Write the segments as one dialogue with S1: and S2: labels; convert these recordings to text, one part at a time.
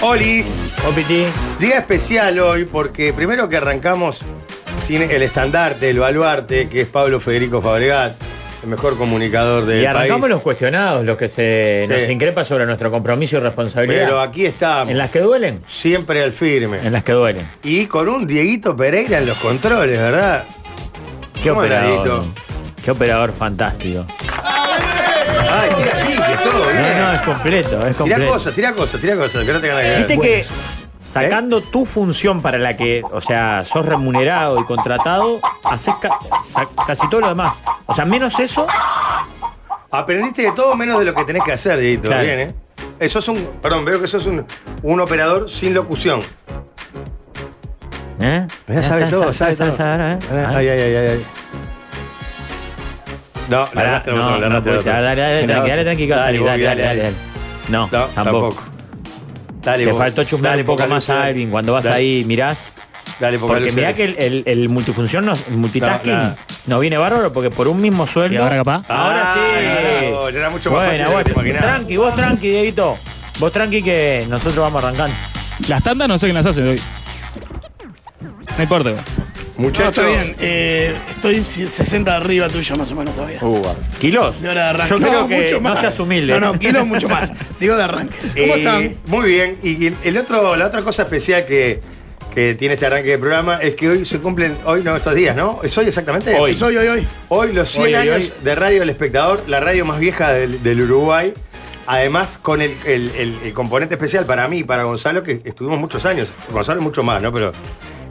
S1: Olis.
S2: Opiti.
S1: Día especial hoy porque primero que arrancamos sin el estandarte, el baluarte, que es Pablo Federico Fabregat, el mejor comunicador del
S2: Y arrancamos
S1: país.
S2: los cuestionados, los que se
S1: Sí.
S2: nos increpa sobre nuestro compromiso y responsabilidad.
S1: Pero aquí estamos,
S2: ¿En las que duelen?
S1: siempre al firme.
S2: En las que duelen.
S1: Y con un Dieguito Pereira en los controles, ¿verdad?
S2: Qué
S1: ¿Cómo era,
S2: operador.
S1: Dieguito?
S2: Qué operador fantástico.
S1: Ay, tira pique, todo
S2: No,
S1: bien.
S2: no, es completo, es
S1: Tira
S2: completo.
S1: cosas, tira cosas, tira cosas, que no tengan nada que ver.
S2: Viste que sacando
S1: ¿Eh?
S2: tu función para la que, o sea, sos remunerado y contratado, haces ca- sa- casi todo lo demás. O sea, menos eso,
S1: Aprendiste de todo menos de lo que tenés que hacer, Dieguito.
S2: Claro.
S1: Bien, ¿eh? Eh, sos un, perdón, veo que sos un, un operador sin locución.
S2: ¿eh?
S1: Mirá, sabe todo, sabe todo.
S2: sabe, ¿eh? A ver.
S1: Ay, ay, ay, ay, ay. No, le
S2: Pará,
S1: arrastra el
S2: no,
S1: botón, le
S2: no
S1: arrastra el
S2: puede ser.
S1: botón.
S2: Dale, dale,
S1: Mirá,
S2: tranqui, dale, tranqui, que va a salir,
S1: vos,
S2: dale, dale, dale, dale. No,
S1: No,
S2: tampoco.
S1: tampoco. Dale,
S2: Te
S1: vos.
S2: faltó chumbar
S1: Dale
S2: un poco
S1: poca
S2: más
S1: luz,
S2: a
S1: dale.
S2: Alvin cuando vas
S1: Dale,
S2: ahí mirás.
S1: Dale, poca
S2: Porque
S1: luz,
S2: mirá
S1: dale.
S2: que el, el- el multifunción, nos, el multitasking,
S1: No, nada.
S2: nos viene bárbaro porque por un mismo sueldo.
S3: ¿Y ahora capaz?
S2: Ahora
S1: Ah,
S2: sí.
S1: claro, ya era mucho más fácil de lo
S2: vos,
S1: que te imaginabas.
S2: Tranqui, vos tranqui, Dieguito. Vos tranqui que nosotros vamos arrancando.
S3: Las tandas no sé quién las hace hoy. No importa. güey.
S4: No,
S1: Muchacho.
S4: está bien. Eh, estoy 60 arriba tuyo más o menos todavía.
S1: Uh.
S2: ¿Kilos?
S4: De hora de arranque.
S2: Yo creo
S4: No,
S2: que
S4: mucho
S2: no
S4: más.
S2: seas humilde.
S4: No, no, kilos mucho más. Digo de arranques. ¿Cómo
S1: Eh,
S4: están?
S1: Muy bien. Y el- el otro, la otra cosa especial que, que tiene este arranque de programa es que hoy se cumplen, hoy no, estos días, ¿no? ¿Es hoy exactamente?
S2: Hoy.
S4: Soy hoy, hoy.
S1: Hoy los 100
S2: Hoy, hoy,
S1: años
S2: hoy.
S1: de Radio El Espectador, la radio más vieja del, del Uruguay. Además, con el, el- el- el componente especial para mí y para Gonzalo, que estuvimos muchos años. Gonzalo mucho más, ¿no? Pero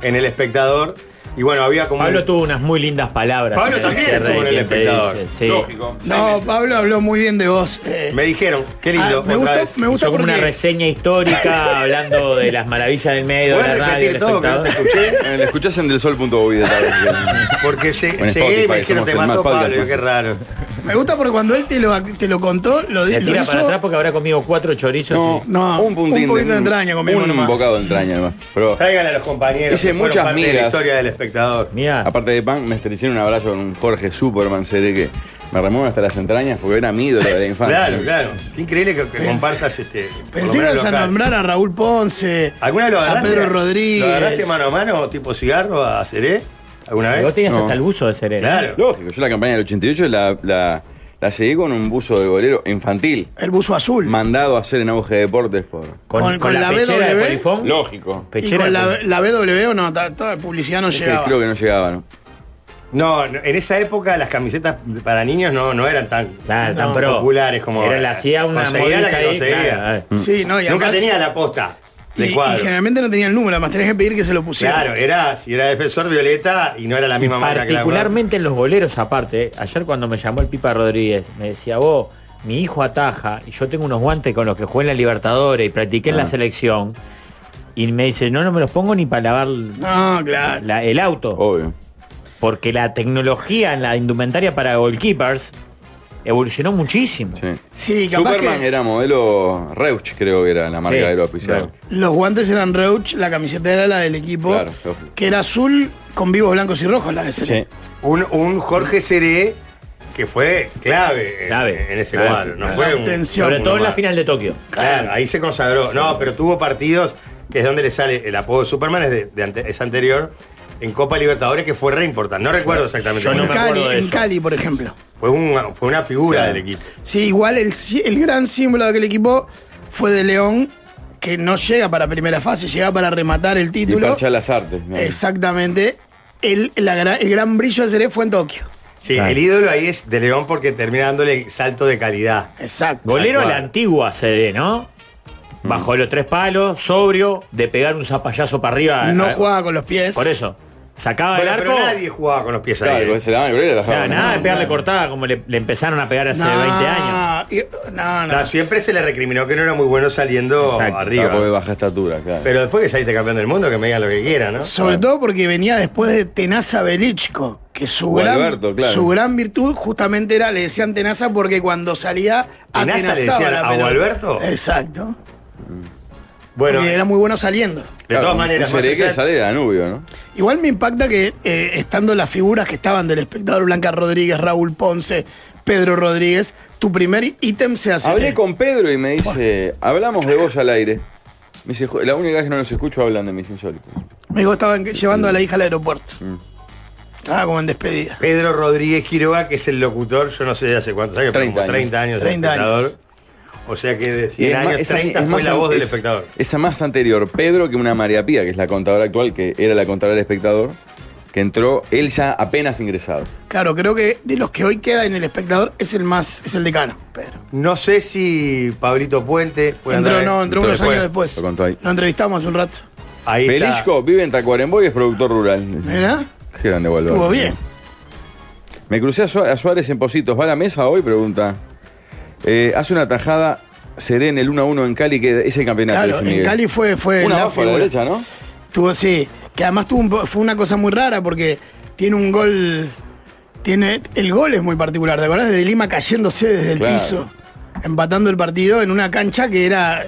S1: en El Espectador. Y bueno, había como...
S2: Pablo
S1: un-
S2: tuvo unas muy lindas palabras.
S1: Pablo
S2: en el
S1: también
S2: cierre
S1: estuvo en
S2: de
S1: El
S2: quien te
S1: Espectador.
S2: dice, Sí.
S1: Lógico.
S4: No, Pablo habló muy bien de vos. Eh,
S1: Me dijeron, qué lindo.
S4: ah, me
S1: otra
S4: gusta,
S1: vez.
S4: me gusta
S2: Hizo como una
S4: porque.
S2: reseña histórica hablando de las maravillas del medio, de
S1: Voy a
S2: la radio,
S1: repetir
S2: del
S1: todo, que no
S2: espectador.
S1: te escuché.
S5: Eh, Lo escuchás en delsol.uy de tarde.
S1: Porque lle- llegué
S5: En
S1: y me
S5: Spotify,
S1: dijeron,
S5: somos
S1: te
S5: el
S1: mató
S5: más podcast,
S1: Pablo, yo,
S5: más.
S1: qué raro.
S4: Me gusta porque cuando él te lo, te lo contó, lo, di-
S2: Se
S4: lo
S2: tira para
S4: hizo.
S2: atrás porque habrá comido cuatro chorizos.
S5: No,
S2: y-
S4: No,
S5: un puntín.
S4: un poquito de entraña comimos
S5: Un
S4: nomás.
S5: bocado de entraña nomás. Pero
S1: Traigan a los compañeros.
S5: Hice
S1: que fueron
S5: muchas
S1: parte de la
S5: miras.
S1: historia del espectador.
S2: Mira,
S5: aparte de pan, me estrecharon un abrazo con un Jorge Superman seré que me remueve hasta las entrañas porque era mi ídolo de la infancia.
S1: Claro, claro. Qué increíble que, que compartas este. por lo
S4: Pensé que
S1: menos
S4: ibas a
S1: local.
S4: nombrar a Raúl Ponce.
S1: ¿Alguna vez lo
S4: A
S1: agarraste?
S4: Pedro
S1: ¿Lo agarraste
S4: Rodríguez.
S1: mano a mano, tipo cigarro, a Ceré? ¿Alguna
S2: vos
S1: vez?
S2: tenías
S5: No.
S2: hasta el buzo de sereno.
S1: Claro.
S5: Lógico, yo la campaña del 88 la, la, la seguí con un buzo de bolero infantil,
S4: El buzo azul.
S5: mandado a hacer en auge de deportes por.
S4: Con-
S2: Con, con
S4: con
S2: la,
S4: la
S2: pechera de
S4: BW.
S2: Polifón.
S5: Lógico.
S4: y
S2: Pechera
S4: con
S2: de
S4: la,
S2: Polifón.
S4: la BW, no, ta- toda la publicidad no
S1: Este
S5: Es que
S4: llegaba.
S5: creo que no llegaba, ¿no?
S1: No, no, en esa época las camisetas para niños no, no eran tan,
S2: Claro, tan
S4: No,
S2: pro.
S1: populares como.
S2: Era la hacía una
S1: Conseguía
S2: modita
S1: la que
S2: ahí,
S1: conseguía. Mm.
S2: claro, a ver.
S4: Sí, no, y
S1: Nunca
S4: además-
S1: tenía la posta
S4: Y,
S1: de
S4: y
S1: cuadro.
S4: generalmente no tenía el número, además tenías que pedir que se lo pusieran.
S1: Claro, era, si era defensor violeta y no era la misma marca que la
S2: Particularmente en los boleros aparte. ¿eh? Ayer cuando me llamó el Pipa Rodríguez, me decía, vos, mi hijo ataja y yo tengo unos guantes con los que jugué en la Libertadores y practiqué en la
S5: Ah.
S2: selección. Y me dice, no, no me los pongo ni para lavar
S4: No, claro.
S2: la- el auto.
S1: Oh.
S5: Obvio.
S2: Porque la tecnología en la indumentaria para goalkeepers evolucionó muchísimo.
S5: Sí.
S4: Sí, capaz
S5: Superman
S4: que
S5: era modelo Reuch, creo que era la marca
S2: Sí,
S5: de los auspiciados.
S2: Reuch.
S4: los guantes eran Reuch, la camiseta era la del equipo,
S5: Claro, lógico.
S4: que era azul con vivos blancos y rojos, la de
S5: Sí.
S4: Celeste.
S1: Un, un Jorge Seré que fue clave, en-
S2: Clave.
S1: en ese
S2: Clave.
S1: cuadro. No
S4: La
S1: fue un-
S4: obtención.
S2: Sobre
S1: uno
S2: todo en la
S1: más.
S2: final de Tokio.
S1: Claro, ahí se consagró. No, pero tuvo partidos, que es donde le sale el apodo de Superman, es, de, de ante- es anterior, en Copa Libertadores, que fue re importante. No recuerdo exactamente.
S2: Yo
S4: en,
S1: cuál
S2: no me
S1: fue.
S4: Cali,
S2: acuerdo de
S4: en
S2: eso.
S4: Cali, por ejemplo.
S1: fue, una, fue una figura
S5: Claro.
S1: del equipo.
S4: Sí, igual el, sí- el gran símbolo de aquel equipo fue de León, que no llega para primera fase, llega para rematar el
S5: Y
S4: título.
S5: Parchá las artes. ¿no?
S4: Exactamente. El, la gra- el gran brillo de Celeste fue en Tokio.
S1: Sí,
S2: Claro.
S1: el ídolo ahí es de León porque termina dándole salto de calidad.
S4: Exacto.
S2: Golero a
S1: Tal
S2: la
S1: cual. Mm.
S2: antigua CD, ¿no? Bajo los tres palos, sobrio, de pegar un zapallazo para arriba.
S4: No
S2: Ah,
S4: jugaba con los pies.
S2: Por eso. Sacaba
S1: Bueno,
S2: Ah, el
S1: pero
S2: arco. pues,
S1: nadie jugaba con los pies ahí.
S5: Claro,
S1: ¿eh?
S5: ese la mano, pero era la
S2: Nada,
S5: java, ¿no?
S2: nada de pegarle cortada como le, le empezaron a pegar hace
S4: No,
S2: 20 años.
S4: y- no, no.
S1: No, siempre se le recriminó que no era muy bueno saliendo
S2: Exacto. pues.
S5: Claro, porque
S1: arriba.
S5: baja estatura, claro.
S1: Pero después que saliste campeón del mundo, que me digan lo que quieran, ¿no?
S4: Sobre todo porque venía después de Tenaza Belichko, que su
S5: O
S4: gran,
S5: Alberto, claro.
S4: su gran virtud justamente era, le decían Tenaza porque cuando salía
S1: Tenaza le
S4: atenazaba
S1: decían
S4: la
S1: a
S4: pelota.
S1: Alberto. eh.
S4: Exacto.
S1: Bueno,
S4: porque
S1: de
S4: era muy bueno saliendo.
S1: todas maneras, más
S5: Sería que
S1: allá-
S5: sale de Danubio, ¿no?
S4: Igual me impacta que eh, estando las figuras que estaban del espectador Blanca Rodríguez, Raúl Ponce, Pedro Rodríguez, tu primer ítem se hace.
S5: Hablé con Pedro y me dice, hablamos de vos al aire. Me dice, "Jo- la única vez que no los escucho hablan de mis insólitos.
S4: Me dijo que estaban llevando
S1: Mm.
S4: a la hija al aeropuerto. Estaba como en despedida.
S1: Pedro Rodríguez Quiroga, que es el locutor, yo no sé de hace cuántos años,
S5: 30
S1: pero como 30 años. de
S4: 30 años.
S1: espectador. O sea que de 100
S5: es más-
S1: años,
S5: esa-
S1: 30
S5: es
S1: fue
S5: más
S1: la
S5: an-
S1: voz del
S5: es-
S1: espectador.
S5: Esa más anterior, Pedro, que una María Pía, que es la contadora actual, que era la contadora del espectador, que entró él ya apenas ingresado.
S4: Claro, creo que de los que hoy queda en el espectador es el más, es el decano, Pedro.
S1: No sé si Pablito Puente puede
S4: Entró,
S1: andar-
S4: no, entró
S5: entró
S4: unos
S5: después,
S4: años después.
S5: lo contó ahí.
S4: Lo entrevistamos hace un rato.
S1: Ahí está.
S5: Pelisco vive en Tacuarembó y es productor rural.
S4: ¿Verdad?
S5: Qué grande, Waldo.
S4: Estuvo bien.
S5: Me crucé a, Sua- a Suárez en Positos. ¿Va a la mesa hoy? Pregunta. Eh, hace una tajada serena el 1-1 en Cali, que es el campeonato.
S4: Claro,
S5: dice
S4: en
S5: Miguel.
S4: Cali fue, fue
S5: Una
S4: la
S5: abajo a la
S4: figura.
S5: derecha, ¿no?
S4: Tuvo, sí. Que además tuvo un po- fue una cosa muy rara porque tiene un gol. Tiene, el gol es muy particular, ¿te acordás? De Lima cayéndose desde el
S5: Claro.
S4: piso, empatando el partido en una cancha que era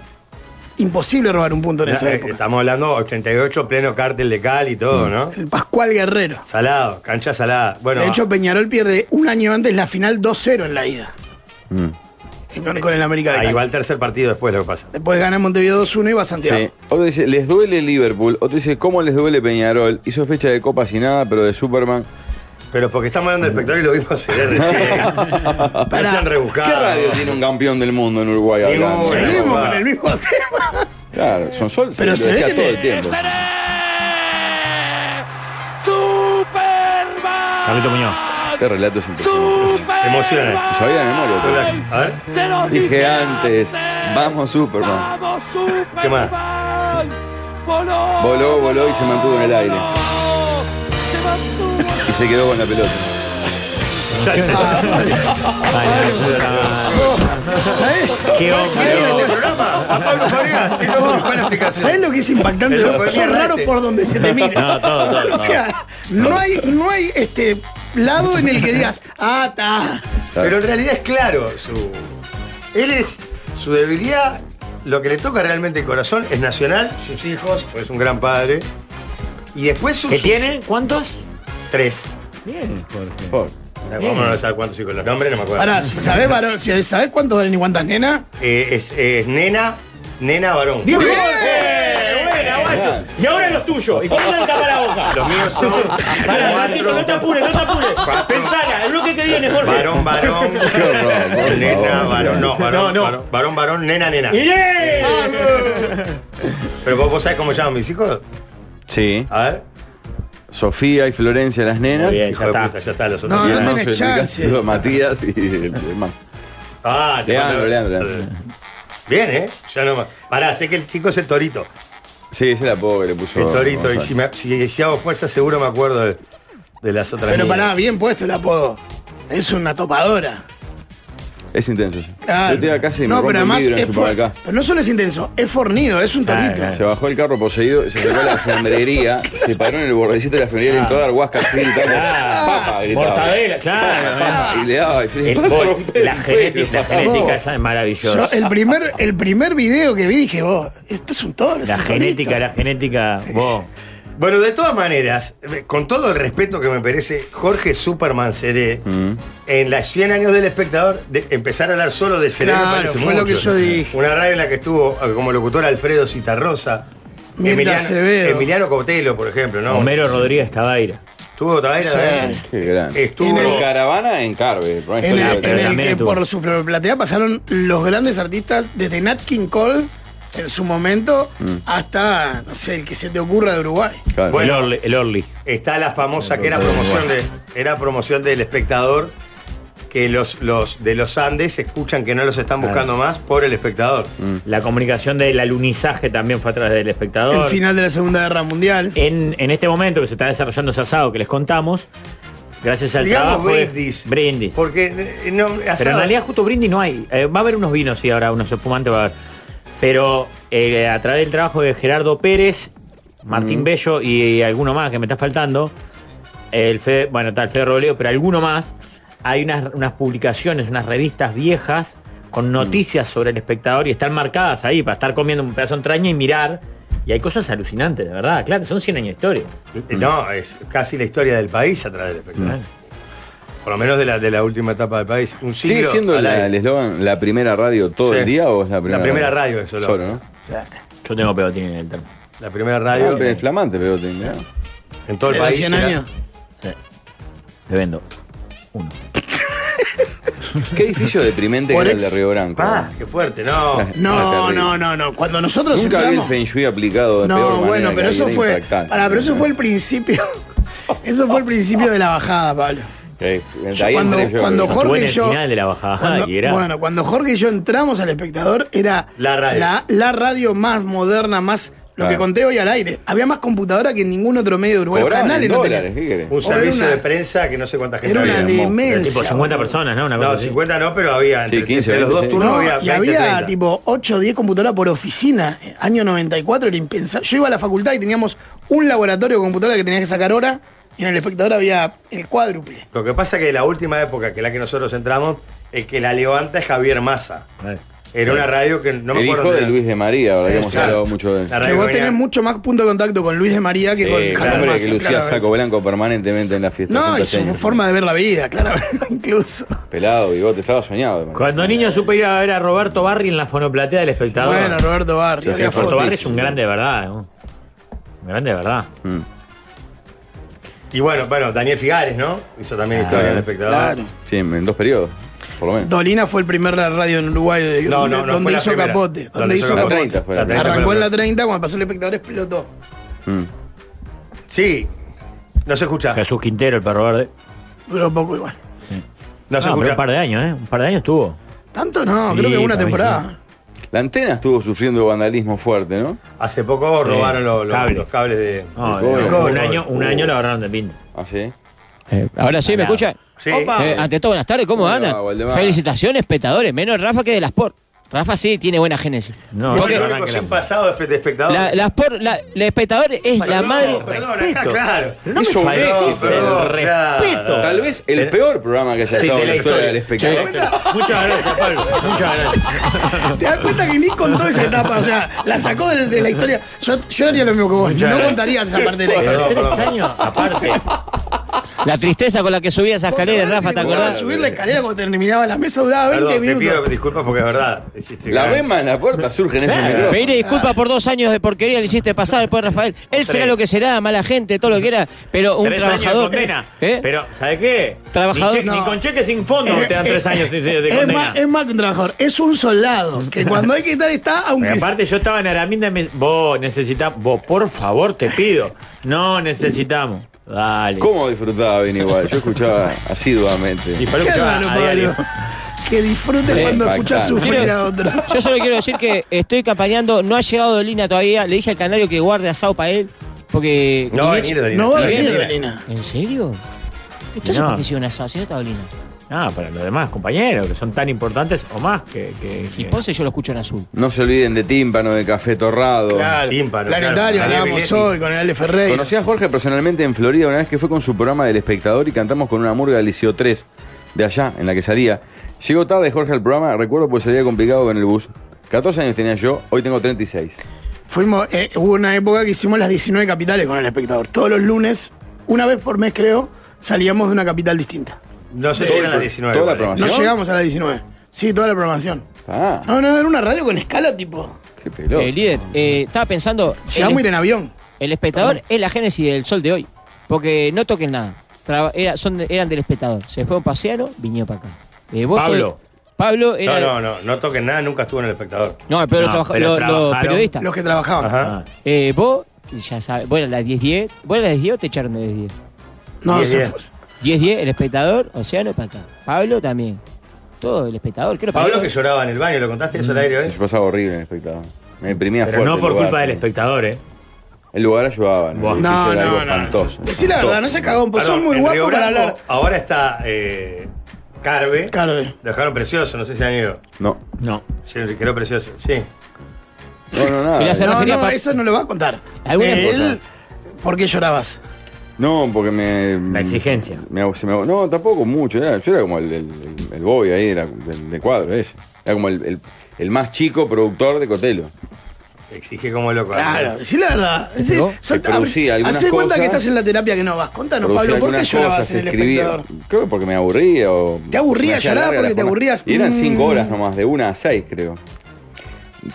S4: imposible robar un punto en
S1: Eh,
S4: esa época.
S1: Estamos hablando 88, pleno cártel de Cal y
S5: Mm.
S1: todo, ¿no?
S4: El Pascual Guerrero.
S1: Salado, cancha salada. Bueno, ah,
S4: De hecho, Peñarol pierde un año antes la final 2-0 en la ida.
S5: Mm.
S4: Con, con el América de
S1: ahí
S4: Cali.
S1: va el ah, tercer partido después lo que pasa.
S4: Después gana Montevideo 2-1 y va a Santiago.
S5: Sí. Otro dice, les duele Liverpool. Otro dice, ¿cómo les duele Peñarol? Hizo fecha de copa sin nada, pero de Superman.
S1: Pero porque estamos hablando
S5: Mm.
S1: del espectador y lo vimos ayer recién. No
S4: Pará.
S1: se han
S5: ¿Qué
S1: rebuscado.
S5: radio tiene un campeón del mundo en Uruguay
S1: Ninguna.
S5: hablando?
S1: Bueno,
S4: Seguimos
S1: va.
S4: con el mismo tema.
S5: Claro, son sol,
S4: Pero
S5: lo
S4: se ve
S5: decía
S4: que
S5: todo
S4: te-
S5: el tiempo.
S2: Carlito Muñoz.
S5: Este relato es impresionante.
S1: Te emociona.
S5: Sabía de memoria. pero-
S1: A ver,
S5: Dije ah. antes, vamos Superman.
S1: ¿qué más?
S5: Voló, voló y se mantuvo en el aire. Y se quedó con la pelota.
S2: Ay, la puta madre.
S4: ¿Sabés?
S2: Qué hombre.
S1: Pero en este programa, a Pablo Faría, te lo busco en la aplicación.
S4: ¿Sabés lo que es impactante?
S1: El loco de
S4: Sos
S1: mierda
S4: raro
S1: este.
S4: por donde se te mira.
S2: No, todo, todo,
S4: o sea, no hay, no hay este lado en el que digas, ah, ta.
S1: Pero en realidad es claro su. Él es. Su debilidad, lo que le toca realmente el corazón es Nacional, sus hijos, pues es un gran padre. Y después sus.
S2: ¿Qué tiene? ¿Cuántos?
S1: Tres.
S2: Bien.
S5: Por-
S1: Vamos a saber cuántos hijos. Los nombres no me acuerdo.
S4: Ahora, si sabés, varón, si sabés cuántos valen y cuántas nenas,
S1: Eh, es, es nena, nena, varón.
S2: ¡Bien! Eh, ¡Buena, guacho! Y ahora los tuyos. ¿Y cuál es el taparaboca?
S1: Los míos son
S2: Ah, Pará, Martín, no te
S1: cuatro.
S2: apures, no te apures. Pensala, el bloque que viene, Jorge.
S1: Varón, varón.
S5: horror, por
S1: Nena,
S5: favor.
S1: varón. No,
S2: No,
S1: varón,
S2: no.
S1: varón, varón, varón, nena, nena.
S2: ¡Bien!
S1: Pero vos, vos sabés cómo llaman mis hijos.
S5: Sí.
S1: A ver.
S5: Sofía y Florencia, las nenas.
S2: Muy bien,
S1: Hijo
S2: ya
S1: de
S2: está.
S1: puta, ya está. Los
S4: No,
S1: otros.
S5: Y
S4: no
S5: el
S4: tenés
S5: Alonso, el
S4: chance.
S5: Ricardo, Matías y el demás.
S1: Ah, te
S5: Leandro,
S1: mando-
S5: Leandro,
S1: Eh,
S5: Leandro.
S1: Bien, ¿eh? Ya no más. Pará, sé que el chico es el torito.
S5: Sí, ese la pobre le puso.
S1: El torito. Y
S5: Gonzalo.
S1: si, me- si- si hago fuerza, seguro me acuerdo de, de las otras.
S4: pero
S1: niñas.
S4: pará, bien puesto el apodo. Es una topadora.
S5: Es intenso. sí.
S4: Claro.
S5: Yo te iba casi y me
S4: no,
S5: rompo
S4: pero
S5: un
S4: además
S5: vidrio en
S4: es
S5: su
S4: for-
S5: acá.
S4: pero no solo es intenso, es fornido, es un
S2: Claro,
S4: torito.
S5: Se bajó el carro poseído, se sacó a la fiambrería, se paró en el bordecito de la fiambrería y entró a dar huascas así, gritando, papa, gritaba.
S2: Ah, Mortadela, claro.
S5: Papa, Y le daba, y le
S2: El
S5: vas a
S2: bol-
S5: romper
S2: la
S5: el
S2: genética, la
S5: cuello,
S2: genética esa es maravillosa.
S4: Yo, el, primer, el primer video que vi dije, vos, esto es un toro. es
S2: La
S4: un
S2: genética,
S4: torito.
S2: la genética. Vos.
S1: Bueno, de todas maneras, eh, con todo el respeto que me merece Jorge Superman Seré,
S5: Mm.
S1: en las 100 años del espectador, de empezar a hablar solo de Seré me
S4: Claro,
S1: parece
S4: fue
S1: mucho.
S4: lo que yo dije.
S1: Una radio en la que estuvo eh, como locutor Alfredo Citarrosa.
S4: Mirta Acevedo.
S1: Emiliano Cotelo, por ejemplo, ¿no?
S2: Homero Rodríguez Tabaira.
S1: Estuvo Tabaira,
S4: Sí.
S1: eh,
S5: Qué grande.
S4: En el
S5: En
S1: Estuvo.
S5: caravana en Carve. no
S4: En
S5: hay historia
S4: el, en
S5: de otra.
S4: el
S2: También
S4: que
S2: estuvo.
S4: por su flor platea pasaron los grandes artistas desde Nat King Cole en su momento
S5: Mm.
S4: hasta, no sé, el que se te ocurra de Uruguay.
S5: Claro.
S1: Bueno.
S2: el Orly. El Orly.
S1: Está la famosa que era promoción de. Era promoción del espectador. Que los, los de los Andes escuchan que no los están buscando más por el espectador.
S5: Mm.
S2: La comunicación del alunizaje también fue a través del espectador.
S4: El final de la Segunda Guerra Mundial.
S2: En, en este momento que se está desarrollando ese asado que les contamos, gracias al
S1: Digamos
S2: trabajo. de-
S1: brindis.
S2: brindis.
S1: Porque eh, no,
S2: Pero en realidad justo brindis no hay. Eh, va a haber unos vinos, sí, ahora unos espumantes va a haber. Pero eh, a través del trabajo de Gerardo Pérez, Martín
S4: Mm.
S2: Bello y, alguno más que me está faltando, el Fede- bueno, está el Fede Robledo, pero alguno más, hay unas, unas publicaciones, unas revistas viejas con
S4: Mm.
S2: noticias sobre el espectador y están marcadas ahí para estar comiendo un pedazo de entraña y mirar. Y hay cosas alucinantes, de verdad, claro, son 100 años de historia.
S1: eh, No, es casi la historia del país a través del espectador. Por lo menos de la, de la última etapa del país. Un
S5: ¿Sigue
S1: siglo
S5: siendo
S1: al
S5: la-
S1: aire.
S5: el eslogan la primera radio todo
S1: Sí.
S5: el día o es la
S1: La
S5: primera
S1: primera radio, eso lo-
S5: Solo, ¿no?
S4: O sea,
S2: Yo tengo pegotín en el termo.
S1: La primera
S5: Ah,
S1: radio
S5: pero es flamante, pero te- mirá.
S1: en todo el
S4: ¿De
S1: país.
S4: 100
S5: ¿eh?
S1: era-
S4: años?
S5: Ah,
S2: Sí. Le vendo. Uno.
S5: Qué edificio deprimente que
S4: Por
S5: era el de
S4: ex-
S5: Río Branco.
S1: Ah, qué fuerte, no.
S5: Ah,
S4: No,
S5: terrible.
S4: no, no, no. Cuando nosotros
S5: Nunca vi el
S4: entramos...
S5: Feng Shui aplicado de peor
S4: No,
S5: manera
S4: bueno,
S5: que
S4: pero
S5: ahí,
S4: eso
S5: era
S4: fue...
S5: impactante.
S4: Pará, pero eso fue el principio. Eso fue el principio de la bajada, Pablo.
S5: Eh, ahí
S4: Yo
S5: entré
S4: cuando,
S5: yo,
S4: cuando
S5: creo.
S2: Estuvo
S4: Jorge
S2: en
S4: y
S2: el
S4: yo.
S2: final de la bajada,
S4: cuando-
S2: y era-
S4: Bueno, cuando Jorge y yo entramos al espectador, era
S1: La radio.
S4: la, la radio más moderna, más. Lo
S5: Claro.
S4: que conté hoy al aire. Había más computadora que en ningún otro medio de Uruguay. Los
S5: Cobraban
S4: canales
S5: en
S4: no
S5: dólares,
S4: tenían.
S5: ¿qué querés?
S1: Un
S4: O era
S1: servicio
S4: una-
S1: de prensa que no sé cuánta gente
S4: Era una
S1: había.
S4: demencia.
S2: Tipo 50
S4: boludo.
S2: personas, ¿no? Una cosa
S1: No,
S2: así.
S1: 50 no, pero había.
S5: Sí,
S1: entre-
S5: 15,
S1: entre los dos
S5: 20,
S1: turnos
S4: No,
S1: había.
S4: y
S1: 20,
S4: había
S1: 30.
S4: tipo 8 o 10 computadoras por oficina. Eh, Año 94 era impensable. Yo iba a la facultad y teníamos un laboratorio de computadora que tenías que sacar hora y en el espectador había el cuádruple.
S1: Lo que pasa es que la última época, que es la que nosotros entramos, el que la levanta es Javier Massa. Era una radio que no me
S5: el
S1: acuerdo.
S5: hijo de
S1: era.
S5: Luis de María, ¿verdad? Que hemos
S1: Exacto.
S5: hablado mucho de él.
S1: La
S4: Que
S1: radio
S4: vos
S1: venía-
S4: tenés mucho más punto de contacto con Luis de María que
S5: Sí,
S4: con
S5: el
S4: Javier
S5: hombre
S4: Massa,
S5: que lucía
S4: claramente.
S5: saco blanco permanentemente en la fiesta.
S4: No, y
S5: juntas
S4: su
S5: años.
S4: forma de ver la vida, claramente, incluso.
S5: Pelado, bigote, estaba soñado. hermano.
S2: Cuando niño supe ir a ver a Roberto Barri en la fonoplatea del espectador.
S4: Bueno, Roberto
S5: Se
S4: Barrio,
S5: hacía
S4: había
S5: fotos.
S2: Roberto
S4: fotos.
S2: Barri es un grande de verdad. ¿eh? Un grande de verdad.
S5: Mm.
S1: Y bueno, bueno, Daniel Figares, ¿no? Hizo también historia del espectador.
S4: Claro.
S5: Sí, en en dos periodos, por lo menos.
S4: Dolina fue el primer radio en Uruguay de-
S1: No,
S4: donde,
S1: no, no, fue
S4: donde
S1: la
S4: hizo
S1: primera.
S4: capote. Donde, hizo
S5: la
S4: capote.
S5: 30 fue la
S1: La 30
S4: Arrancó
S1: fue
S4: en
S1: la
S4: la 30, cuando pasó el espectador explotó.
S5: Mm.
S1: Sí. No se escucha.
S2: Jesús Quintero, el perro verde.
S4: Duró poco igual.
S1: No se
S2: Ah, pero
S1: escucha.
S2: un par de años, ¿eh? Un par de años estuvo.
S4: Tanto no,
S2: Sí,
S4: creo que una
S2: para mí
S4: temporada.
S5: La antena estuvo sufriendo vandalismo fuerte, ¿no?
S1: Hace poco robaron los, los-
S2: Cable.
S1: los cables de.
S2: No,
S5: El cobre.
S2: eh,
S5: cobre.
S2: un año, un año lo agarraron de pinta.
S5: Ah, sí.
S3: Eh, ahora sí, ¿me
S2: Pará.
S3: escucha?
S1: Sí.
S4: Opa.
S3: Eh, ante todo, buenas tardes, ¿cómo
S5: Hola,
S3: andan?
S5: Waldemar.
S3: Felicitaciones, espectadores, menos Rafa que de las Sport. Rafa sí tiene buena génesis.
S2: No,
S1: Es
S2: no,
S1: el
S2: no,
S1: único
S2: no,
S1: sin
S2: no.
S1: pasado de espe- de espectador.
S3: La, la Sport, la, la espectador es la
S1: Perdón,
S3: madre.
S1: Perdón, acá,
S2: Respeto.
S1: claro.
S2: No me
S5: Hizo un
S2: faltes
S5: éxito,
S2: el
S1: perdón,
S2: respeto.
S1: claro.
S5: Tal vez el
S2: Pero-
S5: peor programa que haya
S2: Sí,
S5: estado
S2: de
S5: en la
S2: la
S5: historia
S2: historia.
S5: del espectador.
S2: Muchas gracias, Pablo. Muchas gracias.
S4: ¿Te das cuenta que ni contó esa etapa? O sea, la sacó del- de, la historia. Yo, yo haría lo mismo que vos. No
S1: gracias.
S4: contaría esa parte de la
S2: Pero
S4: historia.
S2: tres años aparte.
S3: La tristeza con la que subía esa escalera, Rafa, ¿te
S4: Porque
S3: acordás?
S4: Subir la escalera cuando terminaba la mesa duraba 20
S1: Perdón, te pido
S4: minutos.
S1: disculpas porque es verdad. hiciste
S5: La
S1: gran-
S5: rema en la puerta surge en ese micrófono.
S3: Pedirle disculpas por dos años de porquería le hiciste pasar después Rafael. Él será
S1: Tres.
S3: lo que será, mala gente, todo lo que era, pero un
S2: tres
S3: trabajador.
S2: años de condena.
S3: ¿Eh?
S2: Pero, ¿sabes qué?
S3: Trabajador-
S2: Ni, che- ni
S4: No.
S2: con cheque sin fondo
S4: Eh,
S2: te dan
S4: eh,
S2: tres años de- de
S4: es,
S2: condena.
S4: más, es más que un trabajador, es un soldado que cuando hay que estar está,
S2: Porque
S4: aunque
S2: aparte yo estaba en Araminda y me... Vos necesitás... Vos, por favor, te pido. No necesitamos. Dale.
S5: ¿Cómo disfrutaba bien igual? Yo escuchaba asiduamente.
S2: Sí, pero
S4: Qué
S2: escuchá,
S4: raro,
S2: a diario.
S4: Pablo. que disfrute
S5: Sí,
S4: cuando escuchas
S5: impactante.
S4: sufrir a otro.
S3: Yo solo quiero decir que estoy campañando, no ha llegado Dolina todavía. Le dije al canario que guarde asado para él, porque.
S1: No,
S3: Nimesh-
S1: venir, venir.
S4: No va a
S1: Venir,
S4: venir,
S1: venir.
S4: Dolina.
S3: ¿En serio? Entonces,
S2: No.
S3: ¿por qué sigue un asado? Si no está Dolina.
S2: Ah, para los demás compañeros, que son tan importantes o más que... que,
S3: Si
S2: que-
S3: Ponce yo lo escucho en azul.
S5: No se olviden de tímpano, de café torrado.
S4: Claro,
S1: Tímpano,
S4: planetario,
S1: claro.
S4: hablábamos
S1: Biglietti.
S4: hoy con el Ale Ferreira.
S5: Conocí a Jorge personalmente en Florida una vez que fue con su programa del espectador y cantamos con una murga del Liceo 3 de allá, en la que salía. Llegó tarde Jorge al programa, recuerdo pues salía complicado con el bus. 14 años tenía yo, hoy tengo 36.
S4: Fuimos, eh, hubo una época que hicimos las 19 capitales con el espectador. Todos los lunes, una vez por mes creo, salíamos de una capital distinta.
S1: No sé si eran las 19.
S5: toda la
S1: igual, eh.
S5: programación.
S4: No
S5: ¿Pasión?
S4: llegamos a las 19. Sí, toda la programación.
S5: Ah,
S4: No, no, era una radio con escala tipo.
S5: qué pelota.
S3: Eh, líder, eh, estaba pensando.
S4: Llegamos a ir en avión.
S3: El espectador
S4: Perdón.
S3: es la génesis del sol de hoy. Porque no toquen nada. Traba- era- son de- eran del espectador. Se fue un paseano, vinieron para acá. Eh, vos
S2: Pablo.
S3: sos- Pablo
S1: No,
S3: era.
S1: no, no, no toquen nada, nunca estuvo en el espectador.
S3: No, pero, los,
S2: No,
S3: trabaja-
S2: pero
S3: los- los
S2: trabajaron.
S3: periodistas.
S4: Los que trabajaban.
S2: Ah,
S5: Ah.
S1: Ajá.
S3: Eh, vos, que ya sabes, vos eras las 10-10. ¿Vos eras las 10 o te echaron de 10-10?
S4: No,
S1: Bien,
S4: se
S1: bien.
S4: fue.
S3: 10-10, el espectador, Océano para acá. Pablo también. Todo el espectador. Creo
S1: Pablo que lloraba en el baño, ¿lo contaste eso al aire
S5: Sí,
S1: hoy?
S5: yo pasaba horrible en el espectador. Me imprimía
S2: Pero
S5: fuerte.
S2: no
S5: el
S2: por
S5: lugar,
S2: culpa del
S5: ¿no?
S2: espectador, ¿eh?
S5: El lugar ayudaba. ¿no?
S2: Buah.
S5: El edificio
S4: No,
S5: era algo
S4: no, no.
S5: espantoso.
S4: Decí la verdad, no se cagó un
S5: Pues
S4: pozo.
S1: Perdón,
S4: muy
S1: en Río
S4: guapo para
S1: Branco
S4: hablar.
S1: Ahora está eh, Carve.
S4: Carve.
S1: Lo dejaron precioso, no sé si han ido.
S5: No,
S2: No.
S1: Sí, se quedó precioso. Sí.
S5: no, no, nada.
S3: Y la cerveza-
S4: No,
S3: Rogelia
S4: no,
S3: Paz.
S4: eso no lo va a contar.
S3: Alguna
S4: Él, ¿por qué llorabas?
S5: No, porque me.
S2: La exigencia.
S5: me- se me- no, tampoco mucho. era- yo era como el, el, el- el boy ahí era del, del cuadro ese. Era como el, el- el más chico productor de Cotelo.
S1: Exige como loco.
S4: Claro, decí la verdad. Decí,
S5: ¿No?
S4: soltá,
S5: Que producía algunas
S4: hacé cuenta
S5: cosas.
S4: que estás en la terapia que no vas. Contanos,
S5: Producía
S4: Pablo, ¿por qué
S5: algunas
S4: llorabas
S5: cosas,
S4: en el
S5: escribía.
S4: espectador?
S5: Creo que porque me aburría o.
S4: Te aburría,
S5: me hacía
S4: llorabas
S5: larga
S4: porque
S5: la
S4: te
S5: jornada.
S4: aburrías.
S5: Y eran
S4: Mm.
S5: cinco horas nomás, de una a seis, creo.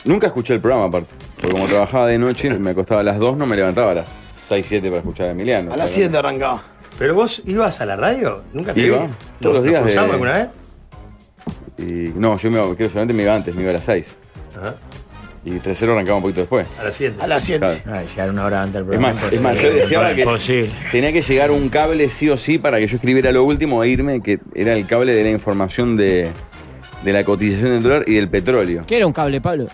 S5: Nunca escuché el programa aparte. Porque como trabajaba de noche, me acostaba a las 2, no me levantaba a las 6, 7 para escuchar a Emiliano.
S4: A las 7 arrancaba.
S1: ¿Pero vos ibas a la radio? ¿Nunca te
S5: Iba,
S1: vi?
S5: todos los
S1: ¿Nos
S5: días de-
S1: cruzamos alguna vez?
S5: Y no, yo me, creo, solamente me iba antes, me iba a las 6.
S1: Ajá,
S5: Y 3 arrancaba un poquito después.
S1: a las 7.
S4: A las 7.
S5: Claro.
S2: Ay, llegar una hora antes del
S5: Es
S2: programa.
S5: más, es más, yo decía ahora que
S2: Imposible.
S5: tenía que llegar un cable sí o sí para que yo escribiera lo último e irme, que era el cable de la información de, de la cotización del dólar y del petróleo.
S3: ¿Qué era un cable, Pablo?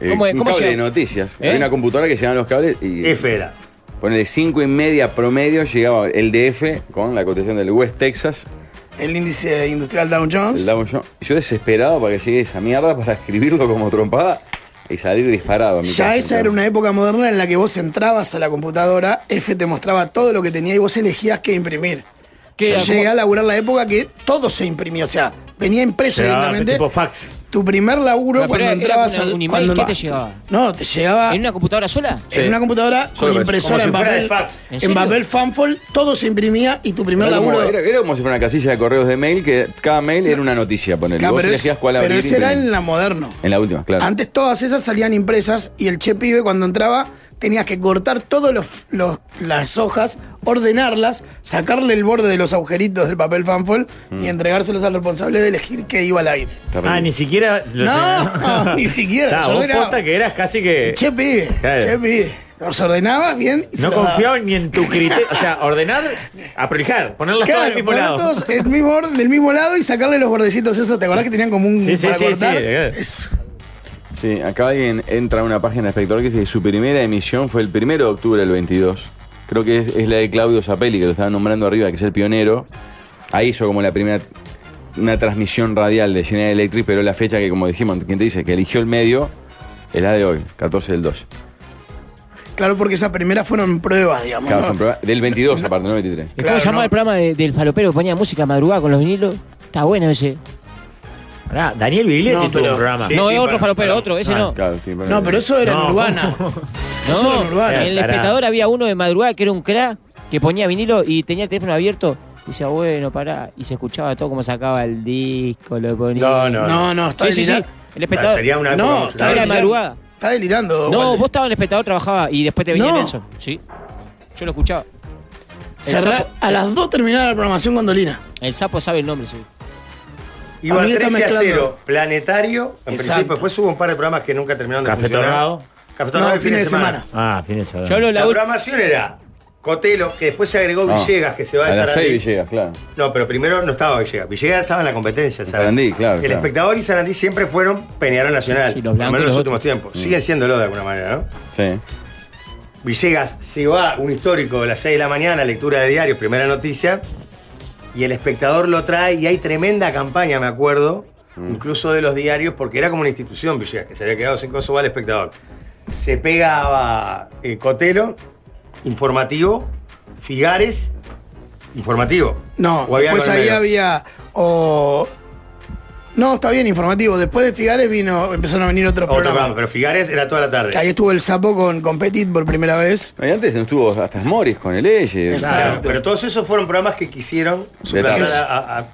S5: Eh,
S3: ¿Cómo es?
S5: un
S3: ¿Cómo
S5: cable
S3: llega?
S5: de noticias.
S3: ¿Eh?
S5: Había una computadora que llevaban los cables y
S1: F era.
S5: ponele 5 y media promedio llegaba el DF con la cotización del West Texas,
S4: El índice industrial Dow
S5: el
S4: Jones.
S5: Dow Jones. Y Yo desesperado para que llegue esa mierda para escribirlo como trompada y salir disparado. a mi
S4: Ya
S5: casa,
S4: esa era
S5: entonces.
S4: una época moderna en la que vos entrabas a la computadora, F te mostraba todo lo que tenía y vos elegías qué imprimir.
S3: ¿Qué
S4: Yo
S3: era?
S4: llegué a laburar la época que todo se imprimía, o sea, venía impreso
S2: Llegaba,
S4: directamente.
S2: tipo fax.
S4: Tu primer laburo
S3: Pero,
S4: cuando
S3: pero era
S4: entrabas
S3: una-
S4: al.
S3: un email,
S4: cuando-
S3: ¿qué te llegaba?
S4: No, te llegaba
S1: Ah.
S3: ¿En una computadora sola?
S5: Sí.
S4: en una computadora
S5: Solo
S4: con
S5: eso.
S1: Como
S4: impresora
S1: si
S4: en
S1: fuera
S4: papel.
S1: de fax.
S3: ¿En
S4: En,
S3: serio?
S4: papel fanfold, todo se imprimía y tu primer
S5: Era como,
S4: laburo.
S5: era, era como si fuera una casilla de correos de mail que cada mail era una noticia, ponele.
S4: Claro,
S5: Vos
S4: pero
S5: elegías
S4: es-
S5: cuál
S4: pero
S5: abrir y
S4: ese era
S5: imprimir.
S4: en la moderno.
S5: En la última, claro.
S4: Antes todas esas salían impresas y el che pibe cuando entraba tenías que cortar todas las hojas, ordenarlas, sacarle el borde de los agujeritos del papel fanfold
S2: Mm.
S4: y entregárselos al responsable de elegir qué iba al aire.
S5: Terrible.
S2: Ah, ni siquiera. lo
S4: No,
S2: sé.
S4: ni siquiera,
S2: Claro,
S4: yo
S2: vos
S4: era-
S2: posta que eras casi que.
S4: Che pibe,
S2: Eh, Claro.
S4: che pibe. Los ordenabas bien y se
S2: No
S4: los dabas.
S2: confiaba ni en tu criterio. O sea, ordenar, aprolijar, ponerlas todas al
S4: Claro,
S2: mismo
S4: poner
S2: lado.
S4: todos el mismo orden, del mismo lado y sacarle los bordecitos esos. ¿Te acordás que tenían como un
S2: Sí, sí,
S4: para
S2: sí,
S4: cortar?
S2: sí, claro.
S4: Eso.
S5: Sí, acá alguien entra a una página espectador que dice que su primera emisión fue el 1 de octubre del 22. Creo que es, es la de Claudio Zapelli, que lo estaban nombrando arriba, que es el pionero. Ahí hizo como la primera una transmisión radial de General Electric, pero la fecha que, como dijimos, quien te dice que eligió el medio es la de hoy, 14 del 2.
S4: Claro, porque esas primeras fueron pruebas, digamos.
S5: Claro,
S4: ¿no?
S5: son pruebas- del 22 aparte, no 23.
S3: ¿Y ¿Cómo
S4: Claro,
S3: se llamaba
S4: no.
S3: el programa de- del falopero que ponía música madrugada con los vinilos? Está bueno ese.
S2: Pará, Daniel Biglietti
S4: No,
S2: tuvo
S4: pero-
S2: un programa.
S1: Sí,
S3: no, es
S1: sí,
S3: otro
S1: para-
S3: falopero,
S1: para-
S3: otro, ese
S2: Ah,
S3: no.
S5: Claro, sí,
S4: No, pero eso era
S2: No.
S4: en Urbana. Eso era en
S3: No,
S4: Urbana.
S3: en el
S2: Pará.
S3: espectador había uno de madrugada que era un crack que ponía vinilo y tenía el teléfono abierto. Y decía, bueno, pará. Y se escuchaba todo como sacaba el disco, lo ponía.
S1: No, no.
S4: No, no, está
S3: Sí, sí, sí.
S4: delirando.
S3: El espectador.
S1: Sería una época
S4: No,
S1: mucho-
S4: está
S3: Era de
S4: delirando.
S3: madrugada.
S4: Está delirando.
S3: No,
S4: Walde.
S3: vos estabas en el espectador, trabajaba y después te venía
S4: No.
S3: Nelson. Sí. Yo lo escuchaba.
S4: Cerrá-
S3: el sapo.
S4: a las 2 terminaba la programación con Dolina.
S3: El sapo sabe el nombre, seguro.
S1: Iba
S4: Amigo, está
S1: 13 a
S4: mezclando.
S1: 0, planetario. En
S4: Exacto.
S1: principio, después hubo un par de programas que nunca terminaron de
S2: Café
S1: funcionar.
S2: Torrado.
S1: Café Torrado,
S4: No,
S1: el fin de semana.
S2: Ah, fin de semana.
S3: Yo lo,
S1: La
S3: la, ul-
S1: programación era Cotelo, que después se agregó
S5: No.
S1: Villegas, que se va
S5: Ah, A
S1: de
S5: las 6
S1: Sarandí.
S5: Villegas, claro.
S1: No, pero primero no estaba Villegas. Villegas estaba en la competencia.
S5: Sarandí, claro,
S1: El
S5: claro.
S1: espectador y Sarandí siempre fueron Peñarol Nacional.
S3: Sí, los
S1: por lo
S3: blancos
S1: menos
S3: y
S1: en los
S3: los
S1: últimos tiempos.
S5: Mm.
S1: Siguen siéndolo de alguna manera, ¿no?
S5: Sí.
S1: Villegas se va, un histórico, a las 6 de la mañana, lectura de diario, primera noticia, y el espectador lo trae y hay tremenda campaña, me acuerdo, incluso de los diarios, porque era como una institución Villegas, que se había quedado sin cosa, va al espectador. Se pegaba eh, Cotelo, informativo, Figares, informativo.
S4: No,
S1: O había
S4: después
S1: algo en
S4: ahí
S1: medio.
S4: había. O. No, está bien, informativo. Después de Figares vino, empezaron a venir otros
S1: Otro programa,
S4: programas.
S1: pero Figares era toda la
S4: Que
S1: tarde.
S4: ahí estuvo el sapo con, con Petit por primera vez.
S5: No, y antes estuvo hasta Morris con el E Eye.
S4: Exacto.
S1: Claro, pero todos esos fueron programas que quisieron suplantar
S5: Detalles.
S1: a, a-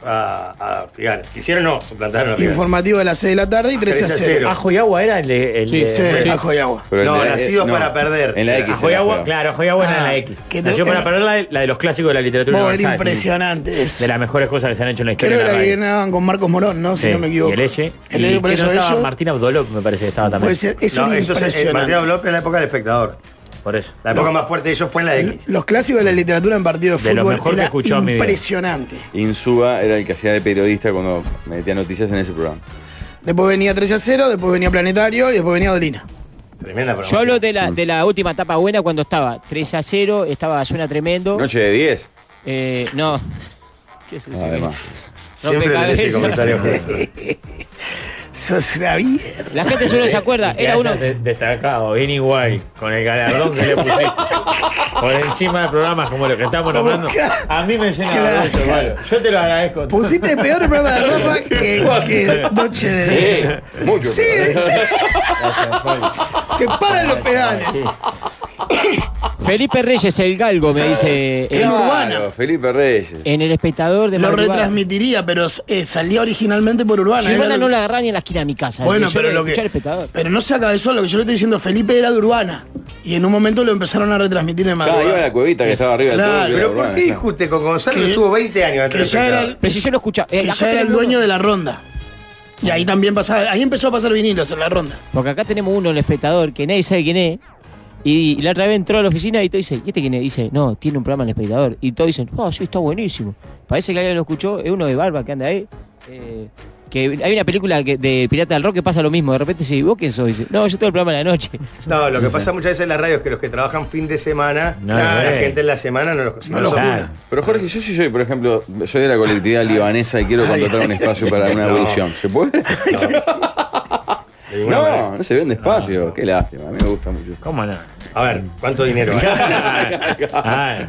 S1: a- a Figares. Quisieron no, suplantaron a Figares.
S4: Informativo de las 6 de la tarde y 13 a
S1: 13 a
S4: 0.
S2: Ajo y agua era el de. el
S3: Sí,
S2: de-
S4: Sí,
S2: fue-
S4: ajo y agua.
S5: Pero el
S1: No,
S5: de la- E,
S1: nacido para perder.
S5: En la X.
S2: Ajo y
S5: era
S2: agua,
S5: feo.
S2: claro, ajo y agua era en
S4: Ah,
S2: la X.
S4: que
S2: Nació
S4: no-
S2: para perder la de, la de los clásicos de la literatura
S4: Vos, era
S2: universal.
S4: impresionante
S2: De
S4: eso.
S2: las mejores cosas que se han hecho en la historia.
S4: Creo que
S2: de la
S4: la
S2: radio.
S4: llenaban con Marcos Morón, ¿no? Si
S2: Sí,
S4: no me equivoco.
S2: Y el Eje.
S4: El Eye,
S2: Y
S4: por
S2: que
S4: eso
S2: no estaba
S4: eso-
S2: Martín Abdolov, me parece que estaba también.
S4: Puede ser, eso
S1: No,
S4: era
S1: eso es eh, el
S4: impresionante.
S1: Martín López en la época del espectador.
S2: Por eso.
S1: La época más fuerte de ellos fue en la de X.
S4: Los clásicos de la literatura en partidos de
S2: De lo
S4: fútbol
S2: mejor que
S4: era
S2: escuchó en mi vida.
S4: impresionante.
S5: Insúa era el que hacía de periodista cuando metía noticias en ese programa.
S4: Después venía 13 a 0, después venía Planetario y después venía Dolina.
S1: Tremenda
S3: yo
S1: programación.
S3: hablo de la, de la última etapa buena cuando estaba 3 a 0, estaba suena tremendo.
S5: Noche de 10.
S3: Eh, no. ¿Qué es eso?
S5: Además.
S1: Siempre tenés ese comentario.
S4: Sos una mierda.
S3: La gente solo se acuerda.
S2: Que
S3: Era uno.
S2: hayas de- destacado, bien igual, con el galardón que le pusiste. Por encima de programas como los que estamos
S4: Como
S2: nombrando.
S4: ca-
S2: A mí me llena
S4: Claro.
S2: de orgullo, Pablo. Yo te lo agradezco.
S4: Pusiste peor el programa de Rafa que, que Noche de...
S5: mucho.
S4: Sí, sí,
S2: Gracias, Pablo.
S4: se paran los pedales.
S3: Felipe Reyes, el galgo, me dice.
S4: En
S3: eh,
S4: Urbana.
S5: Felipe Reyes.
S3: En el espectador de
S4: Lo
S3: madrugada.
S4: retransmitiría, pero eh, salía originalmente por Urbana. ¿eh?
S3: Si Urbana
S4: Era-
S3: no la agarra ni en la esquina de mi casa.
S4: Bueno,
S3: Yo
S4: pero
S3: era
S4: lo que.
S3: escuchar al espectador.
S4: Pero no se acabezó lo que yo le estoy diciendo. Felipe era de Urbana. Y en un momento lo empezaron a retransmitir en
S5: Cada iba a
S4: Madrid.
S5: la cuevita que estaba arriba del
S4: Claro,
S5: todo, que era
S1: Pero ¿por
S5: urbana,
S1: qué
S5: claro.
S1: discute con Gonzalo?
S4: Que-
S1: Que estuvo 20 años
S4: Que
S1: antes.
S4: ya era el,
S3: Pero si yo lo escuchaba. eh,
S4: que
S3: acá
S4: ya era el
S3: tenemos
S4: dueño
S3: uno.
S4: de la ronda. Y ahí también pasaba. Ahí empezó a pasar vinilos en la ronda.
S3: Porque acá tenemos uno, el espectador, que nadie sabe quién es. Y, y la otra vez entró a la oficina y todo dice, ¿y este quién es? Dice, no, tiene un programa en el espectador. Y todos dicen, oh, sí, está buenísimo. Parece que alguien lo escuchó, es uno de barba que anda ahí. eh, que hay una película que- de Pirata del Rock que pasa lo mismo. De repente se ¿vos quién sos? Dice, no, yo tengo el programa en la noche.
S1: No, lo que pasa muchas veces en las radios es que los que trabajan fin de semana,
S2: No,
S1: la
S2: eh.
S1: gente en la semana no los,
S4: No los
S1: sabe.
S4: jura.
S5: Pero Jorge, yo sí soy, por ejemplo, soy de la colectividad libanesa y quiero contratar un espacio para una
S1: No.
S5: audición. ¿Se puede?
S1: De ninguna
S5: No,
S1: manera.
S5: no se vende espacio. Qué lástima, a mí me gusta mucho.
S2: ¿Cómo no?
S1: A ver, ¿cuánto dinero? hay?
S2: Ay,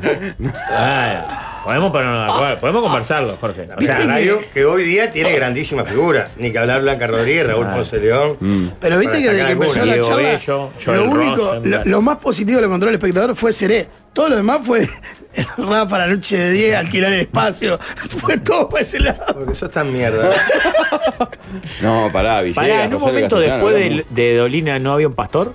S2: ay. Podemos, poner- podemos conversarlo, Jorge. O sea,
S1: La radio que hoy día tiene grandísima figura. Ni que hablar Blanca Rodríguez, Raúl
S2: Ah.
S1: Ponce León.
S4: Pero viste que
S1: Para
S4: desde
S1: sacar
S4: que empezó
S1: alguna.
S4: la
S2: Diego
S4: charla,
S2: Bello, Joel
S4: lo único,
S2: Rosen,
S4: lo,
S2: claro.
S4: lo más positivo que le encontró el espectador fue Seré. Todo lo demás fue Rafa, la noche de 10, alquilar el espacio. Fue todo para ese lado.
S1: Porque sos tan mierda.
S5: No, pará, Villegas.
S2: Pará, en un
S5: Rosario
S2: momento
S5: Castellano,
S2: después
S5: hablamos.
S2: de, de Dolina no había un pastor.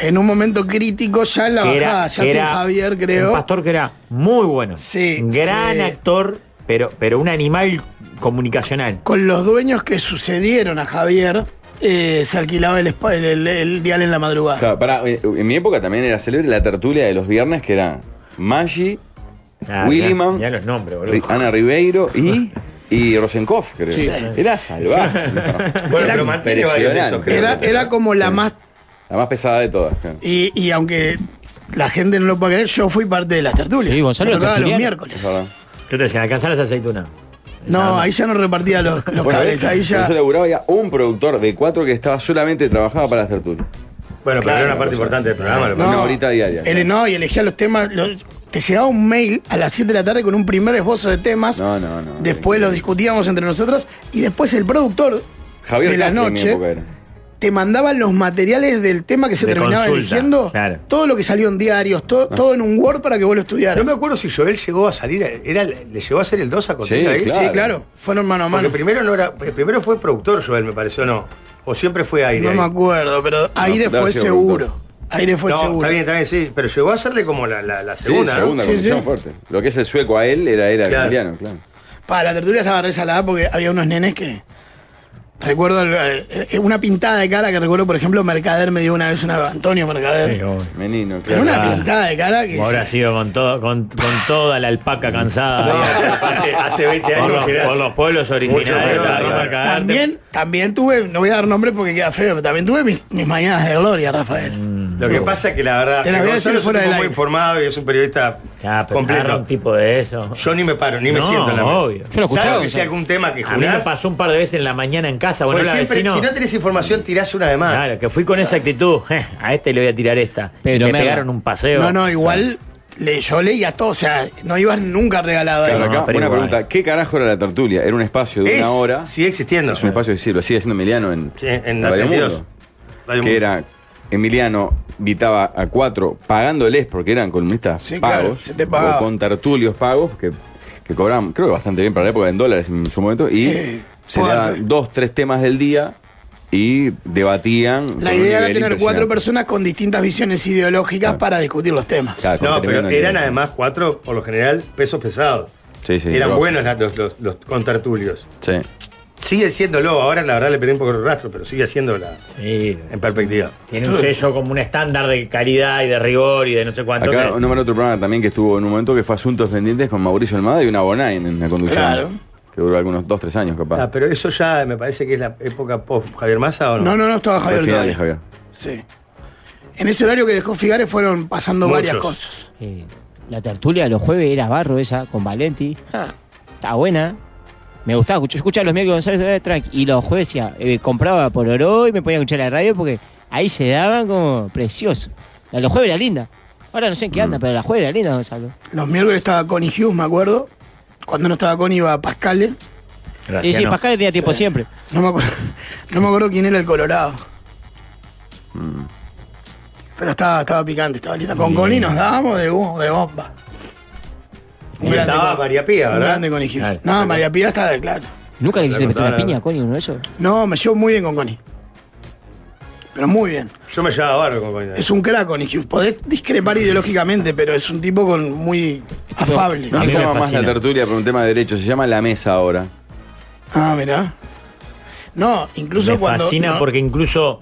S4: En un momento crítico, ya en la bajada,
S2: que era,
S4: ya
S2: que
S4: sin
S2: era
S4: Javier,
S2: Un
S4: creo.
S2: pastor que era muy bueno.
S4: Sí,
S2: Gran
S4: sí.
S2: actor, pero, pero un animal comunicacional.
S4: Con los dueños que sucedieron a Javier, eh, se alquilaba el, espa- el, el- el dial en la madrugada.
S5: O sea, pará, eh, en mi época también era célebre la tertulia de los viernes que era Maggi,
S2: Ah,
S5: Williman,
S2: mirá- mirá los nombres, boludo.
S5: Ri- Ana Ribeiro y, y Rosenkoff, creo.
S4: Sí.
S5: Era salvaje.
S1: Bueno, pero mantiene varios de esos, creo.
S4: Era, era como la más.
S5: La más pesada de todas. claro.
S4: Y, y aunque la gente no lo pueda creer, yo fui parte de las tertulias.
S3: Sí, Gonzalo
S4: Me
S3: era
S4: tocaba los
S3: tertuliano.
S5: Es
S4: miércoles.
S5: verdad.
S2: Yo te decía, alcanzar las aceitunas.
S4: No, ahí ya no repartía los, los
S5: Bueno,
S4: cables, ahí
S5: yo
S4: ya.
S5: laburaba había un productor de cuatro que estaba solamente trabajaba para las tertulias.
S1: Bueno, pero
S5: Claro,
S1: era una parte
S5: cosa.
S1: importante del programa. lo que-
S5: No. una horita diaria.
S4: Ele- no, y elegía los temas. los- te llegaba un mail a las 7 de la tarde con un primer esbozo de temas.
S5: No, no, no.
S4: Después los discutíamos entre nosotros. Y después el productor
S5: Javier
S4: de la
S5: Castro en mi
S4: noche
S5: época era.
S4: te mandaba los materiales del tema que se
S2: De
S4: terminaba
S2: consulta,
S4: eligiendo.
S2: claro.
S4: Todo lo que salió en diarios, todo, todo en un Word para que vos lo
S1: No
S4: estudiaras.
S1: me acuerdo si Joel llegó a salir, a- era, le llegó a hacer el 2 a Cotuta
S5: Sí,
S1: ahí.
S5: claro.
S4: Sí, claro. Fueron mano a
S1: Porque
S4: mano.
S1: primero no era, primero fue productor Joel, me pareció, ¿no? O siempre fue aire.
S4: No
S1: ahí.
S4: me acuerdo, pero Aire
S5: debe
S4: fue
S5: ser
S4: seguro.
S5: productor.
S4: Aire fue
S1: No,
S4: seguro.
S1: está bien, está bien, sí. Pero llegó a hacerle como la, la, la
S5: Sí,
S1: segunda, ¿no?
S5: segunda
S4: Sí,
S5: conexión
S4: sí.
S5: fuerte. Lo que es el sueco a él era él
S1: Claro.
S5: argentino, claro.
S4: Para la tertulia estaba resalada porque había unos nenes que. Recuerdo eh, eh, una pintada de cara que recuerdo, por ejemplo, Mercader me dio una vez una. Antonio Mercader.
S2: Sí, obvio.
S5: Menino,
S4: pero
S5: claro.
S4: una
S2: claro.
S4: pintada de cara que.
S2: Como habrá sido con, todo, con, con toda la alpaca cansada.
S1: No,
S2: ahí,
S1: hace- hace 20
S2: por,
S1: años
S2: los,
S1: que era-
S2: por los pueblos originales.
S1: Mucho
S2: la-
S1: peor,
S2: la
S1: claro.
S2: marca de arte.
S4: También, también tuve, no voy a dar nombre porque queda feo, pero también tuve mis, mis mañanas de gloria, Rafael.
S1: Lo que pasa es que la verdad,
S4: Te la voy a decir
S1: Gonzalo es un
S4: fuera
S1: tipo
S4: del
S1: muy
S4: aire.
S1: informado y es un periodista
S2: Ah, pero agarra
S1: completo.
S2: un tipo de eso.
S1: Yo ni me paro, ni me
S2: No,
S1: siento en la mesa.
S2: obvio.
S3: Yo lo escuchaba,
S1: Salvo que
S3: Gonzalo.
S1: sea algún tema que
S2: A mí me
S1: Junás.
S2: pasó un par de veces en la mañana en casa. Bueno,
S1: Porque
S2: la
S1: Pues siempre,
S2: vecino.
S1: si no tenés información, tirás una de más.
S2: Claro, que fui con esa actitud. "Eh, a este le voy a tirar esta.
S3: Pedro
S2: me
S3: Merlo.
S2: pegaron un paseo.
S4: No, no, igual le, yo leía todo, o sea, no ibas nunca regalado ahí.
S5: Claro,
S2: No,
S5: acá,
S2: pero
S5: una
S2: igual.
S5: pregunta. ¿Qué carajo era la tertulia? Era un espacio de
S1: Es-
S5: una hora.
S1: Sigue existiendo.
S5: Es un espacio que sí, lo sigue haciendo Emiliano en,
S1: Sí, en la
S5: Radio
S1: 32.
S5: Mundo.
S1: Radio
S5: Que
S1: Mundo.
S5: era Emiliano invitaba a cuatro pagándoles porque eran columnistas
S4: Sí,
S5: pagos.
S4: claro, se te pagaba.
S5: O con tertulios pagos que, que cobraban, creo que bastante bien para la época en dólares en su momento. Y
S4: Eh,
S5: se
S4: fuerte.
S5: daban dos, tres temas del día y debatían. con
S4: La idea era
S5: un nivel
S4: tener
S5: impresionante.
S4: cuatro personas con distintas visiones ideológicas para discutir los temas.
S5: Claro, con
S1: No, pero
S5: tremendo
S1: eran
S5: nivel.
S1: además cuatro, por lo general, pesos pesados.
S5: Sí, sí,
S1: eran
S5: grosso.
S1: buenos la- los, los, los contertulios.
S5: Sí.
S1: Sigue siéndolo, ahora la verdad le pedí un poco el rastro, pero sigue siendo la,
S2: Sí,
S1: en perspectiva.
S2: tiene un sello como un estándar de calidad y de rigor y de no sé cuánto.
S5: Acá
S2: que-
S5: nombra otro programa también que estuvo en un momento que fue Asuntos Pendientes con Mauricio Almada y una Bonain en la conducción.
S4: Claro.
S5: Que duró algunos dos, tres años capaz.
S1: Ah, pero eso ya me parece que es la época post Javier Massa o no.
S4: No, no, no estaba
S5: Fue
S4: Javier
S5: final,
S4: todavía.
S5: Javier.
S4: Sí. En ese horario que dejó Figares fueron pasando
S1: Muchos.
S4: varias cosas.
S3: Eh, la tertulia de los jueves era barro esa, con Valenti. Ah, está buena. Me gustaba escuchar. Yo escuchaba los miércoles González eh, tranqui. y los jueves ya, eh, compraba por oro y me ponía a escuchar la radio porque ahí se daban como precioso. La de los jueves era linda. Ahora no sé en qué anda,
S5: Mm.
S3: pero la jueves era linda, Gonzalo.
S4: Los miércoles estaba Connie Hughes, me acuerdo. Cuando no estaba Connie iba Pascale.
S3: Y Eh, sí,
S2: Graciano.
S3: Pascal tenía tiempo siempre.
S4: No me acuerdo, no me acuerdo quién era el Colorado. Pero estaba, estaba picante, estaba linda. Con Coni nos dábamos de, bo- de bomba.
S1: Y estaba
S4: con-
S1: María Pía,
S4: un
S1: ¿verdad?
S4: grande con Higgins.
S2: Claro.
S4: No, María Pía está de claro.
S3: ¿Nunca le quisiste meter
S1: contaba
S3: una
S1: la
S3: piña,
S1: verdad.
S3: Connie, uno de esos?
S4: No, me llevo muy bien con Coni. Pero muy bien.
S1: Yo me llevaba barro con Coni.
S4: Es un crack con Higgins. Podés discrepar ideológicamente, pero es un tipo con muy afable.
S5: No
S2: A mí me
S5: se llama más
S2: fascina.
S5: la tertulia por un tema de derecho, se llama la mesa ahora.
S4: Ah, mirá. No, incluso
S2: me
S4: cuando.
S2: fascina
S4: no,
S2: porque incluso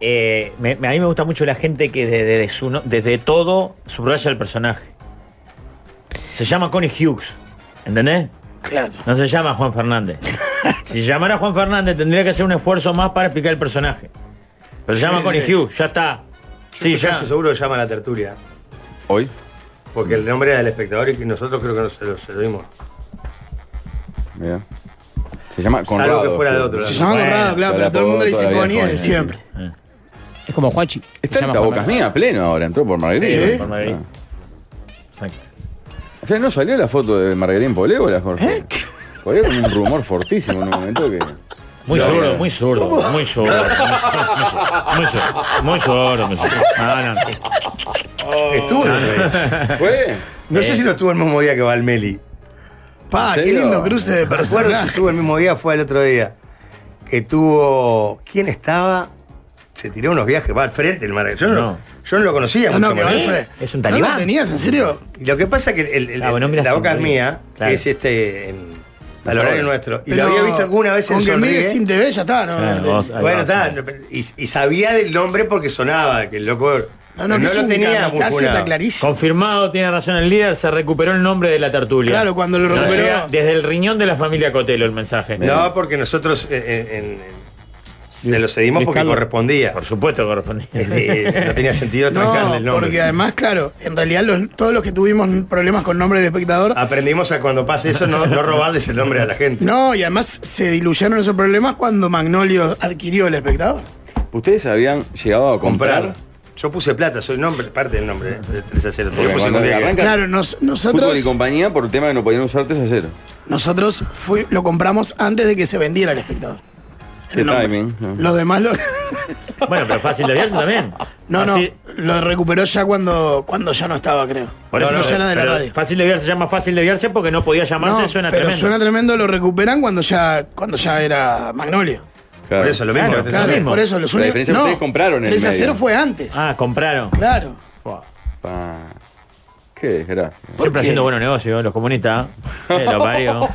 S2: eh, me- me- a mí me gusta mucho la gente que desde, desde su no- desde todo subraya el personaje. Se llama Connie Hughes, ¿entendés?
S4: Claro.
S2: No se llama Juan Fernández. si llamara Juan Fernández tendría que hacer un esfuerzo más para explicar el personaje. Pero se llama
S4: Sí,
S2: Connie
S4: sí.
S2: Hughes, ya está.
S1: Sí,
S2: Sí, ya.
S1: seguro que llama la tertulia.
S5: Hoy.
S1: Porque el nombre era del espectador y nosotros creo que no se lo, se lo dimos.
S5: Mirá. Se llama Conrado.
S1: Salvo que fuera de otro
S4: Se
S1: lado.
S4: llama
S2: Bueno,
S4: Conrado, claro, pero
S5: todavía
S4: todo el mundo le
S5: puedo-
S4: dice
S5: todavía
S4: Connie
S5: es
S4: desde
S5: Connie,
S4: siempre.
S3: Es como Juanchi. que
S5: Está
S3: se
S5: en
S3: llama
S5: Tabocas
S3: Juan
S5: Mía, pleno ahora, entró por Margarita.
S4: Sí.
S2: Por Margarita. Exacto.
S5: O sea, ¿no salió la foto de Margarín Polévola, Jorge? ¿Eh? Fue un rumor fortísimo en un momento que.
S2: Muy
S5: Ya,
S2: sordo,
S5: ya.
S2: muy sordo, muy sordo. Muy sordo, muy sordo. muy sordo. Ah, no.
S1: Estuvo. ¿no?
S5: ¿Fue?
S1: Ah, No sé si no estuvo el mismo día que Valmeli.
S4: Pa,
S5: ¿En
S4: qué
S5: serio?
S4: lindo cruce de
S1: Recuerdo si
S4: personajes.
S1: estuvo el mismo día, fue el otro día. Que tuvo. ¿Quién estaba? Se tiró unos viajes, va al frente el Margarita. Yo no,
S2: No.
S1: yo no lo conocía
S4: No,
S1: mucho
S4: no, que
S1: más.
S4: Alfred.
S2: Es un
S4: ¿No
S2: talibán.
S4: lo tenías, en serio?
S1: Lo que pasa es que el- el-
S2: Ah, bueno,
S1: el-
S2: mira,
S1: la boca es
S2: sonríe.
S1: mía,
S2: Claro.
S1: que es este. en- al
S5: Claro.
S1: horario nuestro. Y
S4: Pero
S1: lo había visto alguna vez en
S4: Con que
S1: Sonríe.
S4: mires sin TV ya está, ¿no?
S2: Claro,
S4: No,
S2: vos-
S4: no,
S2: Ahí
S1: Bueno,
S2: va,
S1: está.
S2: sí.
S1: Y, y sabía del nombre porque sonaba, que el loco.
S4: no, que es
S1: lo
S4: un
S1: tenía
S4: kamikaze,
S1: musculado.
S4: está clarísimo.
S2: Confirmado, tiene razón el líder, se recuperó el nombre de la tertulia.
S4: Claro, cuando lo
S2: Nos
S4: recuperó.
S2: llega Desde el riñón de la familia Cotelo el mensaje.
S1: No, porque nosotros eh, en- en- en- se lo cedimos
S3: Luis
S1: porque
S3: Carlos.
S1: correspondía.
S2: Por supuesto que correspondía.
S1: Eh, no tenía sentido trancarle el
S4: No,
S1: nombre.
S4: porque además, claro, en realidad los- todos los que tuvimos problemas con nombre de espectador,
S1: Aprendimos a cuando pase eso no, no robarles el nombre a la gente.
S4: no, y además se diluyeron esos problemas cuando Magnolio adquirió el espectador.
S5: ¿Ustedes habían llegado a comprar?
S1: Comprar. Yo puse plata, soy nombre, parte del nombre. eh, De 3 a 0.
S5: Porque cuando arranca
S4: Claro, nos-
S5: fútbol y
S4: nosotros,
S5: compañía por el tema que no podían usar 3 a 0.
S4: nosotros fui- lo compramos antes de que se vendiera el espectador. El
S5: Qué
S4: nombre.
S5: timing, ¿no?
S4: Los demás lo.
S2: Bueno, pero fácil de olvidarse también.
S4: No, no,
S2: Así-
S4: lo recuperó ya cuando, cuando ya no estaba, creo.
S2: Por eso
S4: no,
S2: no,
S4: ya era de la
S2: pero
S4: radio.
S2: Fácil de olvidarse se llama fácil de olvidarse porque no podía llamarse,
S4: No,
S2: suena
S4: pero
S2: tremendo.
S4: suena tremendo, lo recuperan cuando ya, cuando ya era Magnolio.
S5: Claro.
S1: Por eso, lo mismo.
S2: Claro,
S1: que te
S2: claro.
S1: salió.
S2: mismo.
S4: por eso los
S5: La
S4: únicos-
S5: diferencia es que
S4: no,
S5: ustedes compraron el
S4: 3 a 0
S5: medio.
S4: fue antes.
S2: Ah, compraron.
S4: Claro.
S2: Buah.
S5: Pa. Qué desgracia.
S4: ¿Por qué?
S2: Siempre haciendo buenos negocios, los comunistas. Eh, lo parió.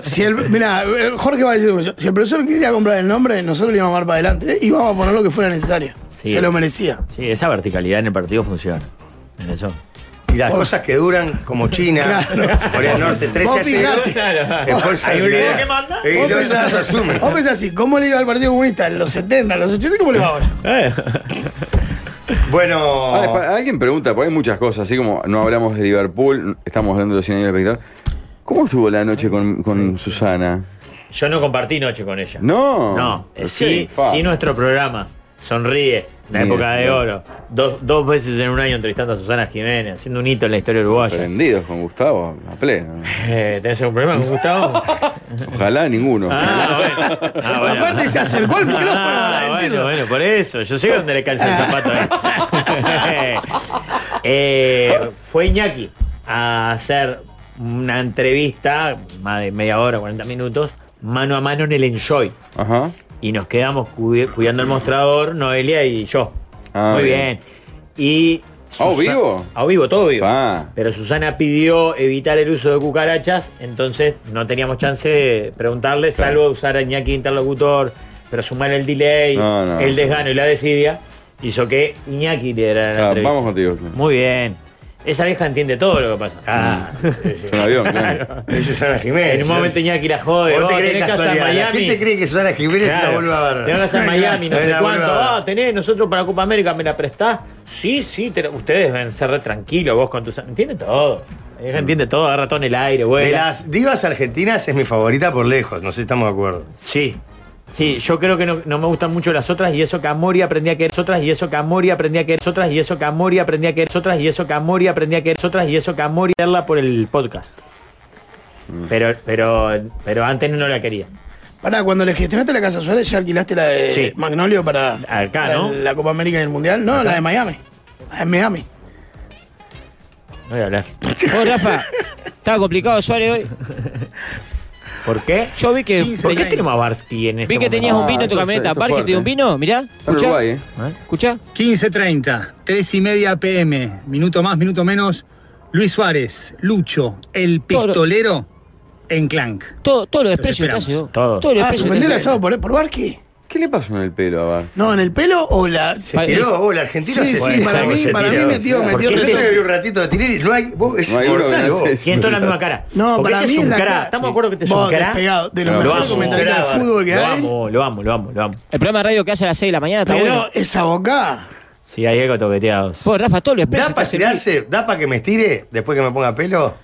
S4: Si el, mirá, eh, Jorge va a decir, yo, si el profesor quería comprar el nombre, nosotros le íbamos a dar para adelante. eh, Y íbamos a poner lo que fuera necesario.
S2: Sí.
S4: Se lo merecía.
S2: Sí, esa verticalidad en el partido funciona. En eso.
S1: Y las cosas que duran, como China,
S4: Claro.
S1: Corea del Norte, 13 a
S4: Vos
S1: 0.
S2: fijate.
S1: Es fuerza
S2: Hay un
S1: de
S2: líder
S1: idea.
S2: que manda.
S4: Vos
S1: Eh, y los otros
S4: pensás,
S1: asumen.
S4: vos pensás así, ¿cómo le iba al Partido Comunista en los 70, en los 80 y cómo le va ahora?
S2: Eh.
S1: Bueno.
S5: Ah, es para- alguien pregunta, porque hay muchas cosas, así como no hablamos de Liverpool, estamos hablando de los 100 años del espectador. ¿Cómo estuvo la noche con, con Susana?
S2: Yo no compartí noche con ella.
S5: No.
S2: No, eh,
S5: Ok,
S2: sí,
S5: fa.
S2: sí nuestro programa. Sonríe, la
S5: Bien,
S2: época de
S5: bien.
S2: oro. Dos, dos veces en un año entrevistando a Susana Jiménez, haciendo un hito en la historia uruguaya.
S5: Prendidos con Gustavo, a pleno.
S2: Eh, ¿Tenés algún problema con Gustavo?
S5: Ojalá ninguno.
S2: Ah, bueno. Ah, bueno.
S4: Aparte se acercó al micrófono
S2: Ah,
S4: para
S2: bueno,
S4: decirlo. Ah.
S2: bueno, por eso. Yo sé dónde le calza el zapato. eh. Eh, fue Iñaki a hacer una entrevista, más de media hora, 40 minutos, mano a mano en el Enjoy.
S5: Ajá.
S2: y nos quedamos cuide- cuidando el mostrador, Noelia y yo.
S5: Ah,
S2: Muy
S5: bien.
S2: bien. Y.
S5: ¿A o
S2: Susa-
S5: vivo?
S2: A o vivo, todo vivo.
S5: Pa.
S2: Pero Susana pidió evitar el uso de cucarachas, entonces no teníamos chance de preguntarle,
S5: Claro.
S2: salvo usar a Iñaki interlocutor, pero sumar el delay,
S5: No, no.
S2: el desgano y la desidia, hizo que Iñaki liderara la
S5: Ah,
S2: entrevista.
S5: vamos contigo.
S2: Muy bien. Esa vieja entiende todo lo que pasa.
S1: Ah,
S5: Es un avión, claro.
S1: es Susana Jiménez.
S2: En un momento Iñaki la jode.
S1: ¿Vos
S2: vos
S1: te crees
S2: tenés casa en
S1: casualidad? La
S2: Miami.
S1: gente cree que Susana Jiménez es una
S2: Claro.
S1: boluda barra.
S2: Te vas a Miami, no
S1: Es
S2: sé
S1: una
S2: cuánto.
S1: boluda barra.
S2: Ah, tenés, nosotros para Copa América me la prestás. Sí, sí, te la- ustedes deben ser re tranquilos, vos con tus. Entiende todo. La vieja Entiende todo, agarra todo en el aire,
S1: De
S2: vuela.
S1: las divas argentinas es mi favorita por lejos, no sé si estamos de acuerdo.
S2: Sí. Sí, yo creo que no, no me gustan mucho las otras y eso que Amori aprendía que otras y eso que Amori aprendía que otras y eso que Amori aprendía que otras y eso que Amori aprendía que otras y eso que Amori verla por el podcast. Pero, pero, pero antes no la quería.
S4: Pará, cuando le gestionaste la casa Suárez, ¿ya alquilaste la de
S2: Sí.
S4: Magnolio para,
S2: Acá,
S4: para
S2: ¿no?
S4: la Copa América y el Mundial? No, la de Miami. La de Miami.
S2: No voy a hablar.
S3: Vos, Rafa, estaba complicado Suárez hoy.
S2: ¿Por qué?
S3: Yo vi que,
S2: ¿Por qué
S3: tenías-
S2: tenemos a Barsky en este
S3: vi que
S2: momento?
S3: tenías un vino en tu
S5: Ah,
S3: camioneta.
S5: esto- esto
S3: Barque te dio un
S5: fuerte.
S3: vino, mirá.
S5: Está en
S3: Escuchá, ¿Ah?
S5: Uruguay, ¿eh?
S3: escuchá.
S6: 15.30, 3 y media pm, minuto más, minuto menos. Luis Suárez, Lucho, el
S3: Todo.
S6: pistolero en Clank.
S3: Todo, todo lo desprecio que te
S6: esperamos.
S3: hace vos.
S2: Todo.
S3: lo
S4: Ah,
S3: desprecio que
S4: ¿suspendió el
S3: te hace.
S4: asado por, por Barqui?
S5: ¿Qué le pasó en el pelo a Bar?
S4: No, ¿en el pelo o la...?
S1: Se tiró, vos, la Argentina
S4: Sí,
S1: se
S4: sí, para mí, para mí metió,
S1: Porque
S4: metió
S2: qué
S1: yo
S2: te-
S4: reto.
S1: te vi un ratito de tirar y no hay. Vos, es
S5: No hay uno que
S1: mortal,
S5: no
S1: vos.
S5: es-
S2: Tiene toda la misma cara.
S4: No,
S2: Porque
S4: para
S2: este
S4: mí
S2: es
S4: es
S2: un
S4: la
S2: cara.
S4: cara.
S2: Estamos de acuerdo que este es un
S4: Vos,
S2: cara.
S4: despegado, de los
S5: Lo
S4: mejores
S5: amo.
S4: comentaristas de fútbol que
S2: lo
S4: hay.
S2: amo, lo amo, lo amo, lo amo.
S3: El programa de radio que hace a las 6 de la mañana está bueno.
S4: Pero esa boca...
S2: Sí, hay algo toqueteados.
S3: Vos, Rafa, todo lo desprecio
S1: ¿Da
S3: que te
S1: para
S3: hace
S1: tirarse? ¿Da para que me estire después que me ponga pelo?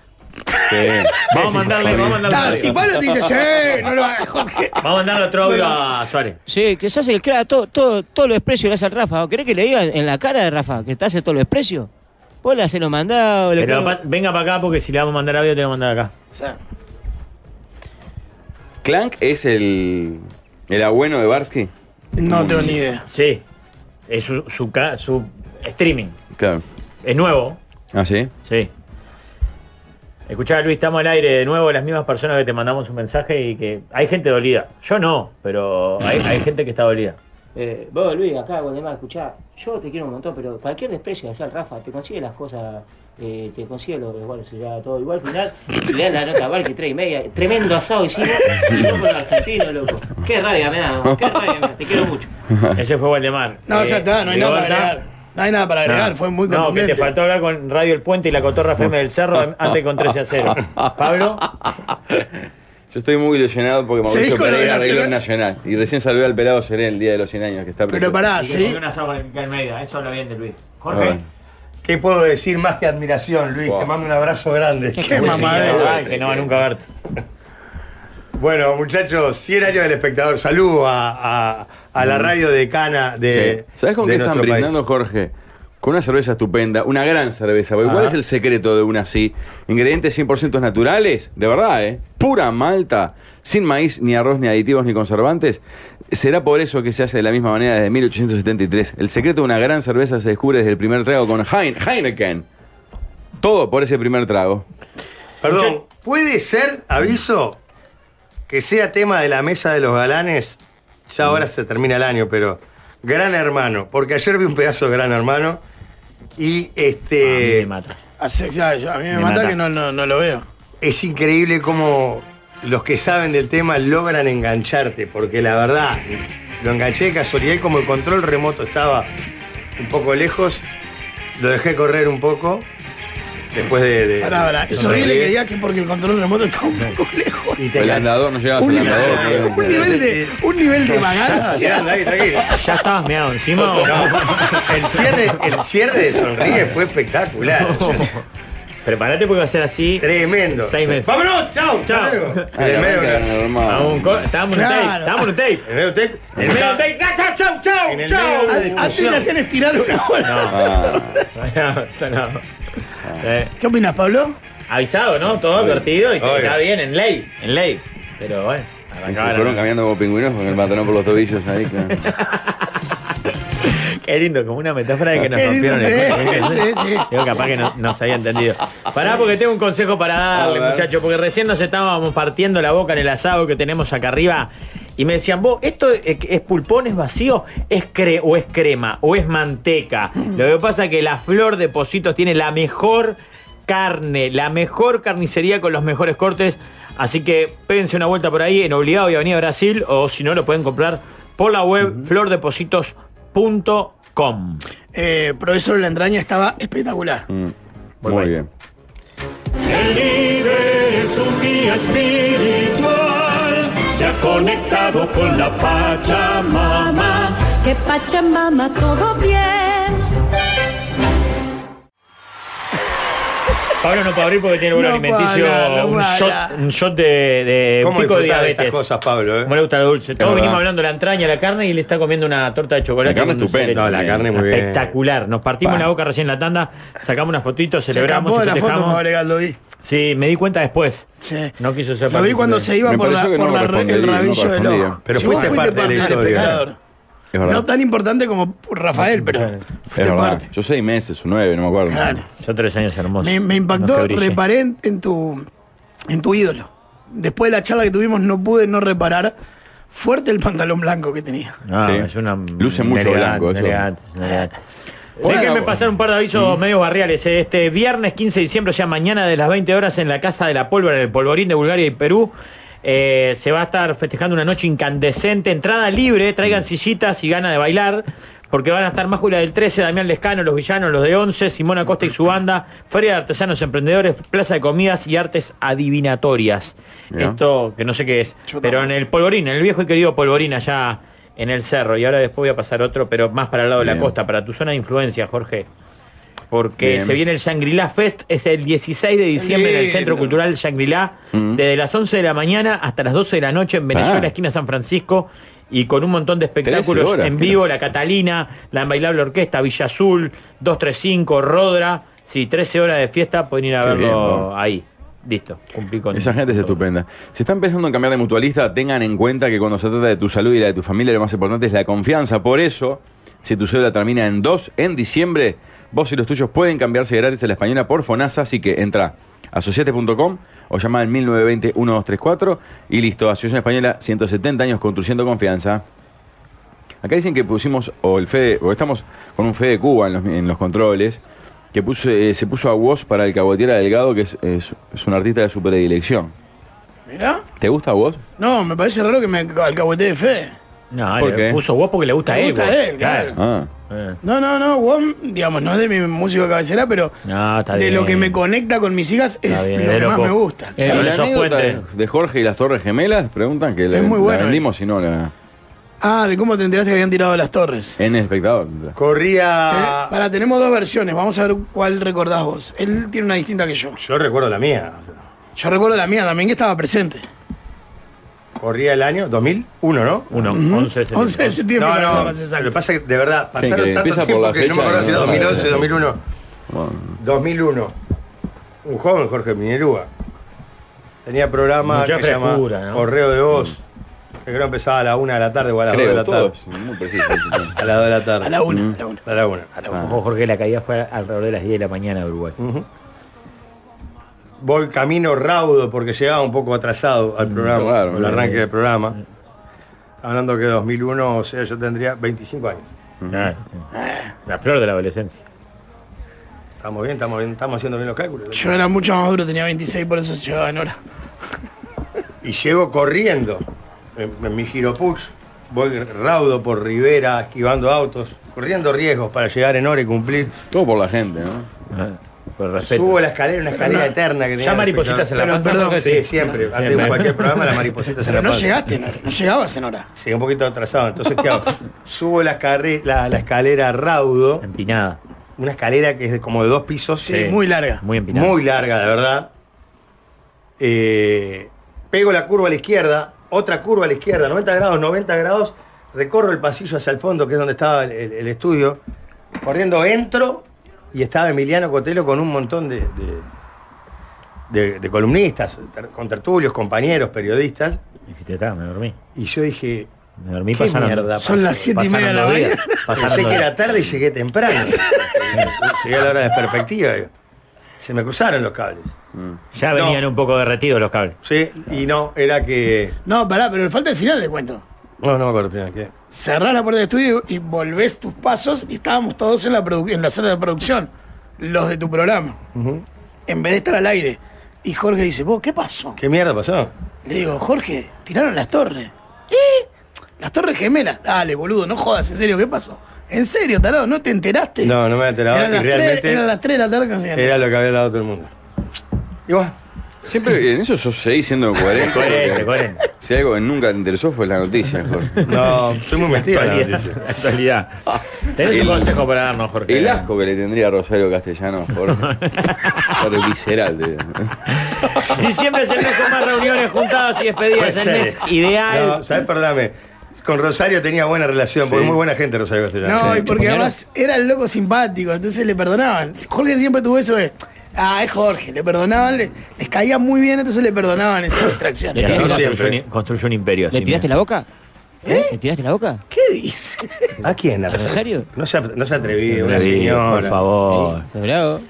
S2: Vamos a mandarle, vamos a mandarle.
S4: Ah, si Pablo te dice, sí, no lo hagas.
S2: Vamos a mandarle otro audio a Suárez.
S3: Sí, que se hace el cra, todo, todo, todo lo desprecio que hace al Rafa. ¿O ¿Querés que le diga en la cara de Rafa que te hace todo lo desprecio? Vos le haces lo mandado, le
S2: Pero
S3: ponés-
S2: pa- venga para acá porque si le vamos a mandar audio, tenemos que mandar acá.
S5: Clank es el, el abuelo de Barsky.
S4: No tengo ni idea.
S2: Sí. Es su, su, ca- su streaming.
S5: Claro.
S2: Es nuevo.
S5: ¿Ah, sí?
S2: Sí. Escuchá, Luis, estamos al aire de nuevo, las mismas personas que te mandamos un mensaje y que. Hay gente dolida. Yo no, pero hay, hay gente que está dolida.
S3: Eh, vos, Luis, acá, Guatemala, escuchá, yo te quiero un montón, pero cualquier desprecio que hace al Rafa, te consigue las cosas, eh, te consigue los igual, ya todo igual, al final, le dan la nota a Barque 3 y media, tremendo asado hicimos, y no por argentino, loco. Qué rabia me da, qué rabia me da, te quiero mucho.
S2: Ese fue Waldemar.
S4: No,
S2: Eh,
S4: ya está, no hay nada para
S2: Rigoberta,
S4: agregar. No hay nada para agregar, fue muy
S2: No, que
S4: contundente.
S2: te faltó hablar con Radio El Puente y la Cotorra FM del Cerro antes con 13 a 0. Pablo,
S5: Yo estoy muy ilusionado porque
S4: ¿Seguís
S5: Mauricio
S4: con lo de
S5: Pereira arregló el
S4: Nacional?
S5: Nacional. Y recién salvé al pelado Seré el día de los 100 años que está
S4: Pero pará, ¿sí?
S2: una soga en Almeida, eso habla bien de Luis.
S5: Ah, bueno.
S1: ¿Qué puedo decir más que admiración, Luis?
S5: Wow.
S1: Te mando un abrazo grande.
S4: Qué
S2: Pues,
S4: mamadera.
S2: Ay, que no va nunca a verte.
S1: Bueno, muchachos, 100 años del espectador. Saludo a, a- a la radio decana de.
S5: Mm. ¿Sabes con
S1: de
S5: qué están
S1: nuestro país.
S5: brindando, Jorge? Con una cerveza estupenda, una gran cerveza. porque ¿Cuál
S1: Ajá.
S5: es el secreto de una así? Ingredientes 100% naturales, de verdad, ¿eh? Pura malta, sin maíz, ni arroz, ni aditivos, ni conservantes. Será por eso que se hace de la misma manera desde 1873. El secreto de una gran cerveza se descubre desde el primer trago con Hein- Heineken. Todo por ese primer trago.
S1: Perdón, ¿puede ser, aviso, que sea tema de la mesa de los galanes? Ya
S5: Mm.
S1: ahora se termina el año, pero. Gran hermano, porque ayer vi un pedazo de Gran Hermano y este.
S5: Ah,
S2: me mata.
S4: Hace- ya, yo- a mí me,
S2: Me
S4: mata
S2: mata.
S4: que no, no, no lo veo.
S1: es increíble cómo los que saben del tema logran engancharte, porque la verdad, lo enganché de casualidad y como el control remoto estaba un poco lejos, lo dejé correr un poco. Después de. de-
S4: Pará, pará, es
S1: de-
S4: horrible que digas que porque el control remoto está un poco lejos.
S1: Y te
S5: El
S1: enganchas.
S5: andador no llegaba
S4: Un
S5: al
S4: nivel,
S5: andador.
S4: un nivel de, un nivel de
S1: Ah, sí, anda
S4: vagancia.
S1: ahí, tranquilo.
S2: ¿Ya estabas meado encima o no?
S1: El cierre, el cierre de Sonríe fue espectacular.
S2: Preparate porque va a ser así.
S1: Tremendo.
S2: Seis meses.
S1: ¡Vámonos! ¡Chau!
S2: Chau.
S1: hasta luego.
S5: Ay,
S1: En el medio,
S5: arranca, hermano.
S2: A Ah, un co- Estábamos en un tape,
S4: Claro.
S2: estábamos en un tape.
S1: en el medio tape.
S2: En el medio del tape, ¡chau, chau,
S1: En
S2: chau,
S1: el
S2: chau!
S1: medio de-
S4: An- Antes te hacían estirar una hora.
S5: Ah.
S2: No, eso no. Eh,
S4: ¿Qué opinas, Pablo?
S2: avisado, ¿no? Todo advertido y
S1: Obvio.
S2: está bien, en ley, en ley. Pero bueno,
S5: Y se
S2: arrancaba la-
S5: fueron caminando como pingüinos con el pantalón por los tobillos ahí, claro.
S2: Qué lindo, como una metáfora de que nos
S4: Qué lindo,
S2: rompieron el
S4: sí, sí, sí.
S2: Digo, capaz que no, no se había entendido. Pará, porque tengo un consejo para darle,
S5: A ver.
S2: muchachos. Porque recién nos estábamos partiendo la boca en el asado que tenemos acá arriba. Y me decían, vos, ¿esto es, es pulpón, es vacío? ¿Es cre o es crema? ¿O es manteca? Lo que pasa es que la flor de Positos tiene la mejor carne, la mejor carnicería con los mejores cortes. Así que pédense una vuelta por ahí en Obligado y Avenida Brasil. O si no, lo pueden comprar por la web flordepositos.com.
S4: Eh, profesor de la entraña estaba espectacular.
S2: Mm.
S5: Muy bien.
S7: El líder es un guía espiritual, se ha conectado con la Pachamama.
S8: Que Pachamama todo bien.
S2: Pablo no puede abrir porque tiene un
S4: No
S2: alimenticio.
S4: puedo hablar, no
S2: un,
S4: puedo
S2: shot,
S4: hablar.
S2: un shot de, de
S1: ¿Cómo
S2: pico de
S1: disfrutar de estas
S2: diabetes.
S1: cosas, Pablo? eh?
S2: Como le gusta lo dulce. Todos
S5: verdad.
S2: venimos hablando de la entraña, la carne y le está comiendo una torta de chocolate.
S5: La carne
S2: con dulce de
S5: estupenda.
S2: leche.
S1: No, la carne muy bien.
S2: Espectacular. Nos partimos
S5: Pa.
S2: la boca recién en la tanda, sacamos una fotito,
S4: Se
S2: celebramos
S4: escapó de
S2: y
S4: la foto,
S2: festejamos.
S4: Fabregas, lo vi.
S2: sí, me di cuenta después.
S4: Sí.
S2: No quiso ser
S4: Lo vi
S2: partícipe.
S4: cuando se iba
S5: Me
S4: por, la,
S5: pareció que
S4: por
S5: no
S4: la ra-
S5: respondí,
S4: el
S5: no
S4: rabillo del
S5: respondí.
S4: ojo.
S1: Pero
S4: si
S1: fuiste
S4: vos
S1: parte
S4: fuiste parte
S1: de la
S4: del
S1: historia.
S4: espectador.
S5: Es verdad.
S4: No tan importante como Rafael, pero
S5: es
S4: fuiste
S5: verdad.
S4: parte.
S5: Yo seis meses, o nueve, no me acuerdo.
S4: Claro.
S2: Yo tres años hermosos.
S4: Me, me
S2: No
S4: impactó,
S2: te eh. brilles.
S4: reparé en, en tu, en tu ídolo. Después de la charla que tuvimos no pude no reparar fuerte el pantalón blanco que tenía.
S2: No,
S5: Sí.
S2: es una.
S5: Luce mucho blanco, eso.
S2: elegante, elegante.
S5: Bueno,
S2: Déjenme
S5: bueno.
S2: pasar un par de avisos medios barriales. eh. Este viernes 15 de diciembre, o sea, mañana de las 20 horas, en la Casa de la Pólvora, en el Polvorín de Bulgaria y Perú, eh, se va a estar festejando una noche incandescente. Entrada libre, traigan sillitas y gana de bailar. Porque van a estar Máscula del 13, Damián Lescano, Los Villanos, Los de 11, Simona Costa y su banda, Feria de Artesanos Emprendedores, Plaza de Comidas y Artes Adivinatorias.
S5: Mirá.
S2: Esto que no sé qué es,
S4: Yo
S2: pero en
S4: tampoco.
S2: el Polvorín, en el viejo y querido Polvorín allá en el cerro. Y ahora después voy a pasar otro, pero más para el lado de la
S5: Bien.
S2: costa, para tu zona de influencia, Jorge. Porque
S5: Bien.
S2: se viene el Shangri-La Fest, es el 16 de diciembre en el
S4: lindo.
S2: Centro Cultural Shangri-La, desde las 11 de la mañana hasta las 12 de la noche en Venezuela,
S5: Mm. Ah.
S2: esquina San Francisco, y con un montón de espectáculos
S5: 13 horas,
S2: en
S5: qué
S2: vivo, La Catalina, La Bailable Orquesta, Villa Azul, 235, Rodra, sí, 13 horas de fiesta, pueden ir a
S5: Qué
S2: verlo
S5: bien, ¿no?
S2: ahí. Listo, cumplí con
S5: Esa gente es
S2: todo.
S5: estupenda. Si están pensando en cambiar de mutualista, tengan en cuenta que cuando se trata de tu salud y la de tu familia, lo más importante es la confianza. Por eso, si tu cédula termina en 2 en diciembre, vos y los tuyos pueden cambiarse gratis a la española por FONASA, así que entra a asociate.com o llama al 1920-1234 y listo, Asociación Española 170 años construyendo confianza. Acá dicen que pusimos, o el Fede, o estamos con un Fede Cuba en los, en los controles, que puso, eh, se puso a Woz para el Cabotiera Delgado, que es, es- es un artista de su predilección.
S4: ¿Mirá?
S5: ¿Te gusta Woz? de
S4: No, me parece raro que me alcahuete de fe.
S2: No,
S5: ¿Por
S2: le
S5: qué?
S2: puso vos porque le gusta a
S4: Le
S2: él.
S4: gusta
S2: vos.
S4: a él, claro.
S5: Ah,
S2: Eh.
S4: No, no, no, vos, digamos, no es de mi música cabecera, pero
S2: No, está
S4: de
S2: bien.
S4: lo que me conecta con mis hijas
S2: Está
S4: es
S2: bien,
S4: lo
S2: de
S4: que más
S2: loco.
S4: me gusta.
S2: Eh,
S5: Y
S2: Sobre
S5: la
S2: esos
S5: anécdota de,
S2: puentes.
S5: de Jorge y las Torres Gemelas, preguntan que la,
S4: Es muy bueno,
S5: la vendimos si no la,
S4: Ah, de cómo te enteraste que habían tirado las torres.
S5: en el espectador.
S1: Corría.
S4: Para, tenemos dos versiones, vamos a ver cuál recordás vos. Él tiene una distinta que yo.
S1: Yo recuerdo la mía.
S4: Yo recuerdo la mía también, que estaba presente.
S1: Corría el año 2001, ¿no?
S2: Uno, 11 de
S4: 11 de
S2: septiembre.
S4: septiembre, para ser más
S1: Lo
S4: exacto.
S1: que pasa es que de verdad pasaron
S5: que
S1: tanto
S5: empieza por
S1: tiempo
S5: la
S1: que no me
S5: fecha,
S1: acuerdo si era
S5: ¿no?
S1: 2011, 2001.
S5: Bueno,
S1: 2001. Un joven Jorge Minerúa. Tenía programa
S2: Mucha
S1: que se llama
S2: frescura, ¿no?
S1: Correo de Voz. Que creo empezaba a la una de la tarde o a las dos de
S5: Mm. creo,
S1: la tarde.
S5: todos. Mm. Muy preciso.
S1: A las 2 de la tarde.
S4: A la una, a la una.
S1: A la una.
S2: Ojo, Jorge, la caída fue alrededor de las 10 de la mañana de Uruguay.
S1: Voy camino raudo porque llegaba un poco atrasado al programa,
S5: Mm, claro,
S1: al arranque
S5: claro. Mm.
S1: del programa. Hablando que 2001, o sea, yo tendría 25 años.
S2: Ah, sí. La flor de la adolescencia.
S1: Estamos bien, estamos bien, estamos haciendo bien los cálculos.
S4: Yo era mucho más duro, tenía 26, por eso llegaba en hora.
S1: Y llego corriendo en, en mi giropuch. Voy raudo por Rivera, esquivando autos, corriendo riesgos para llegar en hora y cumplir.
S5: Todo por la gente, ¿no?
S2: Ah, Por respeto.
S1: Subo la escalera, una escalera eterna que tenía.
S2: Ya
S1: el
S2: maripositas en la
S1: espectador.
S4: Pero,
S2: panza.
S4: perdón,
S2: Jorge,
S1: Sí, siempre. Antes de cualquier programa, las maripositas en la
S4: Pero no
S1: panza.
S4: llegaste en hora, no llegabas en hora.
S1: Llegué un poquito atrasado. Entonces, ¿qué hago? Subo la, escarre- la- la escalera raudo.
S2: Empinada.
S1: Una escalera que es de como de dos pisos.
S4: Sí, muy larga.
S2: Muy empinada.
S1: Muy larga, la verdad. Eh, pego la curva a la izquierda, otra curva a la izquierda, 90 grados, 90 grados. Recorro el pasillo hacia el fondo, que es donde estaba el, el- el estudio. Corriendo entro y estaba Emiliano Cotelo con un montón de, de- de- de columnistas, ter- con tertulios, compañeros, periodistas.
S2: Dijiste, está, me dormí.
S1: Y yo dije,
S2: Me dormí
S1: ¿Qué
S2: pasaron.
S1: mierda?
S4: Son las 7 y media de la
S2: pasaron
S4: mañana.
S2: los días. Pasaron
S1: Pensé
S2: los
S1: que
S2: días.
S1: era tarde y llegué temprano. llegué a la hora de perspectiva. digo. Se me cruzaron los cables.
S2: Ya
S1: No.
S2: venían un poco derretidos los cables.
S1: Sí, y no, era que.
S4: No, pará, pero le falta el final de cuento.
S1: No, no me acuerdo primero qué.
S4: Cerrás la puerta del estudio y volvés tus pasos y estábamos todos en la, produ- en la sala de producción, los de tu programa. En vez de estar al aire. Y Jorge dice, vos, ¿qué pasó?
S1: ¿Qué mierda pasó?
S4: Le digo, Jorge, tiraron las torres. ¿Eh? Las torres gemelas. Dale, boludo, no jodas, en serio, ¿qué pasó? En serio, tarado, ¿no te enteraste?
S1: No, no me había enterado.
S4: Eran
S1: y
S4: las,
S1: realmente
S4: 3, eran las 3 de la tarde. que se habían
S1: era lo que había dado todo el mundo. Y bueno,
S5: Siempre en eso sos, seguís siendo coherente.
S2: Coherente,
S5: porque
S2: coherente.
S5: Si algo que nunca te interesó fue la noticia, Jorge.
S1: No, soy muy metido en la
S2: Actualidad.
S1: noticia.
S2: actualidad. ¿Tenés
S5: El-
S2: un consejo para darnos, Jorge?
S5: El asco que le tendría a Rosario Castellano, Jorge. Claro, es visceral. te digo.
S1: Pues
S2: Diciembre es el mes con más reuniones juntadas y despedidas.
S1: Puede
S2: El
S1: ser.
S2: mes ideal.
S1: No, ¿sabes? Perdóname. Con Rosario tenía buena relación, porque
S5: Sí.
S1: muy buena gente Rosario Castellano.
S4: No,
S1: Sí.
S4: y porque además era el loco simpático, entonces le perdonaban. Jorge siempre tuvo eso de. Ah, es Jorge, le perdonaban, le- les caía muy bien, entonces le perdonaban esas distracciones.
S2: Y así
S1: Claro,
S2: construyó,
S1: siempre.
S2: un, construyó un imperio. así,
S3: ¿Le tiraste
S2: mira.
S3: la boca? ¿Eh? ¿Le tiraste la boca?
S4: ¿Qué dice?
S1: ¿A quién?
S3: ¿A Rosario?
S1: No se, no se atrevía, una
S2: Sí,
S1: señora.
S2: Por favor.
S3: Sí, sobrado.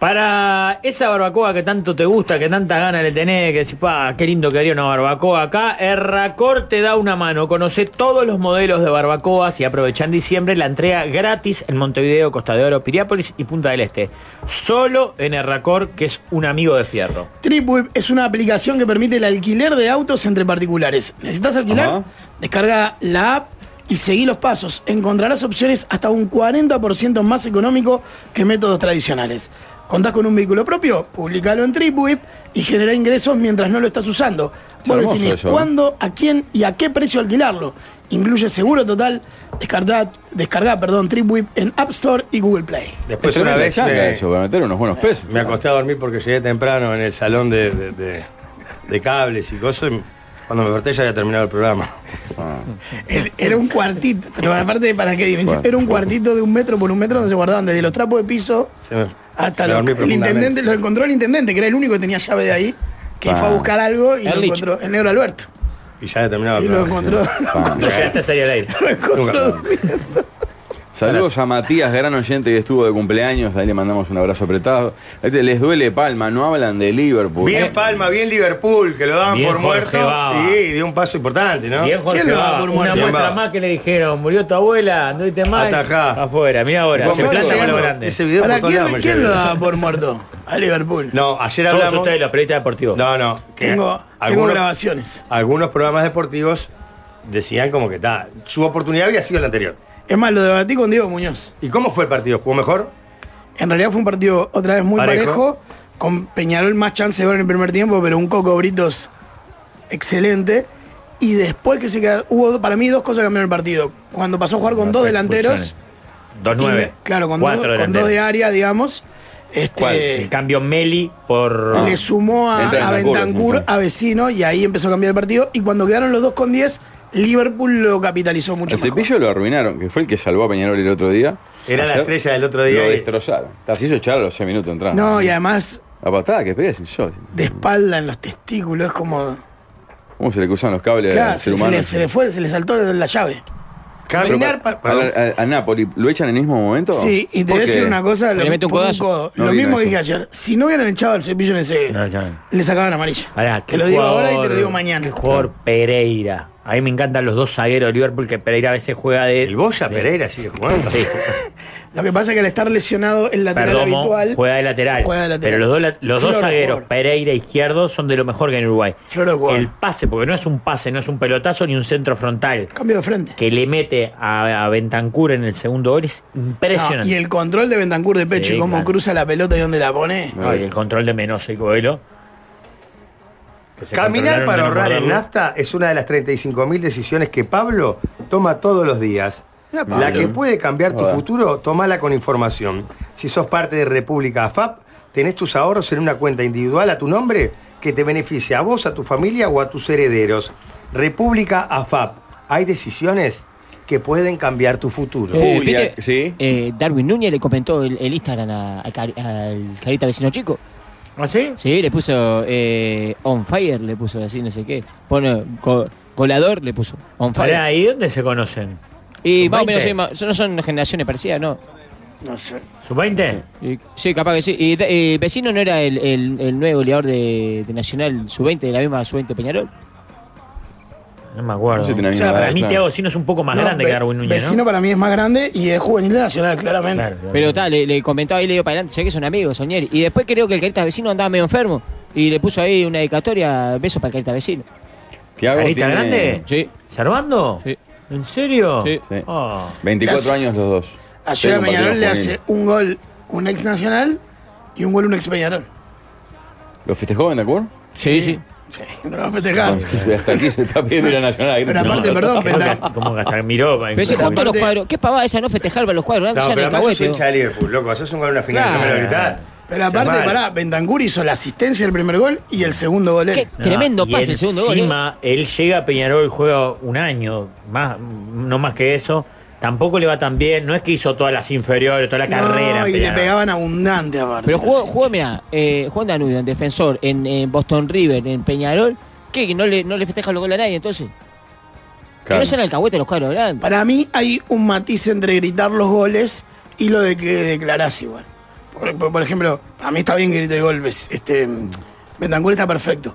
S2: Para esa barbacoa que tanto te gusta, que tantas ganas le tenés, que decís, pa, qué lindo que haría una barbacoa acá, Erracor te da una mano. Conoce todos los modelos de barbacoas y aprovecha en diciembre la entrega gratis en Montevideo, Costa de Oro, Piriápolis y Punta del Este. Solo en Erracor, que es un amigo de fierro.
S4: Tripweb es una aplicación que permite el alquiler de autos entre particulares. ¿Necesitas alquilar?
S5: Ajá.
S4: Descarga la app y seguí los pasos. Encontrarás opciones hasta un 40% más económico que métodos tradicionales. ¿Contás con un vehículo propio? Publicalo en Tripweb y genera ingresos mientras no lo estás usando. Vos
S5: hermoso
S4: definís
S5: eso, ¿eh?
S4: cuándo, a quién y a qué precio alquilarlo. Incluye seguro total. Descarga, descarga perdón, Tripweb en App Store y Google Play.
S1: Después
S5: Es
S1: una
S5: tremenda
S1: vez
S5: changa
S1: me,
S5: eso, para meter unos buenos pesos.
S1: me acosté a dormir porque llegué temprano en el salón de, de- de- de cables y cosas. y Cuando me desperté ya había terminado el programa.
S4: El- Era un cuartito, pero aparte, ¿para qué dimensión?
S5: Bueno.
S4: Era un cuartito de un metro por un metro donde se guardaban desde los trapos de piso
S1: Se me-
S4: hasta
S1: me
S4: los.
S1: dormí
S4: El
S1: profundamente.
S4: intendente, lo encontró el intendente, que era el único que tenía llave de ahí, que
S5: Ah.
S4: fue a buscar algo y lo
S3: Erlich.
S4: encontró. El negro Alberto.
S1: Y ya había terminado el
S4: Y lo
S1: programa.
S4: encontró.
S5: Ah.
S2: No llegaste a salir al aire.
S4: Lo encontró
S1: Nunca.
S4: durmiendo.
S5: Saludos a Matías, gran oyente que estuvo de cumpleaños. Ahí le mandamos un abrazo apretado. Ahí te- Les duele Palma, no hablan de Liverpool.
S1: Bien Palma, bien Liverpool, que lo daban
S2: Bien
S1: por
S2: Jorge
S1: muerto.
S2: Baba.
S1: Y dio un paso importante, ¿no?
S2: Bien, Jorge,
S4: ¿Quién lo da
S2: va,
S4: por
S2: una
S4: muerto?
S2: muestra
S1: Va.
S2: más que le dijeron, murió tu abuela, anduviste mal.
S1: Atajá.
S2: Afuera, mira ahora,
S5: Juan
S2: se
S5: Pablo,
S2: playa con lo
S5: bueno,
S2: grande.
S1: Ese video
S4: ¿Para
S1: por todos
S4: quién,
S1: lados me
S4: quién
S1: llega.
S4: lo daba por muerto? A Liverpool.
S1: No, eh, ayer
S2: Todos
S1: hablamos.
S2: ustedes, los periodistas deportivos.
S1: No, no. que
S4: Tengo, tengo
S1: algunos-
S4: grabaciones.
S1: algunos programas deportivos decían como que ta, su oportunidad había sido la anterior.
S4: Es más, lo debatí con Diego Muñoz.
S1: ¿Y cómo fue el partido? ¿Jugó mejor?
S4: En realidad fue un partido otra vez muy
S1: Parejo.
S4: parejo. con Peñarol más chance de gol en el primer tiempo, pero un Coco Britos excelente. Y después que se quedó, hubo para mí dos cosas que cambiaron el partido. Cuando pasó a jugar con dos delanteros.
S2: Dos nueve.
S4: y- claro, con, dos,
S2: Cuatro
S4: con
S2: delanteros.
S4: dos de área, digamos. Este,
S5: ¿Cuál?
S2: En cambio, Meli por.
S4: Le sumó a,
S5: Entra
S4: a
S5: Bentancur,
S4: Bentancur,
S5: entra.
S4: a Vecino, y ahí empezó a cambiar el partido. Y cuando quedaron los dos con 10, Liverpool lo capitalizó mucho.
S5: El
S4: mejor.
S5: cepillo lo arruinaron, que fue el que salvó a Peñarol el otro día.
S1: Era la
S5: Ayer
S1: estrella del otro día.
S5: Lo
S1: y-
S5: destrozaron. Así hizo Charo a los 6 minutos entrando.
S4: No, y además
S5: La patada que pegué es insólita.
S4: de espalda en los testículos, es como.
S5: ¿Cómo se le cruzan los cables
S4: Claro,
S5: al Eh, ser
S4: se,
S5: humano?
S4: le, se le fue, se le saltó la llave.
S1: Caminar
S5: Pero
S1: pa-
S5: pa- a, a- a Napoli, ¿lo echan en el mismo momento?
S4: Sí, y te
S5: ¿Por
S4: voy a
S5: qué?
S4: decir una cosa,
S3: Le
S4: lo,
S3: mete un
S4: por
S3: codazo.
S5: No
S4: lo
S5: vi
S4: mismo
S5: eso.
S4: dije ayer, si no hubieran echado el cepillo en ese,
S2: No, ya.
S4: le sacaban amarilla.
S2: Pará,
S4: te
S2: qué
S4: lo digo
S2: jugador-
S4: ahora y te lo digo mañana.
S2: Qué jugador Pereira. A mí me encantan los dos zagueros de Liverpool, que Pereira a veces juega de.
S1: El Boya Pereira sigue jugando.
S2: Sí,
S4: Lo que pasa es que al estar lesionado el lateral
S2: Perdomo
S4: habitual,
S2: juega de lateral.
S4: Juega de lateral.
S2: Pero los, dos la- los dos
S4: Flor,
S2: zagueros,
S4: jugador.
S2: Pereira izquierdo, son de lo mejor que hay en Uruguay.
S4: Flor, jugador.
S2: El pase, porque no es un pase, no es un pelotazo ni un centro frontal.
S4: cambio de frente.
S2: Que le mete a, a Bentancur en el segundo gol es
S4: No,
S2: impresionante.
S4: y el control de Bentancur de pecho
S2: Sí,
S4: y cómo
S2: claro.
S4: cruza la pelota y dónde la pone.
S2: Ay, Ah, el control de Menoso y Coelho. que se
S1: Caminar
S2: controlaron
S1: para
S2: de no
S1: ahorrar en
S2: morderlo.
S1: nafta es una de las 35.000 decisiones que Pablo toma todos los días.
S4: Mira, Pablo.
S1: La que puede cambiar tu
S5: Hola.
S1: futuro, tomala con información. Si sos parte de República AFAP, tenés tus ahorros en una cuenta individual a tu nombre que te beneficia a vos, a tu familia o a tus herederos. República AFAP. Hay decisiones que pueden cambiar tu futuro.
S5: Eh. Julia,
S3: ¿viste?
S5: sí.
S3: Eh, Darwin Núñez le comentó el, el Instagram a- a Cari- al Carita Vecino Chico.
S2: ¿Ah, sí?
S3: Sí, le puso eh, on fire, le puso así, no sé qué. Pone co- colador, le puso on fire.
S2: Pará, ¿y dónde se conocen?
S3: y
S2: ¿son
S3: más o menos,
S2: 20?
S3: sí, más- no son generaciones parecidas, ¿no?
S2: ¿Sub-20?
S3: Y- Sí, capaz que sí. Y da- eh, Vecino no era el, el- el nuevo goleador de, de Nacional Sub-20, de la misma Sub-20 Peñarol.
S2: No me
S5: No
S2: acuerdo.
S5: sé si tiene la
S4: O sea,
S5: misma
S4: para
S5: edad,
S2: Para mí,
S5: claro.
S2: Thiago Sino es un poco más
S4: No,
S2: grande que
S4: Ve-
S2: Darwin Núñez,
S4: Vecino
S2: ¿no?
S4: para mí es más grande y es juvenil de Nacional, claramente.
S2: Claro, claro.
S3: Pero está, le, le comentó ahí, le dio para adelante, sé que son amigos, Soñeri. Y después creo que el Carita Vecino andaba medio enfermo. Y le puso ahí una dedicatoria, beso para el Carita Vecino.
S5: Thiago
S2: ¿Carita
S5: tiene
S2: grande?
S3: Sí.
S2: ¿Servando?
S3: Sí.
S2: ¿En serio?
S3: Sí.
S5: Sí.
S2: Ah.
S5: 24
S4: Las-
S5: años los dos.
S4: Ayer a
S5: Tengo
S4: Peñarol le
S5: patrimonio
S4: hace un gol un ex Nacional y un gol un ex Peñarol.
S5: ¿Lo festejó Bentancur?
S8: Sí, sí.
S4: Sí, no lo va a festejar.
S5: Hasta aquí se está pidiendo ir a Nacional.
S4: Pero aparte, perdón,
S2: ¿Cómo,
S4: Bentancur.
S2: gastar- cómo gastar? Miró.
S3: Pero ese
S2: miró.
S3: Juan para los cuadros. ¿Qué pavada esa no festejar para los cuadros?
S1: No,
S3: Sean
S1: pero además sos
S3: alcahuetes,
S1: hincha
S3: vos.
S1: de Liverpool, loco. Haces un gol en una final,
S2: Claro.
S1: no me lo gritás.
S4: Pero
S1: Se
S4: aparte,
S1: mal.
S4: pará, Bentancur hizo la asistencia del primer gol y el segundo gol. él.
S3: Qué
S2: No,
S3: tremendo
S2: y
S3: pase el segundo gol. ¿eh?
S2: Encima, él llega a Peñarol, juega un año, más, no más que eso. Tampoco le va tan bien. No es que hizo todas las inferiores, toda la carrera.
S4: No,
S2: en
S4: y le
S2: Peñarol.
S4: pegaban abundante aparte.
S3: Pero jugó, jugó mira, eh, jugó en Danubio, en defensor, en, en Boston River, en Peñarol. ¿Qué? ¿Que no le, no le festeja los goles a nadie entonces? Que no sean alcahuetes los cuadros grandes.
S4: Para mí hay un matiz entre gritar los goles y lo de que declarás igual. Por, por- por ejemplo, a mí está bien que grite golpes. Este, Bentancur está perfecto.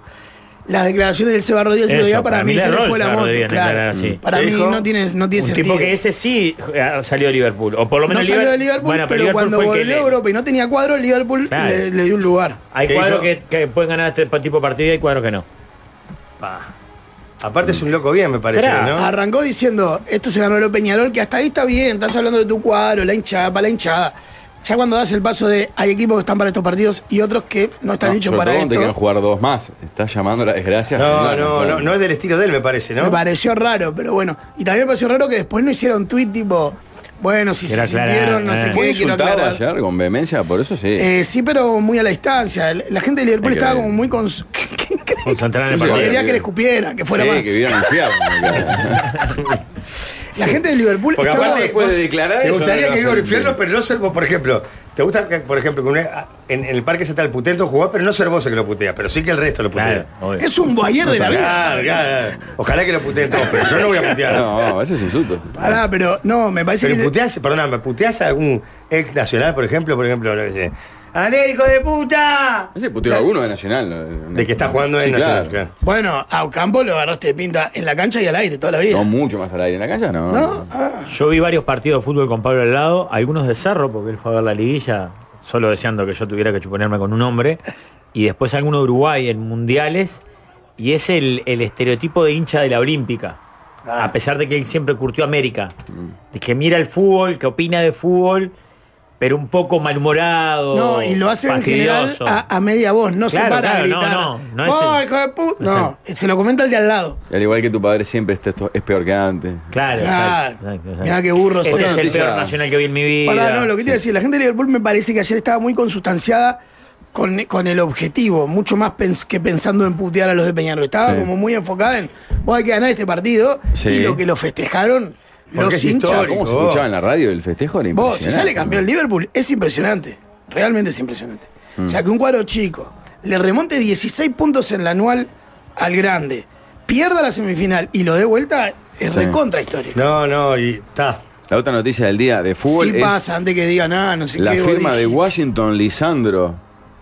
S4: Las declaraciones del Seba Rodríguez el otro
S2: Eso,
S4: día para,
S2: para
S4: mí
S2: mí le
S4: se le
S2: erró
S4: fue
S2: el
S4: la
S2: Seba
S4: moto,
S2: Rodríguez en declarar
S4: claro.
S2: así.
S4: Para
S1: ¿Qué
S4: mí
S1: dijo?
S4: no tiene, no tiene
S2: un
S4: sentido.
S2: tipo que ese sí eh, salió de Liverpool. O por lo
S4: no
S2: menos
S4: salió de
S2: Liber-
S4: Liverpool,
S2: bueno,
S4: pero,
S2: Liverpool
S4: cuando
S2: fue el que
S4: volvió a
S2: le-
S4: Europa y no tenía cuadro, Liverpool
S2: Claro.
S4: le, le dio un lugar.
S2: Hay
S1: ¿Qué
S2: cuadros que,
S1: dijo?
S2: que pueden ganar este tipo de partido y hay cuadros que no.
S1: Aparte es un loco bien, me parece,
S2: Esperá.
S1: ¿no?
S4: Arrancó diciendo, esto se ganó lo Peñarol, que hasta ahí está bien, estás hablando de tu cuadro, la hinchada, para la hinchada. Ya cuando das el paso de hay equipos que están para estos partidos y otros que no están hechos para
S5: Te quieren
S4: esto,
S5: jugar dos más. Estás llamando a la desgracia.
S1: No, no, no, no es del estilo de él, me parece, ¿no?
S4: me pareció raro, pero bueno. Y también me pareció raro que después no hicieron tweet tipo, bueno, si
S2: Quiero
S4: se
S2: aclarar,
S4: sintieron, no
S2: eh.
S4: sé
S5: Fue
S4: qué, quiero
S5: insultado
S4: aclarar.
S5: ayer con vehemencia, por eso sí.
S4: Eh, sí, pero muy a la distancia. La gente de Liverpool
S5: Hay que
S4: estaba
S5: ver.
S4: como muy con... ¿Qué increíble.
S2: Con Santana en el
S5: Sí,
S2: partido.
S4: Quería
S5: sí.
S4: que le escupieran, que fuera
S5: sí,
S4: más.
S5: que vieron el infierno.
S4: La gente de Liverpool
S1: Porque
S4: estaba-
S1: aparte
S5: después de declarar
S1: Te
S5: eso, no
S1: gustaría
S5: lo
S1: que viva el
S5: hacen.
S1: infierno, pero no ser vos, por ejemplo. ¿Te gusta que, por ejemplo, que un- e, en, en el parque se está el putento jugás, pero no ser vos el que lo putea, pero sí que el resto lo
S2: Claro,
S1: putea?
S2: obvio.
S4: Es un boyer de la vida.
S1: Claro, claro. Ojalá que lo puteen todos, pero yo no voy a putear.
S5: no, eso es insulto.
S4: Pará, pero no, me parece
S1: Pero
S4: que.
S1: puteás, perdóname, puteás a algún ex nacional, por ejemplo, por ejemplo, lo que dice, "Ander, hijo de puta!
S5: Ese puteó a alguno de Nacional.
S1: De que está jugando en
S5: Sí,
S1: Nacional,
S5: claro.
S1: claro.
S4: Bueno, a Ocampo lo agarraste de pinta en la cancha y al aire toda la vida.
S5: No mucho más al aire en la cancha, no.
S4: ¿No? Ah,
S2: Yo vi varios partidos de fútbol con Pablo al lado, algunos de Cerro, porque él fue a ver la liguilla, solo deseando que yo tuviera que chuponerme con un hombre, y después alguno de Uruguay en mundiales, y es el, el estereotipo de hincha de la Olímpica,
S4: Ah.
S2: a pesar de que él siempre curtió América, de que mira el fútbol, que opina de fútbol, pero un poco malhumorado.
S4: no, y lo hacen en general
S2: fastidioso.
S4: a, a media voz, no se
S2: Claro,
S4: para a
S2: claro, no,
S4: gritar.
S2: no, no es
S4: "Oh,
S2: el-
S4: hijo de puta!
S2: no es
S4: No, se lo comenta el de al lado.
S5: Y al igual que tu padre siempre este- esto es peor que antes.
S4: Claro.
S2: Claro, exacto, exacto, exacto.
S4: Mirá qué burro
S2: Este
S4: son.
S2: es el
S5: noticia.
S2: peor nacional que vi en mi vida.
S4: Pará, no, lo que te iba a decir, la gente de Liverpool me parece que ayer estaba muy consustanciada con, con el objetivo, mucho más pens- que pensando en putear a los de Peñarol. Estaba
S5: Sí.
S4: como muy enfocada en, vos hay que ganar este partido,
S5: Sí.
S4: y lo que lo festejaron
S1: Porque
S4: los
S1: es
S4: hinchas.
S1: histórico.
S5: Ah, ¿Cómo se escuchaba en la radio el festejo? Era
S4: Vos, si
S5: impresionante.
S4: sale campeón Liverpool, es impresionante. Realmente es impresionante. O sea, que un cuadro chico le remonte 16 puntos en la anual al grande, pierda la semifinal y lo dé vuelta, es
S5: Sí.
S4: recontra histórico.
S1: No, no, y está.
S5: La otra noticia del día de fútbol
S4: sí
S5: es
S4: pasa, antes que digan nada, no sé
S5: la
S4: qué. vos
S5: firma de
S4: dijiste.
S5: Washington Lisandro,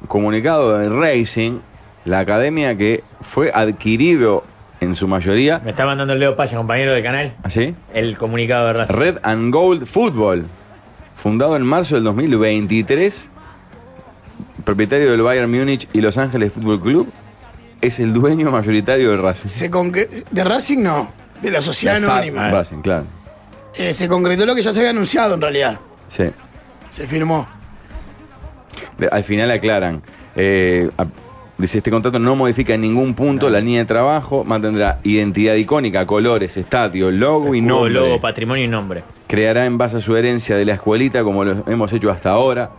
S5: comunicado de Racing, la academia que fue adquirido en su mayoría.
S2: Me está mandando el Leo Paya, compañero del canal,
S5: ¿Así?
S2: el comunicado de Racing.
S5: Red and Gold Football, fundado en marzo del 2023, propietario del Bayern Múnich y Los Ángeles Fútbol Club, es el dueño mayoritario del Racing.
S4: Se conque- de Racing no, de la sociedad
S5: Sa-
S4: anónima.
S5: Racing, claro.
S4: Eh, se concretó lo que ya se había anunciado en realidad.
S5: Sí.
S4: Se firmó.
S5: De- Al final aclaran. eh, a- dice, este contrato no modifica en ningún punto la línea de trabajo, mantendrá identidad icónica, colores, estadio, logo y
S2: Escudo,
S5: nombre.
S2: logo, patrimonio y nombre.
S5: Creará en base a su herencia de la escuelita, como lo hemos hecho hasta ahora,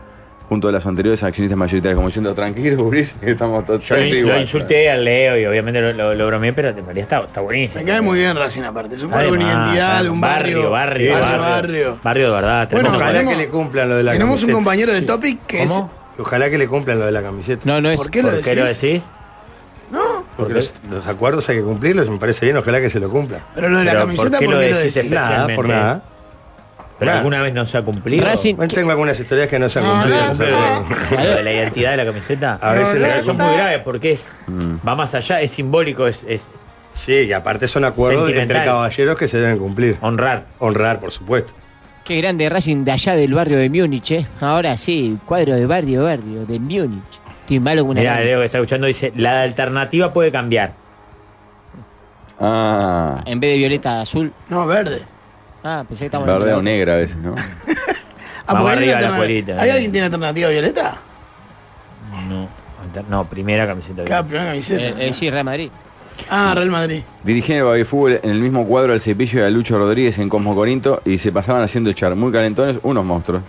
S5: junto a los anteriores accionistas mayoritarios, como diciendo, tranquilos, gurís, que estamos todos
S2: Yo
S5: todos
S2: lo
S5: igual".
S2: insulté al Leo y obviamente lo, lo, lo bromeé, pero en realidad está, está buenísimo.
S4: Me cae muy bien Racing aparte. Es un barrio con
S2: Además,
S4: identidad, de un barrio.
S2: Barrio, barrio.
S4: barrio.
S2: Barrio de verdad.
S4: Bueno,
S2: tenemos
S1: Ojalá
S4: tenemos-
S1: que le cumplan lo de la
S4: Tenemos un
S1: camiseta.
S4: compañero de Topic que es
S2: ¿Cómo?
S1: Ojalá que le cumplan lo de la camiseta.
S3: No, no es.
S4: ¿Por qué lo
S2: ¿Por qué lo
S4: decís?
S2: decís?
S1: Porque
S2: ¿Por
S1: los, los acuerdos hay que cumplirlos, me parece bien, ojalá que se lo cumplan.
S4: Pero lo de la
S2: Pero,
S4: camiseta, ¿por qué, lo decís?
S1: Nada, por
S2: Especialmente.
S1: nada.
S2: ¿Pero
S1: Nada.
S2: alguna vez no se ha cumplido?
S3: Racing-
S1: Bueno, tengo algunas historias que no se han cumplido.
S4: Ah.
S1: pero-
S2: Lo de la identidad de la camiseta.
S1: A veces
S2: Pero
S1: le-
S2: son muy graves porque es va más allá, es simbólico, es, es
S1: Sí, y aparte son acuerdos entre
S2: Sentimental.
S1: caballeros que se deben cumplir.
S2: honrar.
S1: Honrar, por supuesto.
S3: Qué grande Racing de allá del barrio de Múnich, eh. Ahora sí, cuadro de barrio, barrio, de Múnich. Estoy malo con una.
S2: Mira,
S3: gana.
S2: Leo que está escuchando dice, la alternativa puede cambiar.
S5: Ah,
S3: En vez de violeta azul.
S4: No, verde.
S3: Ah, pensé que estábamos
S5: verde
S3: en
S5: o negra a veces, ¿no?
S4: Ah, porque hay,
S2: arriba
S4: una
S2: la
S4: alterna-
S2: colita,
S4: ¿Hay
S2: eh.
S4: alguien que tiene alternativa a violeta?
S2: No, No, primera camiseta.
S4: Cada
S2: blanca.
S4: primera
S3: Eh,
S4: camiseta.
S3: eh, sí, Real Madrid.
S4: Ah, Real Madrid.
S5: Dirigían el Babyfútbol en el mismo cuadro al Cepillo y a Lucho Rodríguez en Cosmo Corinto y se pasaban haciendo echar muy calentones unos monstruos.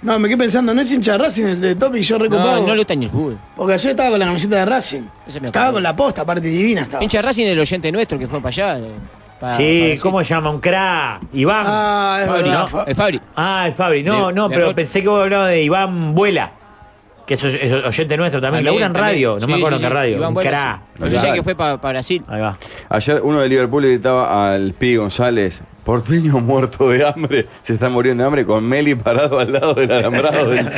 S4: No, me quedé pensando, no es hincha de Racing el de Topic, yo recopado.
S3: No, no le gusta ni el fútbol.
S4: Porque ayer estaba con la camiseta de Racing.
S3: Ese me
S4: Estaba
S3: acuerdo.
S4: con la posta, aparte divina estaba.
S3: Hincha de Racing el oyente nuestro que fue para allá. eh,
S1: Ah,
S3: pa-
S2: sí,
S3: para decir-
S2: ¿cómo se llama? Un cra. Iván. Ah,
S4: Ah, es
S3: Fabri,
S4: verdad.
S3: no,
S4: Fa-
S3: el Fabri.
S2: el Fabri. No,
S3: De-
S2: no,
S3: de
S2: pero
S3: Rocha.
S2: pensé que vos hablabas de Iván Vuela. Que es, oy- es oyente nuestro también. Labura en radio. No me acuerdo
S3: en
S2: qué radio.
S3: Iván
S2: un
S3: Bueno,
S2: cra.
S3: sí. Yo sé que fue para Brasil.
S2: Ahí va.
S5: Ayer uno de Liverpool gritaba al Pi González, porteño muerto de hambre, se está muriendo de hambre con Meli parado al lado del alambrado, del-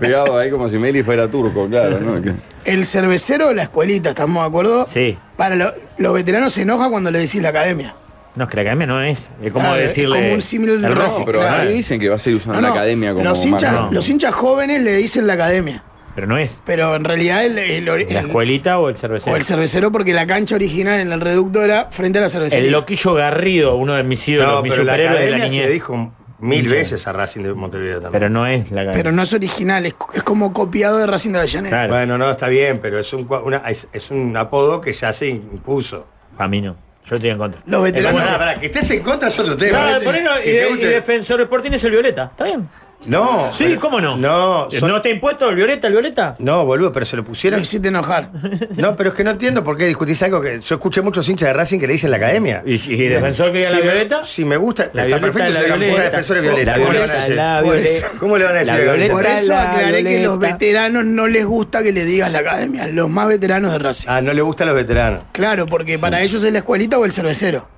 S5: pegado ahí como si Meli fuera turco, claro. ¿no? Que-
S4: El cervecero de la escuelita, ¿estamos de acuerdo?
S2: Sí.
S4: Para lo- los veteranos se enoja cuando le decís la academia.
S2: No, es que la academia no es. Es como
S4: Claro, es
S2: decirle.
S4: como un símil de
S2: el
S4: No,
S2: rojo.
S5: Pero
S4: claro.
S5: ahí dicen que va a seguir usando
S4: No,
S5: la
S4: no,
S5: academia como
S4: los,
S5: marca.
S4: hinchas,
S2: No.
S4: los hinchas jóvenes le dicen la academia.
S2: Pero no es.
S4: Pero en realidad el, el ori-
S2: ¿La
S4: el-
S2: escuelita o el cervecero?
S4: o el cervecero, porque la cancha original en el reducto era frente a la cervecería.
S2: El loquillo Garrido, uno de mis ídolos,
S1: No,
S2: mis
S1: pero la
S2: superhéroes de la
S1: academia
S2: niñez.
S1: se dijo mil
S2: Hincha.
S1: veces a Racing de Montevideo también.
S2: Pero no es la academia.
S4: Pero no es original, es, es como copiado de Racing de Avellaneda.
S2: Claro,
S1: Bueno, no, está bien, pero es un, cua- una- es, es un apodo que ya se impuso.
S2: a mí no. Yo estoy en contra.
S4: Los veteranos.
S1: Pará, pará, que estés en contra es otro tema.
S2: No, ponelo, y,
S1: Que te
S2: de- y
S1: guste-
S2: defensor Sporting es el Violeta. ¿Está bien?
S1: No.
S2: Sí,
S1: pero-
S2: ¿cómo no? Eh,
S1: No, son-
S2: ¿No te ha impuesto el Violeta, el Violeta?
S1: no, boludo, pero se lo
S4: Lo
S1: pusieron.
S4: hiciste enojar.
S1: No, pero es que no entiendo por qué discutís algo que yo escuché muchos hinchas de Racing que le dicen la academia.
S2: ¿Y, y defensor que diga
S1: Si
S2: la
S1: me-
S2: Violeta?
S1: Si me gusta,
S2: La
S1: está
S2: Violeta,
S1: perfecto,
S2: la
S1: se llama
S2: Violeta.
S1: defensor de Violeta.
S2: La
S1: ¿Cómo le van a
S2: Violeta,
S1: decir?
S2: la
S1: Por eso.
S2: Violeta.
S1: ¿Cómo le van a decir?
S2: La Violeta.
S4: Por
S2: Está
S4: eso
S2: la
S4: aclaré que los
S2: Violeta.
S4: veteranos no les gusta que le digas la academia, los más veteranos de Racing.
S1: Ah, no le gustan los veteranos.
S4: Claro, porque para ellos es la escuelita o el cervecero.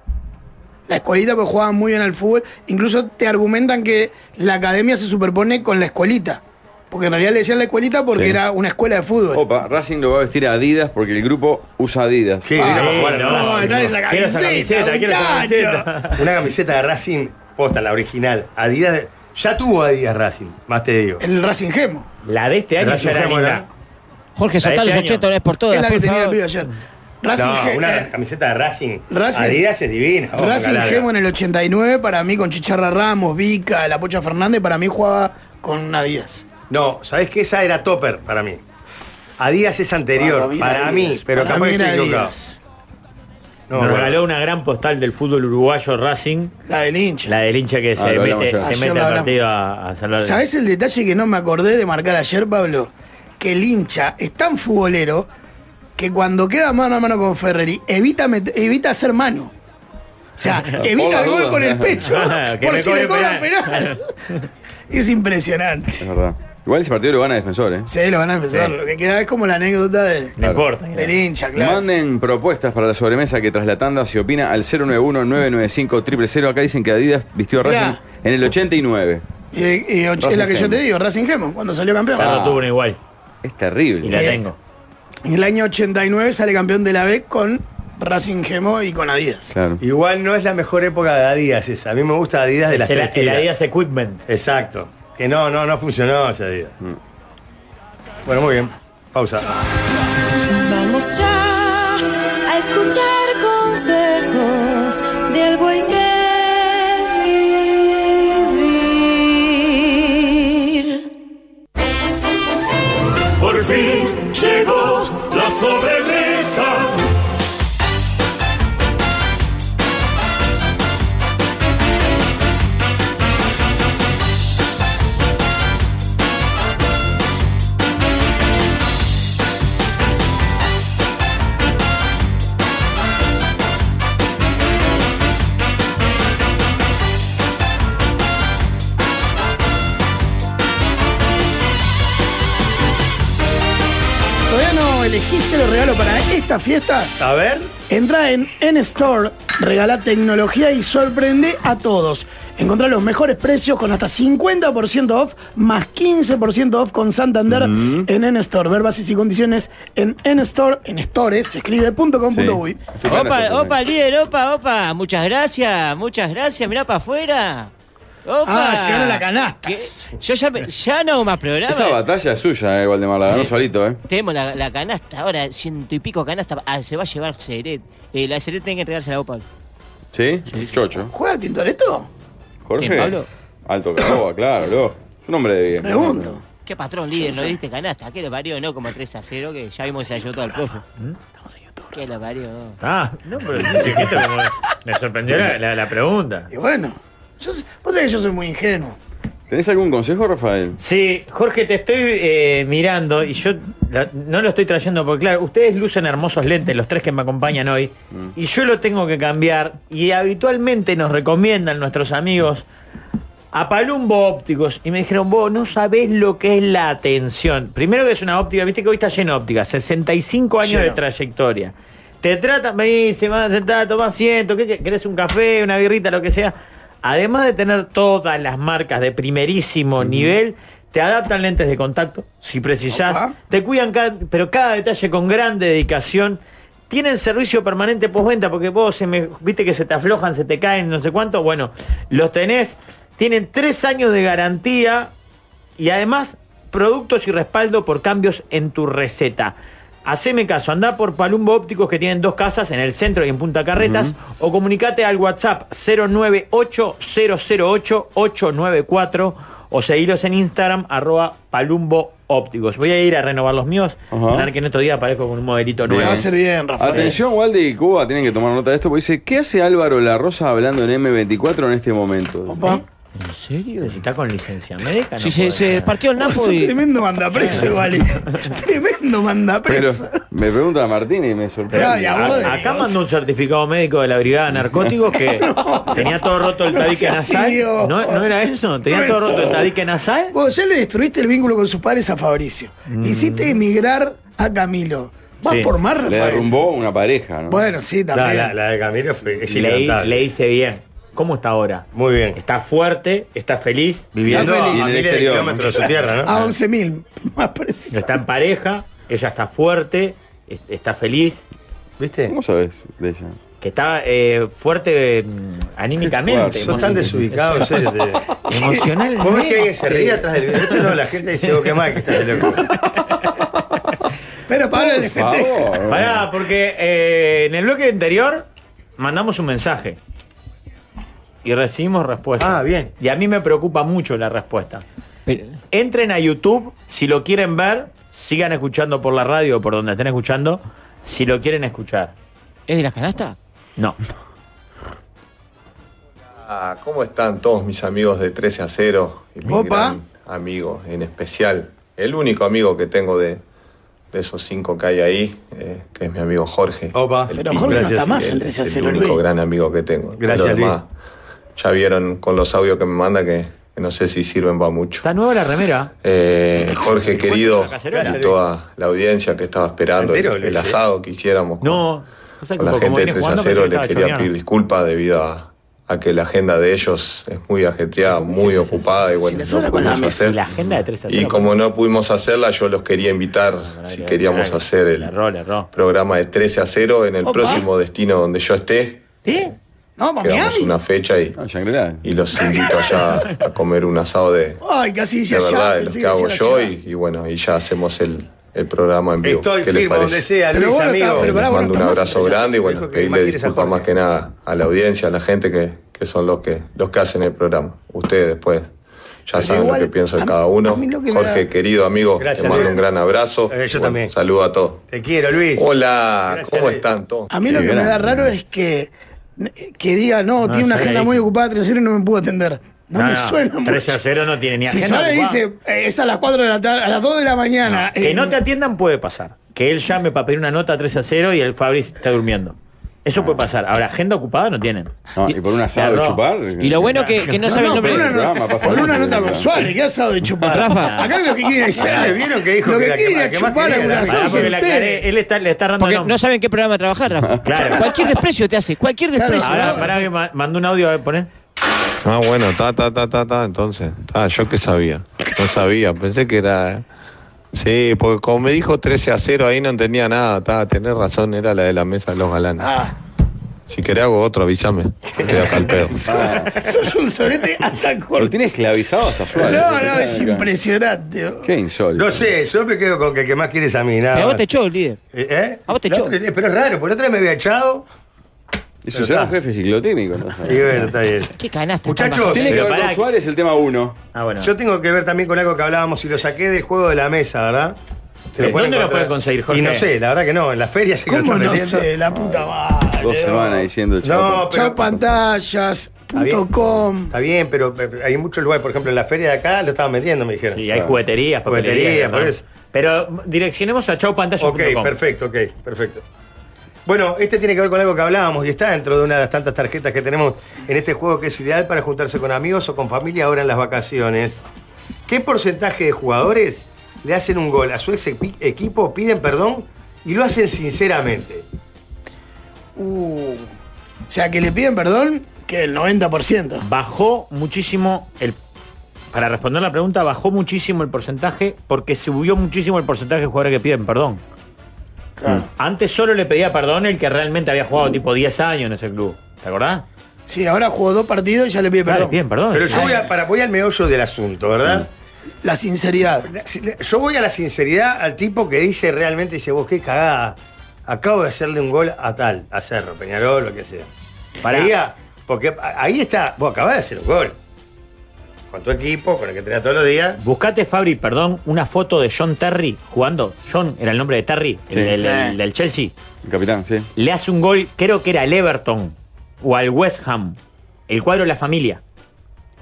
S4: La escuelita porque jugaban muy bien al fútbol. Incluso te argumentan que la academia se superpone con la escuelita. Porque en realidad le decían la escuelita porque
S5: Sí.
S4: era una escuela de fútbol.
S5: Opa, Racing lo va a vestir a Adidas porque el grupo usa Adidas.
S1: Sí,
S4: Ah,
S1: digamos, jugar al
S2: no,
S1: Racing.
S4: no, dale esa
S2: Quiero esa
S4: camiseta,
S2: camiseta, quiero esa
S4: muchacho.
S2: camiseta.
S1: Una camiseta de Racing, posta, la original. Adidas. Ya tuvo Adidas Racing, más te digo.
S4: El Racing Gemo.
S2: La de este año
S1: Racing
S2: ya era
S1: Remo,
S2: linda.
S3: Jorge,
S2: La
S3: soltá
S2: de
S3: los
S2: este
S3: 80
S2: año.
S3: dólares por todas.
S4: Es la que
S3: por
S4: tenía el
S3: favor.
S4: pibe ayer. Racing,
S1: No,
S4: Ge-
S1: una
S4: eh,
S1: camiseta de Racing.
S4: Racing.
S1: Adidas es divina. oh,
S4: Racing
S1: larga.
S4: Gemo en el 89, para mí con Chicharra Ramos, Vica, La Pocha Fernández, para mí jugaba con una 10.
S1: No, ¿sabés qué? Esa era Topper para mí. Adidas es anterior,
S4: Vamos, mira,
S1: para
S4: Adidas.
S1: mí, pero
S4: Para
S1: capaz
S4: mí
S1: que estoy
S4: era
S1: equivocado.
S4: Adidas.
S1: No,
S2: Nos
S1: bueno.
S2: regaló una gran postal del fútbol uruguayo Racing.
S4: La del hincha.
S2: La del hincha que se
S5: lo hablamos
S2: mete,
S5: ayer.
S2: se
S4: Ayer
S2: mete
S4: lo
S2: al
S4: hablamos.
S2: partido a, a saludar.
S4: ¿Sabés el detalle que no me acordé de marcar ayer, Pablo? Que el hincha es tan futbolero que cuando queda mano a mano con Ferreri evita, met- evita hacer mano. O sea,
S5: Por la
S4: evita el gol
S5: duda.
S4: con el pecho
S2: Que
S4: por
S2: me
S4: si le
S2: cobren
S4: cobran
S2: penal.
S4: penal. es impresionante.
S5: Es verdad. Igual ese partido lo gana defensor, ¿eh?
S4: Sí, lo van a empezar.
S2: Sí.
S4: Lo que queda es como la anécdota de,
S2: No importa.
S4: del hincha, claro.
S5: Manden propuestas para la sobremesa que tras la tanda se opina al 091-995-000. Acá dicen que Adidas vistió a Racing
S4: Mirá.
S5: en el 89.
S4: Y, y och-
S5: Racing
S4: es la que yo
S5: Gemo.
S4: te digo, Racing Gemo, cuando salió campeón.
S2: Sardo
S5: Ah.
S2: tuvo una igual.
S5: Es
S2: Y
S5: terrible.
S2: la
S4: Bien.
S2: tengo.
S4: En el año 89 sale campeón de la B con Racing Gemo y con Adidas.
S5: Claro.
S1: Igual no es la mejor época de Adidas esa. A mí me gusta Adidas de
S2: Es
S1: las
S2: el,
S1: tres
S2: el
S1: tiras.
S2: Adidas Equipment.
S1: Exacto. Que no, no, no funcionó ese día.
S9: Mm.
S1: Bueno, muy bien. Pausa.
S8: Vamos ya a escuchar consejos del buen que vivir.
S7: Por fin llegó la sobremesa.
S4: ¿Todavía no elegiste los regalos para estas fiestas?
S1: A ver.
S4: Entra en N-Store, regala tecnología y sorprende a todos. Encontrá los mejores precios con hasta 50% off, más 15% off con Santander en N-Store. Ver bases y condiciones en N-Store, en Store, se escribe punto com punto uy.
S3: Opa, opa, líder, opa, opa. Muchas gracias, muchas gracias. Mirá para afuera. Opa.
S4: Ah, llegaron las canastas.
S3: ¿Qué? Yo ya, me- ya no hago más programa.
S5: Esa batalla es suya, eh, Valdemar. La ganó solito, ¿eh?
S3: Tenemos la, la canasta, ahora ciento y pico canasta. Ah, se va a llevar Seret. Eh, la Seret tiene que entregarse la Pablo.
S5: ¿Sí? Chocho.
S4: ¿Juega Tintoretto?
S5: Jorge.
S3: ¿Quién, Pablo?
S5: Alto Caroba, claro, luego. Es un hombre de bien.
S4: Pregunto.
S3: Qué patrón líder, no diste canasta. ¿Qué lo parió? No, como 3 a 0, que ya vimos que se ayudó todo el profe.
S4: ¿Mm?
S3: ¿Qué lo parió? no?
S2: Ah, no, pero sí, que esto como- me sorprendió la, la- la pregunta.
S4: Y bueno, yo, sé- vos sabés que yo soy muy ingenuo.
S5: ¿Tenés algún consejo, Rafael?
S2: Sí, Jorge, te estoy eh, mirando y yo la- no lo estoy trayendo porque, claro, ustedes lucen hermosos lentes, los tres que me acompañan hoy, y yo lo tengo que cambiar. Y habitualmente nos recomiendan nuestros amigos a Palumbo Ópticos y me dijeron, vos no sabés lo que es la atención. Primero que es una óptica, viste que hoy está lleno de óptica, 65 años de
S4: Lleno.
S2: trayectoria. Te tratan, vení, se van a sentar, toma asiento, ¿qué- qué- ¿querés un café, una birrita, lo que sea? Además de tener todas las marcas de primerísimo nivel, te adaptan lentes de contacto, si precisás,
S4: Opa.
S2: te cuidan, cada- pero cada detalle con gran dedicación. Tienen servicio permanente postventa porque vos se me, viste que se te aflojan, se te caen, no sé cuánto. Bueno, los tenés. Tienen tres años de garantía y además productos y respaldo por cambios en tu receta. Haceme caso, andá por Palumbo Ópticos que tienen dos casas en el centro y en Punta Carretas o comunicate al WhatsApp 098-008-894 o seguilos en Instagram arroba Palumbo Ópticos. Voy a ir a renovar los míos,
S5: Ajá.
S2: Ganar que en estos días aparezco con un modelito
S4: Te
S2: nuevo.
S4: va a ser bien, Rafael.
S5: Atención, Walde y Cuba tienen que tomar nota de esto, porque dice, ¿qué hace Álvaro La Rosa hablando en M24 en este momento?
S4: Opa.
S3: ¿En serio?
S2: Si está con licencia médica, no
S3: Si se,
S2: puede
S3: se
S2: ser.
S3: partió el
S4: Vos sos
S3: Napo
S4: un
S3: y.
S4: tremendo mandapreso, igual. eh. tremendo
S5: Pero
S4: mandapreso.
S5: me pregunta Martín y me
S4: Ay,
S5: sorprende.
S4: a vos,
S2: A- Ah, Acá
S4: Dios.
S2: mandó un certificado médico de la brigada de narcóticos que tenía todo roto el
S4: No
S2: tabique
S4: seas
S2: nasal.
S4: idiota.
S2: ¿No, no era eso?
S4: No
S2: ¿Tenía
S4: es
S2: todo roto el
S4: eso.
S2: tabique nasal?
S4: Vos ya le destruiste el vínculo con sus padres a Fabricio.
S9: Mm.
S4: Hiciste emigrar a Camilo. Vas
S2: Sí.
S4: por más,
S5: Le
S4: Rafael.
S5: derrumbó una pareja, ¿no?
S4: Bueno, sí,
S1: La,
S4: también.
S1: la- la de Camilo fue- es
S2: Le,
S1: inevitable.
S2: le hice bien. ¿Cómo está ahora?
S1: Muy bien.
S2: Está fuerte, está feliz,
S5: Viviendo
S4: Está
S1: A
S4: feliz.
S5: en el
S1: miles de
S5: exterior.
S1: kilómetros de su tierra, ¿no?
S4: A 11.000, más preciso.
S2: está en pareja, ella está fuerte, es- está feliz,
S1: ¿Viste?
S5: ¿Cómo sabes de ella?
S2: que está eh, fuerte eh, anímicamente.
S5: Qué fuerte.
S1: Sos tan desubicado, en serio. te-
S2: Emocionalmente.
S1: ¿Vos ves que alguien se ríe atrás del video? Esto no, la gente dice, oh, qué mal que estás de loco.
S4: Pero Pablo le
S5: Por
S4: festeja.
S5: favor.
S2: Pará, porque eh, en el bloque anterior mandamos un mensaje y recibimos respuesta.
S1: Ah, bien.
S2: Y a mí me preocupa mucho la respuesta.
S3: Pero,
S2: Entren a YouTube, si lo quieren ver, sigan escuchando por la radio o por donde estén escuchando, si lo quieren escuchar.
S3: ¿Es de las canastas?
S2: No.
S9: Ah, ¿Cómo están todos mis amigos de 13 a 0? Y mi
S4: Opa.
S9: gran amigo, en especial, el único amigo que tengo de, de esos cinco que hay ahí, eh, que es mi amigo Jorge.
S1: Opa.
S9: El
S4: Pero
S9: Pi.
S4: Jorge no
S1: Gracias,
S4: está más
S9: Él
S4: en 13 a
S9: es
S4: 0,
S9: el único
S4: Luis.
S9: gran amigo que tengo.
S1: Gracias,
S9: Los demás, Ya vieron con los audios que me manda que, que no sé si sirven para mucho.
S2: Está nueva la remera.
S9: Eh, Jorge,
S2: ¿Cuánto es
S9: querido,
S2: la cacerola?
S9: y toda la audiencia que estaba esperando el,
S1: Entero,
S9: el
S1: Luis, ¿eh?
S9: asado que hiciéramos. con-
S2: No. o sea,
S9: a la
S2: como
S9: gente de
S2: viene
S9: 3 a
S2: jugando,
S9: 0
S2: pensé que
S9: les
S2: estaba
S9: quería
S2: choneando.
S9: pedir disculpas debido a, a que la agenda de ellos es muy ajetreada, muy ocupada y bueno,
S4: le sobra
S9: no
S4: con la
S9: pudimos
S4: mesa
S2: Y
S9: hacer.
S2: la agenda de 3 a 0.
S9: Y como no pudimos hacerla, yo los quería invitar si queríamos hacer el
S2: Error, error.
S9: programa de 13 a 0 en el
S4: Opa.
S9: próximo destino donde yo esté.
S4: ¿Sí? No, para
S9: Quedamos
S4: Miami.
S9: una fecha y,
S5: No, Shangri-La.
S9: y los invito allá a comer un asado de,
S4: Ay, casi dice
S9: de verdad,
S4: allá.
S9: de los
S4: pensé
S9: que hago
S4: decía
S9: yo
S4: allá.
S9: y, y bueno, y ya hacemos el, el programa en vivo.
S1: Estoy
S9: ¿Qué les
S1: firme donde
S9: parece?
S1: sea,
S4: Pero
S1: Luis,
S4: vos no estás-
S1: amigo.
S4: pero pará,
S9: Les
S4: vos no
S9: mando un
S4: estás más
S9: abrazo
S4: en 13 a 0.
S9: grande y bueno,
S1: Dijo que
S9: pedirle
S1: más quieres a
S9: disculpas
S1: Jorge.
S9: más que nada a la audiencia, a la gente que, que son los que, los que hacen el programa. Ustedes, pues, ya saben
S4: igual,
S9: lo que pienso
S4: a
S9: de
S4: mí-
S9: cada uno.
S4: a mí lo que me
S9: Jorge,
S4: da-
S9: querido amigo,
S1: Gracias,
S9: te mando
S1: Luis.
S9: un gran abrazo.
S1: Eh, yo también.
S9: Saludo a todos.
S1: Te quiero, Luis.
S9: Hola,
S1: Gracias, eh.
S9: ¿cómo
S1: Luis.
S9: están todos?
S4: A mí lo
S5: Qué
S4: que me da
S5: grande.
S4: raro es que, que diga, no, tiene una
S2: ya le
S4: agenda
S2: dije.
S4: muy ocupada 3 a 0 y no me pudo atender. No, me suena mucho.
S2: 3 a 0 no tiene ni
S4: Si
S2: agenda.
S4: Sara
S2: ocupada.
S4: dice, eh, es a las 4 de la tarde, a las 2 de la mañana.
S2: Ah, Que
S4: eh,
S2: no te atiendan puede pasar. Que él llame para pedir una nota 3 a 0 y el Fabri está durmiendo. Eso puede pasar. Ahora, agenda ocupada no tienen.
S5: No, y por un asado
S2: Error.
S5: chupar.
S3: Y lo bueno que, que no
S4: No,
S3: sabe el
S4: no,
S3: nombre.
S4: por una, no-
S5: Programa, pasa
S4: por una
S5: mucho,
S4: nota
S5: ¿verdad?
S4: con Suárez, ¿qué asado de chupar?
S3: Rafa.
S4: Acá lo que quieren es.
S1: ¿Ustedes Ah, vieron que dijo
S4: Lo
S1: que
S4: que
S1: la
S4: quieren
S1: que-
S4: es
S1: la que más
S4: chupar
S1: quería
S4: algún
S1: era la-
S4: asado.
S2: Pará,
S1: Entonces,
S2: Ah, porque le aclaré, él está, le está dando
S3: Porque
S2: nombre.
S3: no saben qué programa trabajar, Rafa.
S2: Claro.
S3: Cualquier desprecio te hace, cualquier
S4: Claro.
S3: desprecio.
S2: Ahora,
S4: no.
S2: pará que ma- mandó un audio a ver, poner.
S9: Ah, bueno, ta, ta, ta, ta, ta, entonces. Ah, yo qué sabía. No sabía, pensé que era. eh. Sí, porque como me dijo 13 a 0, ahí no entendía nada. Ta, tenés razón, era la de la mesa de los galanes. Si querés hago otro, avísame. Estoy acá al pedo.
S5: Ah.
S4: Sos un sorete hasta
S5: Lo
S4: corto.
S5: tiene esclavizado hasta
S4: No,
S5: Suárez.
S4: no, es impresionante.
S5: Qué insólito.
S1: No sé, yo me quedo con que el que más quieres a mí, nada
S3: Pero a vos
S1: más.
S3: te echó el líder.
S1: ¿Eh?
S3: A vos te
S1: La
S3: echó.
S1: otra- Pero es raro, por otra vez me había echado.
S5: Y su será un jefe ciclotímico. ¿no?
S1: Y bueno, está bien.
S3: ¿Qué canasta?
S1: Muchachos, eh,
S3: tan baja?
S5: Tiene que
S2: Pero
S5: ver con
S2: pará,
S5: Suárez el tema uno.
S2: Ah, bueno.
S1: Yo tengo que ver también con algo que hablábamos y lo saqué del juego de la mesa, ¿verdad? Se
S2: Sí. ¿Dónde lo
S1: encontrar.
S2: pueden conseguir, Jorge?
S1: Y no sé, la verdad que no, en las ferias sí que lo
S4: ¿Cómo
S1: están
S4: no
S1: vendiendo.
S4: sé? La puta madre.
S5: Dos semanas diciendo
S1: No,
S5: chao.
S1: pero-
S4: Chao pantallas,
S1: bien.
S4: punto com.
S1: Está bien, pero pero hay muchos lugares, por ejemplo, en la feria de acá lo estaban vendiendo, me dijeron.
S2: Sí, hay jugueterías,
S1: Jugueterías,
S2: papelerías.
S1: por
S2: ¿no?
S1: eso.
S2: Pero direccionemos a chaupantalla.com.
S1: Ok, perfecto, ok, perfecto. Bueno, este tiene que ver con algo que hablábamos y está dentro de una de las tantas tarjetas que tenemos en este juego que es ideal para juntarse con amigos o con familia ahora en las vacaciones. ¿Qué porcentaje de jugadores le hacen un gol a su ex equi- equipo, piden perdón y lo hacen sinceramente?
S4: Uh. O sea, que le piden perdón que el 90%.
S2: Bajó muchísimo el. Para responder la pregunta, bajó muchísimo el porcentaje porque subió muchísimo el porcentaje de jugadores que piden perdón. Mm. Antes solo le pedía perdón el que realmente había jugado tipo 10 años en ese club. ¿Te acordás?
S4: Sí, ahora jugó dos partidos y ya le pide
S2: Claro,
S4: perdón.
S2: bien, Ah, perdón.
S1: Pero yo voy, a- para, voy al meollo del asunto, ¿verdad?
S4: La sinceridad.
S1: Si- Yo voy a la sinceridad al tipo que dice realmente, dice, vos qué cagada, acabo de hacerle un gol a tal, a Cerro, Peñarol, lo que sea.
S2: Pará.
S1: Pará, porque a- ahí está, vos acabás de hacer un gol. Con tu equipo, con el que entrenas todos los días.
S2: Buscate, Fabri, perdón, una foto de John Terry jugando. John era el nombre de Terry, el,
S5: Sí.
S2: del- del-
S4: Sí.
S2: del Chelsea.
S5: El capitán, sí.
S2: Le hace un gol, creo que era al Everton o al West Ham. El cuadro de la familia.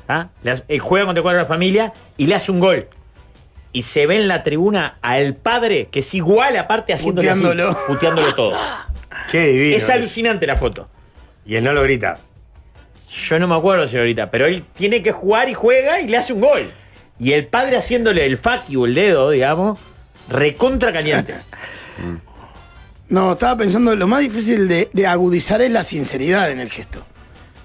S2: ¿Ah? Le hace- él juega contra el cuadro de la familia y le hace un gol. Y se ve en la tribuna al padre, que es igual aparte haciéndole así,
S4: Puteándolo.
S2: puteándolo todo.
S1: Qué divino.
S2: es alucinante la foto.
S1: Y él no lo grita.
S2: Yo no me acuerdo, señorita, pero él tiene que jugar y juega y le hace un gol. Y el padre haciéndole el fuck you, el dedo, digamos, recontra caliente.
S4: No, estaba pensando, lo más difícil de, de agudizar es la sinceridad en el gesto.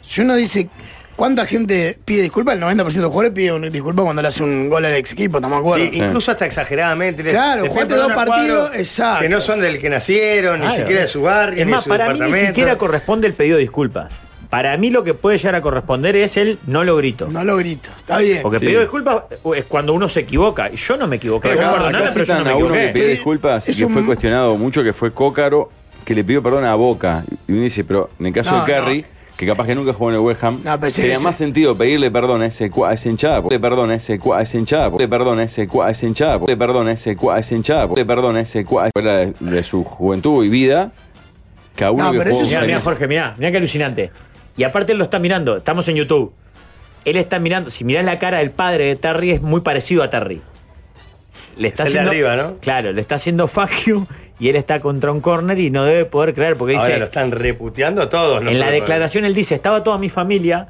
S4: Si uno dice, ¿cuánta gente pide disculpas? El 90% de los jugadores pide una disculpa cuando le hace un gol al ex equipo, ¿estamos de acuerdo?
S1: Sí, incluso hasta exageradamente. Le-
S4: Claro,
S1: le piden
S4: jugaste
S1: perdón
S4: dos
S1: a cuadros
S4: partidos, exacto.
S1: Que no son del que nacieron, ni
S2: Claro.
S1: siquiera de su barrio, ni
S2: Es
S1: de
S2: más,
S1: su
S2: para mí ni
S1: departamento.
S2: siquiera corresponde el pedido de disculpas. Para mí lo que puede llegar a corresponder es el no lo grito.
S4: No lo grito, está bien.
S2: Porque el
S5: Sí.
S2: pedido de disculpas es cuando uno se equivoca. Y Yo no me equivoqué.
S5: Pero
S2: vos
S5: acá-
S2: perdoname,
S5: acá
S2: pero yo
S5: citan
S2: no me
S5: a uno que
S2: equivoqué.
S5: pidió disculpas y
S4: Es
S5: que
S4: un-
S5: fue cuestionado mucho, que fue Cócaro, que le pidió perdón a Boca. Y uno dice, pero en el caso
S4: No,
S5: de Carry, que capaz que nunca jugó en el West Ham,
S4: No, pero sí,
S5: tenía
S4: sí.
S5: más sentido pedirle perdón a ese cua, a ese hinchada, porque- le perdón a ese cua, a ese hinchada, porque- le perdón a ese cua, a ese hinchada, porque- le perdón a ese cua, a ese hinchada, porque- le perdón a ese cua, era de, de su juventud y vida, que a uno
S4: No,
S5: que
S4: pero
S5: jugó
S4: eso
S5: un
S2: Mira, mira,
S5: año.
S2: Jorge, mira, mira qué alucinante. Y aparte él lo está mirando, estamos en YouTube. Él está mirando, si mirás la cara del padre de Terry, es muy parecido a Terry. Le está
S1: Es el de
S2: haciendo,
S1: arriba, ¿no?
S2: Claro, le está haciendo fuck you y él está contra un corner y no debe poder creer porque
S1: Ahora
S2: dice,
S1: lo están reputeando todos. no
S2: en la
S1: solo-
S2: declaración él dice, estaba toda mi familia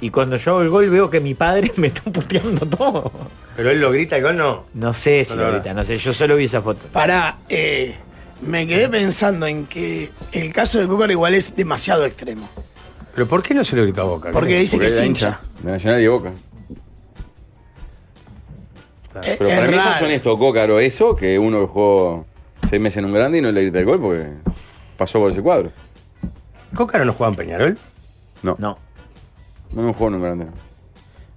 S2: y cuando yo hago el gol veo que mi padre me está puteando todo.
S1: Pero él lo grita, y gol no.
S2: No sé si
S1: No, no, no.
S2: ahorita, no sé, yo solo vi esa foto.
S4: Pará, eh, me quedé pensando en que el caso de Cócaro igual es demasiado extremo.
S1: ¿Pero por qué no se lo grita a Boca?
S4: Porque dice
S5: Porque
S4: que es
S5: era
S4: hincha.
S5: De Nacional y de Boca.
S4: Es,
S5: Pero
S4: Eh, es
S5: para mí es
S4: raro.
S5: honesto, Cócaro, eso, que uno que jugó seis meses en un grande y no le grita el gol porque pasó por ese cuadro.
S1: ¿Cócaro no juega en Peñarol?
S5: No, no,
S2: No.
S5: me jugó en un grande. no.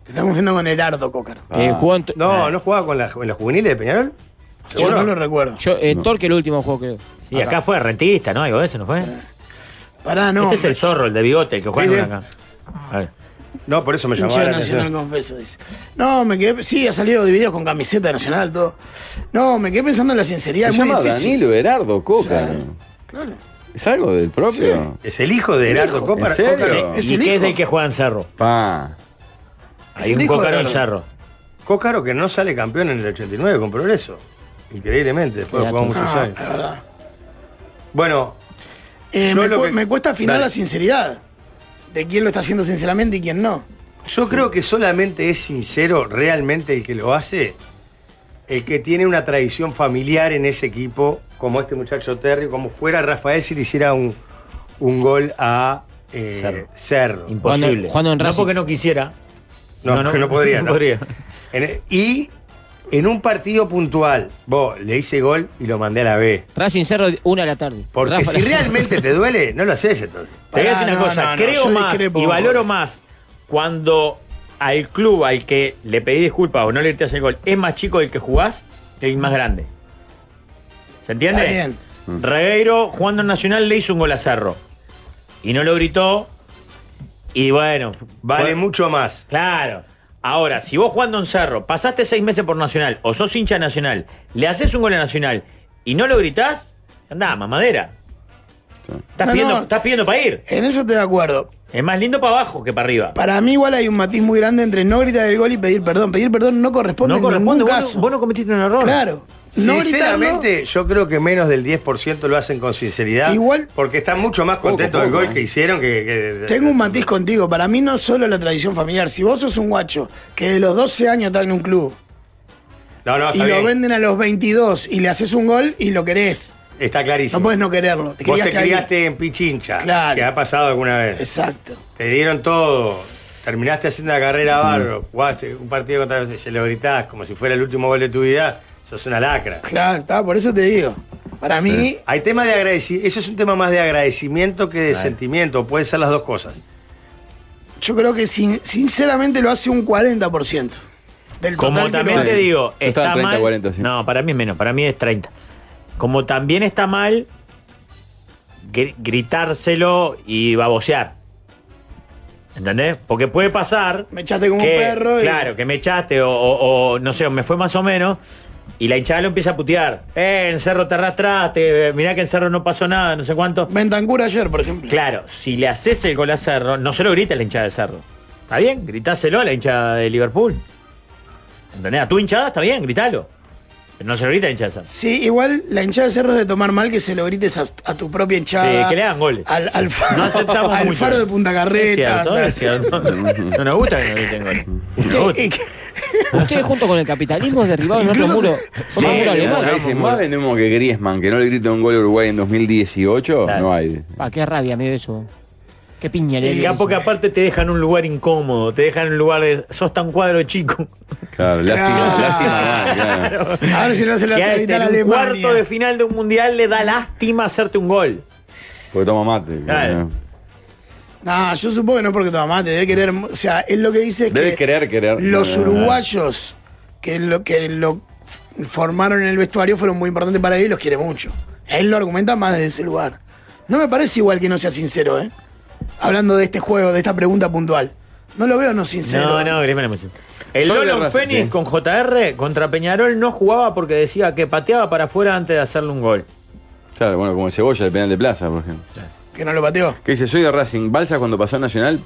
S4: Te estás confundiendo con Herardo Cócaro.
S3: Eh, jugó en to-
S1: No, no jugaba con la, en la juvenil de Peñarol.
S4: Yo
S1: Ah, ¿Seguro?
S4: no lo recuerdo.
S3: Yo, eh, Torque el último juego que.
S2: Sí, acá, fue rentista, ¿no? Algo de eso, ¿no fue?
S4: Pará, no.
S2: este es el zorro, el de bigote, el que juega en
S1: Miren.
S2: acá. A ver.
S1: No, por eso me
S4: Hincha
S1: llamaba
S4: de
S1: la
S4: Nacional,
S1: atención.
S4: confeso, dice. No, me quedé. Sí, ha salido de videos con camiseta de Nacional, todo. No, me quedé pensando en la sinceridad.
S5: Se
S4: Es muy
S5: llama
S4: difícil.
S5: Danilo Berardo Cócaro.
S4: Claro.
S5: ¿Es algo del propio?
S1: Es el hijo de Heraldo
S4: hijo.
S1: Cópara-
S5: ¿En serio?
S1: Cócaro.
S4: Es
S2: ¿Y
S4: el
S2: qué es
S4: hijo.
S2: del que juega en Cerro?
S5: Pa.
S4: Es
S2: Hay
S4: el
S2: un
S4: hijo de
S2: cócaro en
S4: Herardo.
S2: Cerro.
S1: Cócaro que no sale campeón en el 89 con Progreso. Increíblemente, después de
S3: Qué
S1: jugar
S3: dato.
S1: muchos
S4: Ah, es
S1: años.
S4: verdad.
S1: Bueno,
S4: Eh,
S1: Yo
S4: me,
S1: lo
S4: cu-
S1: que-
S4: me cuesta afinar
S1: Dale.
S4: la sinceridad. De quién lo está haciendo sinceramente y quién no.
S1: yo creo que solamente es sincero realmente el que lo hace, el que tiene una tradición familiar en ese equipo, como este muchacho Terry, como fuera Rafael si le hiciera un, un gol a eh,
S2: Cerro.
S1: Cerro.
S2: Imposible.
S3: Jugando- jugando en
S2: no
S3: Racing.
S2: porque no quisiera.
S1: No, que no podría,
S2: no
S1: no.
S2: podría.
S1: En- e, y en un partido puntual, vos le hice gol y lo mandé a la B.
S3: Racing Cerro, una de la tarde.
S1: Porque
S3: Rafa-
S1: si realmente te duele, no lo haces entonces.
S2: Te voy a decir
S4: Pará,
S2: una
S4: no,
S2: cosa.
S4: no, no,
S2: creo
S4: yo
S2: más
S4: discrepo.
S2: y valoro más cuando al club al que le pedí disculpas o no le gritas el gol es más chico el que jugás que el más grande. ¿Se entiende?
S4: Está bien.
S2: Regueiro jugando en Nacional le hizo un gol a Cerro. y no lo gritó. Y bueno,
S1: Vale
S2: fue-
S1: mucho más.
S2: Claro. Ahora, si vos jugando en Cerro, pasaste seis meses por Nacional, o sos hincha de Nacional, le haces un gol a Nacional y no lo gritás, andá, mamadera. Estás,
S4: No,
S2: pidiendo,
S4: no.
S2: estás pidiendo para ir.
S4: En eso estoy de acuerdo.
S2: Es más lindo para abajo que para arriba.
S4: Para mí igual hay un matiz muy grande entre no gritar el gol y pedir perdón. Pedir perdón no corresponde
S2: no
S4: en
S2: corresponde,
S4: ningún
S2: vos,
S4: caso.
S2: No, vos no cometiste un error.
S4: Claro. No gritarlo
S1: Sinceramente, yo creo que menos del 10% lo hacen con sinceridad.
S4: Igual-
S1: Porque están mucho más contentos
S5: poco,
S1: del gol
S5: eh.
S1: que hicieron que. que-
S4: Tengo un matiz contigo. Para mí no solo la tradición familiar. Si vos sos un guacho que de los 12 años está en un club
S1: No, no,
S2: Ah,
S4: y
S1: está,
S4: lo
S1: bien.
S4: venden a los 22 y le haces un gol y lo querés.
S1: Está clarísimo.
S4: No puedes no quererlo. Te
S1: Vos te
S4: criaste ahí.
S1: criaste en Pichincha.
S4: Claro.
S1: Que ha pasado alguna vez.
S4: Exacto.
S1: Te dieron todo. Terminaste haciendo la carrera a barro. Jugaste un partido contra. Se lo gritás como si fuera el último gol de tu vida. Sos una lacra.
S4: Claro, está, por eso te digo. Para mí,
S1: Hay tema de agradecimiento. Eso es un tema más de agradecimiento que de sentimiento. Pueden ser las dos cosas.
S4: yo creo que sin- sinceramente lo hace un 40% del total
S2: Como
S4: que lo
S2: también
S4: hace.
S2: te digo,
S5: Yo
S2: está
S5: estaba en 30,
S2: mal.
S5: 40, sí.
S2: No, para mí es menos, para mí es 30. Como también está mal gri- gritárselo y babosear. ¿Entendés? Porque puede pasar.
S4: Me echaste como
S2: que-
S4: un perro. y-
S2: Claro, que me echaste o, o- o, no sé, o me fue más o menos. Y la hinchada lo empieza a putear. Eh, en Cerro te arrastraste, eh, mirá que en Cerro no pasó nada, no sé cuánto.
S4: Bentancur ayer, por ejemplo.
S2: Claro, si le haces el gol a Cerro, no se lo grita a la hinchada de Cerro. ¿Está bien? Gritáselo a la hinchada de Liverpool. ¿Entendés? A tu hinchada está bien, gritalo. Pero no se lo grita a la hinchada de Cerro.
S4: Sí, igual la hinchada de cerro es de tomar mal que se lo grites a, a tu propia hinchada.
S2: Sí, que le hagan goles.
S4: Al, al faro,
S2: No aceptamos
S4: al
S2: mucho.
S4: faro de Punta
S2: Es
S4: Carreta.
S2: cierto,
S4: o sea,
S2: es cierto. No nos gusta que nos griten goles. No nos gusta.
S4: y que-
S3: Ustedes junto con el capitalismo derribaron otro
S4: Incluso-
S3: muro,
S2: Sí,
S3: más muro
S2: bueno,
S3: alemán.
S5: Eh, Acá dicen, más vendemos que Griezmann, que no le grita un gol a Uruguay en 2018.
S2: Claro.
S5: No hay.
S3: Ah, qué rabia me dio eso. Qué piña le
S2: Y
S3: dio
S2: ya
S3: eso.
S2: porque aparte te dejan en un lugar incómodo, te dejan en un lugar de. sos tan cuadro chico.
S5: Claro, lástima,
S4: Claro.
S5: lástima. nada, claro.
S4: a ver si no se la
S2: que
S4: hace
S2: hasta
S4: gritar a
S2: en un
S4: Alemania.
S2: cuarto de final de un mundial le da lástima hacerte un gol.
S5: Porque toma mate.
S2: Claro.
S4: No, yo supongo que no porque tu mamá te debe querer. O sea, él lo que dice es
S5: Debe
S4: que.
S5: querer, Ah. querer.
S4: Los
S5: No, no, no.
S4: uruguayos que lo, que lo f- formaron en el vestuario fueron muy importantes para él y los quiere mucho. Él lo argumenta más desde ese lugar. No me parece igual que no sea sincero, ¿eh? Hablando de este juego, de esta pregunta puntual. No lo veo no sincero. ¿eh?
S2: No, no, Griezmann es muy simple. El
S5: Soy de
S2: Lolo
S5: Racing,
S2: Fénix
S5: sí.
S2: con JR contra Peñarol no jugaba porque decía que pateaba para afuera antes de hacerle un gol.
S5: Claro, bueno, como el cebolla, el penal de plaza, por ejemplo.
S4: Que no lo pateó.
S5: Que dice, soy de Racing. Balsa cuando pasó a Nacional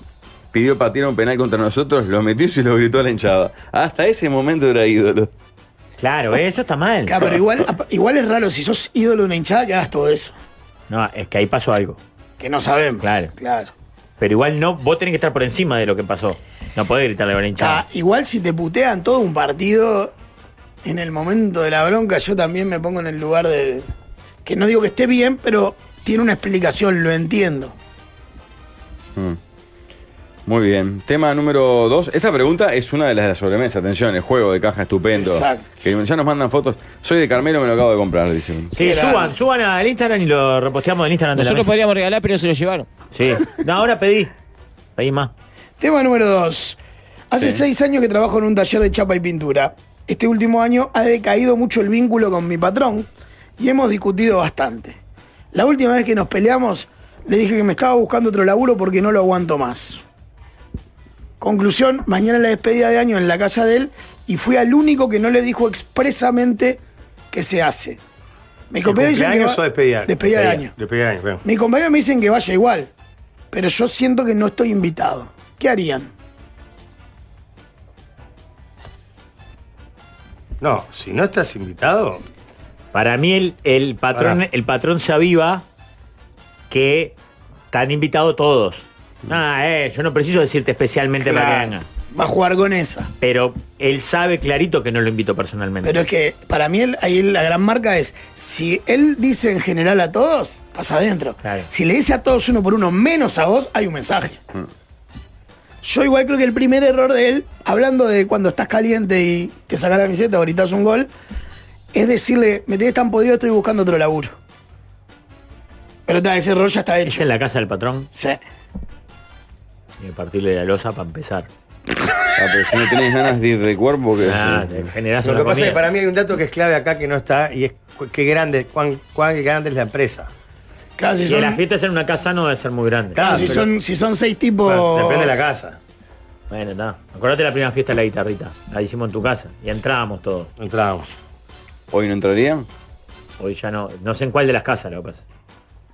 S5: pidió patear un penal contra nosotros, lo metió y se lo gritó a la hinchada. Hasta ese momento era ídolo. Oh.
S2: Claro, eso está mal.
S4: Claro, Ah, pero igual, igual es raro si sos ídolo de una hinchada que hagas todo eso.
S2: No, es que ahí pasó algo.
S4: Que no sabemos.
S2: Claro.
S4: Claro.
S2: Pero igual no, vos tenés que estar por encima de lo que pasó. No podés gritarle a la hinchada.
S4: Ah, igual si te putean todo un partido, en el momento de la bronca, yo también me pongo en el lugar de. Que no digo que esté bien, pero tiene una explicación, lo entiendo.
S5: Muy bien. Tema número dos. Esta pregunta es una de las de la sobremesa. Atención, el juego de caja estupendo.
S4: Exacto.
S5: Que ya nos mandan fotos. Soy de Carmelo, me lo acabo de comprar, dicen.
S2: Sí,
S4: Era-
S2: suban, suban al Instagram y lo reposteamos en Instagram de la
S3: Nosotros
S2: mesa.
S3: podríamos regalar, pero se lo llevaron.
S2: Sí. No, ahora pedí. Pedí más.
S4: Tema número dos. Hace
S5: Sí.
S4: seis años que trabajo en un taller de chapa y pintura. Este último año ha decaído mucho el vínculo con mi patrón y hemos discutido bastante. La última vez que nos peleamos, le dije que me estaba buscando otro laburo porque no lo aguanto más. Conclusión, mañana es la despedida de año en la casa de él y fui al único que no le dijo expresamente que se hace. Mis compañeros dicen que
S1: ¿Cumpleaños
S4: va-
S1: o despedida?
S4: Despedida de año.
S1: Despedida de año, claro.
S4: Mis compañeros me dicen que vaya igual, pero yo siento que no estoy invitado. ¿Qué harían?
S1: No, si no estás invitado,
S2: Para mí el, el patrón,
S1: Pará.
S2: el patrón se aviva que están invitados todos.
S5: Mm.
S2: Ah, eh, yo no preciso decirte especialmente para que venga.
S4: Va a jugar con esa.
S2: Pero él sabe clarito que no lo invito personalmente.
S4: Pero es que para mí el- ahí la gran marca es, si él dice en general a todos, estás adentro.
S2: Claro. Mm.
S4: Si le dice a todos uno por uno menos a vos, hay un mensaje. Yo igual creo que el primer error de él, hablando de cuando estás caliente y te sacas la camiseta o gritas un gol, es decirle, me tenés tan podrido, estoy buscando otro laburo. Pero ta, ese error ya está
S2: es
S4: hecho.
S2: en la casa del patrón
S4: Sí.
S2: y partirle la losa para empezar.
S5: Ah, pero si no tenés ganas de ir de cuerpo, que.
S2: Ah, te generás
S1: Lo
S2: una
S1: que pasa es que
S2: comida.
S1: para mí hay un dato que es clave acá que no está y es cu- qué grande, cuán, cuán grande es la empresa.
S4: Claro, si
S2: Si
S4: son,
S2: la fiesta es en una casa no debe ser muy grande.
S4: claro, si
S1: pero-
S4: son, si son seis tipos.
S1: Depende de la casa.
S2: Bueno, está. Acordate la primera fiesta de la guitarrita. La hicimos en tu casa. Y entrábamos todos.
S1: Entrábamos.
S5: ¿Hoy no entrarían?
S2: Hoy ya no. No sé en cuál de las casas lo que pasa.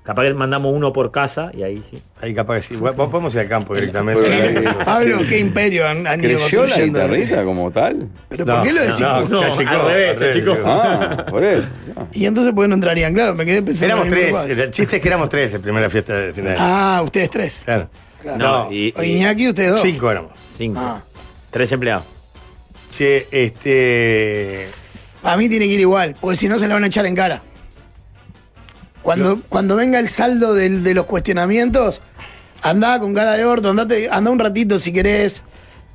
S2: Capaz que mandamos uno por casa y ahí sí.
S1: Ahí capaz que sí. Bueno, Podemos ir al campo directamente.
S4: Pablo, qué imperio han, han ido
S5: ¿Creció la
S4: construyendo.
S5: guitarrista como tal?
S4: Pero ¿por qué lo decís?
S1: No,
S2: No,
S1: ya,
S2: al
S1: chico,
S2: revés,
S1: al revés,
S2: chico.
S1: chico.
S5: Ah, por eso. ya.
S4: Y entonces, ¿por qué no entrarían? Claro, me quedé pensando.
S1: Éramos
S4: en mi
S1: tres. eh,
S4: papá.
S1: El chiste es que éramos tres en primera fiesta de fin de año.
S4: Ah, ustedes tres.
S1: Claro.
S2: No,
S1: No,
S2: y,
S4: O
S2: y
S4: Iñaki, ustedes dos.
S1: eh, cinco éramos.
S2: cinco.
S4: Ah.
S2: Tres empleados.
S1: Che, este.
S4: A mí tiene que ir igual, porque si no se la van a echar en cara. Cuando, cuando venga el saldo del- de los cuestionamientos, andá con cara de orto, andate, andá un ratito si querés,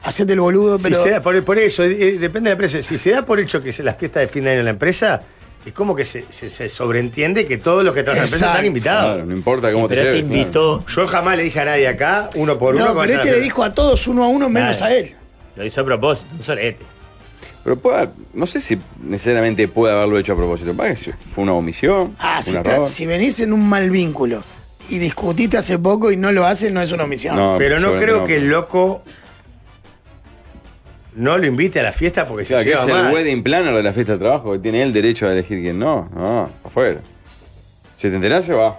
S4: hacete el boludo,
S1: si
S4: pero.
S1: se da por, por eso, eh, depende de la empresa. Si se da por hecho que es la fiesta de fin de año en la empresa, es como que se, se- se sobreentiende que todos los que trabajan en la empresa
S4: Exacto.
S1: están invitados.
S5: Claro, no importa cómo
S2: Pero
S5: te
S2: él te
S5: lleves. claro.
S2: invitó.
S1: Yo jamás le dije a nadie acá, uno por uno.
S4: no,
S1: que
S4: pero
S1: vayan a
S4: este
S1: la
S4: le
S1: fiesta.
S4: dijo a todos uno a uno menos
S2: Claro.
S4: a él.
S2: Lo hizo a propósito. Un solete.
S5: Pero pueda- no sé si necesariamente puede haberlo hecho a propósito. Para que si fue una omisión,
S4: Ah, si,
S5: un
S4: te-
S5: error.
S4: si venís en un mal vínculo y discutiste hace poco y no lo haces, no es una omisión.
S5: No,
S1: Pero no
S5: seguramente
S1: creo
S5: no.
S1: que el loco no lo invite a la fiesta porque
S5: O sea,
S1: se
S5: que
S1: lleva
S5: es el
S1: mal.
S5: wedding planner de la fiesta de trabajo, que tiene el derecho a elegir quién no. No, afuera. Si te enterás, se va.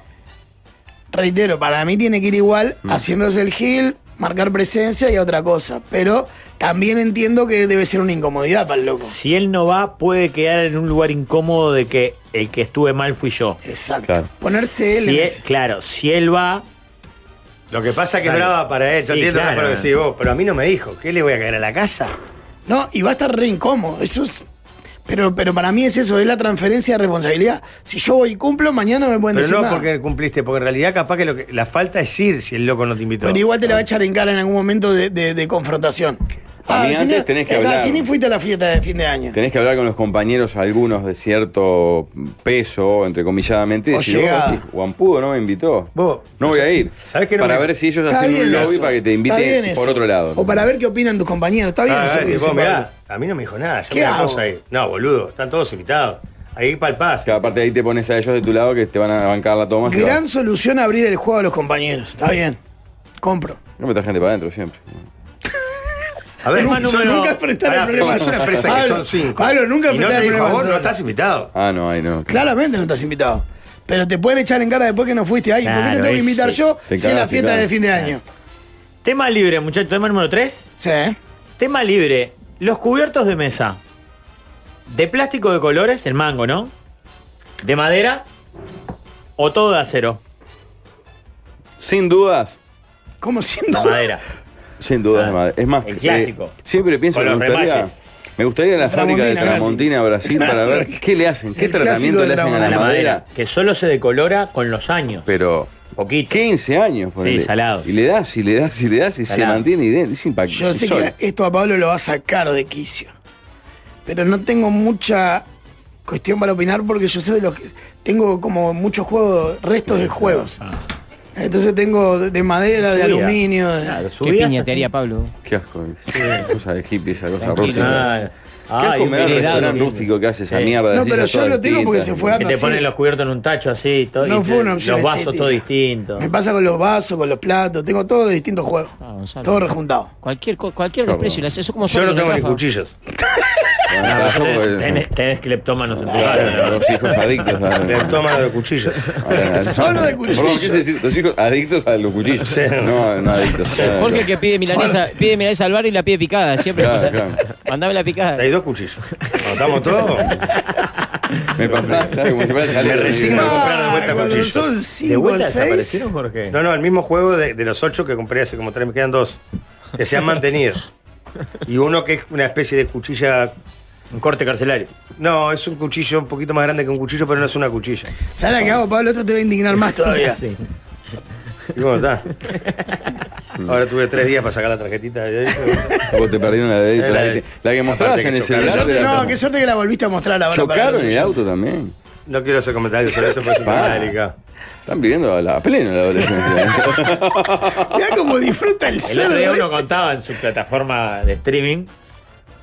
S4: Reitero, para mí tiene que ir igual
S5: Mm.
S4: haciéndose el gil, marcar presencia y otra cosa. Pero también entiendo que debe ser una incomodidad para el loco.
S2: Si él no va, puede quedar en un lugar incómodo de que el que estuve mal fui yo.
S4: Exacto.
S5: Claro.
S4: Ponerse él
S2: Si
S4: en
S1: eh.
S2: él-
S4: ese-
S2: claro, si él va,
S1: Lo que pasa es que es
S2: Sale.
S1: brava para él. Yo
S2: Sí,
S1: entiendo
S2: claro.
S1: mejor lo que decís vos, pero a mí no me dijo. ¿Qué le voy a caer a la casa?
S4: No, y va a estar re incómodo. Eso es. Pero, pero para mí es eso, es la transferencia de responsabilidad. Si yo voy y cumplo, mañana me pueden
S1: Pero
S4: decir
S1: no
S4: nada.
S1: porque cumpliste, porque en realidad capaz que, lo que la falta es ir si el loco no te invitó.
S4: Pero igual te la va a echar en cara en algún momento de, de- de confrontación.
S5: A mí
S4: si
S5: antes
S4: ni-
S5: tenés que
S4: eh,
S5: hablar.
S4: si ni fuiste a la fiesta de fin de año.
S5: Tenés que hablar con los compañeros, algunos de cierto peso, entrecomilladamente. y
S4: O
S5: decir, "Oh,
S4: llegada.
S5: sí, Juan Pudo no me invitó.
S1: Vos,
S5: no voy a ir.
S1: ¿sabés que no
S5: para
S1: me-
S5: ver si ellos
S4: Está
S5: hacen
S4: bien
S5: un lobby
S4: eso.
S5: para que te
S4: Está bien
S5: inviten
S4: eso.
S5: por otro lado.
S4: O para ver qué opinan tus compañeros. Está bien
S1: Ah,
S4: eso que
S1: eh,
S4: dice
S1: vos, mirá,
S4: Pablo.
S1: a mí no me dijo nada. Yo
S4: ¿Qué
S1: me la
S4: hago?
S1: cosa ahí. No, boludo, están todos invitados. Ahí palpás.
S5: Que aparte ahí te pones a ellos de tu lado que te van a bancar la toma. se
S4: Gran
S5: va.
S4: solución abrir el juego a los compañeros. Está bien. Compro.
S5: No metas gente para adentro siempre.
S1: A ver,
S4: Nunca-
S1: si son-
S4: nunca enfrentar
S1: Pará,
S4: el problema.
S1: pero si Es una empresa que
S4: Pablo,
S1: son cinco.
S4: Pablo, nunca
S1: y no
S4: enfrentar
S1: te
S4: el
S1: dijo,
S4: problema
S1: vos no
S4: solo.
S1: estás invitado.
S5: Ah, no, ahí no.
S4: Claramente no estás invitado. Pero te pueden echar en cara después que no fuiste ahí. ¿Por qué te
S2: Claro,
S4: tengo que invitar
S2: ese.
S4: yo
S5: Te
S4: si es la
S5: cagaste,
S4: fiesta
S5: claro.
S4: de fin de año?
S2: tema libre, muchachos. Tema número tres.
S4: Sí. ¿eh?
S2: Tema libre. Los cubiertos de mesa. De plástico de colores, el mango, ¿no? De madera. O todo de acero.
S5: Sin dudas.
S4: ¿Cómo siendo?
S2: Madera.
S5: Sin dudas,
S2: Ah,
S5: madre. Es más,
S2: el clásico.
S5: siempre pienso
S2: Con
S5: que me
S2: los
S5: gustaría,
S2: remaches.
S5: me gustaría la fábrica de
S4: Tramontina,
S5: Tramontina, Brasil, para ver qué le hacen, qué
S4: El clásico
S5: tratamiento le
S4: de
S5: hacen a
S2: La,
S5: la,
S4: Tramontina.
S2: madera.
S5: madera.
S2: Que solo se decolora con los años.
S5: Pero
S2: Poquito.
S5: 15 años, ponele.
S2: salado.
S5: Y le das, y le das, y le das, y
S2: Salado.
S5: se mantiene idéntico. Es impactante.
S4: Yo sé que esto a Pablo lo va a sacar de quicio. Pero no tengo mucha cuestión para opinar porque yo soy de los que. Tengo como muchos juegos, restos de juegos.
S2: Ah.
S4: Entonces tengo de de madera, de
S2: Subida.
S4: aluminio. de-
S2: ah, Claro,
S3: ¿Qué
S2: subías
S3: piña
S2: así.
S3: te haría Pablo?
S5: Qué asco. cosa de hippie, esa cosa
S3: Tranquilo.
S5: rústica.
S2: Ah,
S5: Qué asco
S2: y
S5: me da el
S3: heredado
S5: restaurante
S3: también.
S5: rústico que hace esa
S2: Sí.
S5: mierda.
S4: No,
S5: así,
S4: pero
S5: esas
S4: yo
S5: todas
S4: lo tengo porque
S5: distintas.
S4: se fue a-
S2: Que te
S4: así.
S2: ponen los cubiertos en un tacho así. Todo, y
S4: No fue
S2: te-
S4: una opción.
S2: Los vasos
S4: estética.
S2: todos distintos.
S4: Me pasa con los vasos, con los platos. Tengo todo de distintos juegos.
S3: Ah, Gonzalo.
S4: todo rejuntado.
S3: Cualquier, co- cualquier
S5: Claro.
S3: desprecio, le haces eso como
S1: Yo no
S3: sueldo,
S1: tengo ni
S3: Rafa.
S1: cuchillos.
S5: Ah,
S2: Ah,
S5: tampoco es-
S2: Tenés, tenés cleptómanos en tu
S5: Claro,
S2: casa.
S5: Los hijos adictos a-
S1: Le toman de cuchillos.
S5: a-
S4: Solo de cuchillos.
S5: Perdón, quise decir, los hijos adictos a los cuchillos. No, no adictos.
S3: Jorge el que pide milanesa, pide milanesa al bar y la pide picada, siempre.
S5: Claro, claro.
S3: Mandame la picada.
S1: Hay dos cuchillos. Matamos todo.
S5: Me pasa, claro, como si fuera
S1: Me resigno a comprar de vuelta
S4: Ah, cuando
S1: cuchillos.
S4: son
S2: ¿De
S4: 5 o
S2: vuelta
S4: 6.
S2: desaparecieron, Jorge?
S1: No, no, el mismo juego de, de los ocho que compré hace como tres, me quedan dos. Que se han mantenido. Y uno que es una especie de cuchilla.
S2: Un corte carcelario.
S1: No, es un cuchillo un poquito más grande que un cuchillo, pero no es una cuchilla.
S4: ¿Sabes la que hago, Pablo? Esto te va a indignar más todavía.
S2: Sí.
S1: Y bueno, está. Ahora tuve tres días para sacar la tarjetita. de ahí.
S5: Vos te perdieron la de
S1: La
S5: la,
S1: de-
S5: la que mostrabas
S1: Aparte
S5: en
S1: que
S5: el
S1: chocaron.
S4: Qué
S5: celular.
S4: suerte,
S5: te la-
S4: no, qué suerte que la volviste a mostrar ahora. para
S5: Chocaron
S4: los
S5: el
S4: oyentes.
S5: auto también.
S1: No quiero hacer comentarios sobre eso, pero es un tema
S5: Pa.
S1: delicado.
S5: Están viviendo a, la, a pleno la adolescencia. ¿eh?
S4: Mirá cómo disfruta el
S2: El otro día uno
S4: cerdo.
S2: contaba en su plataforma de streaming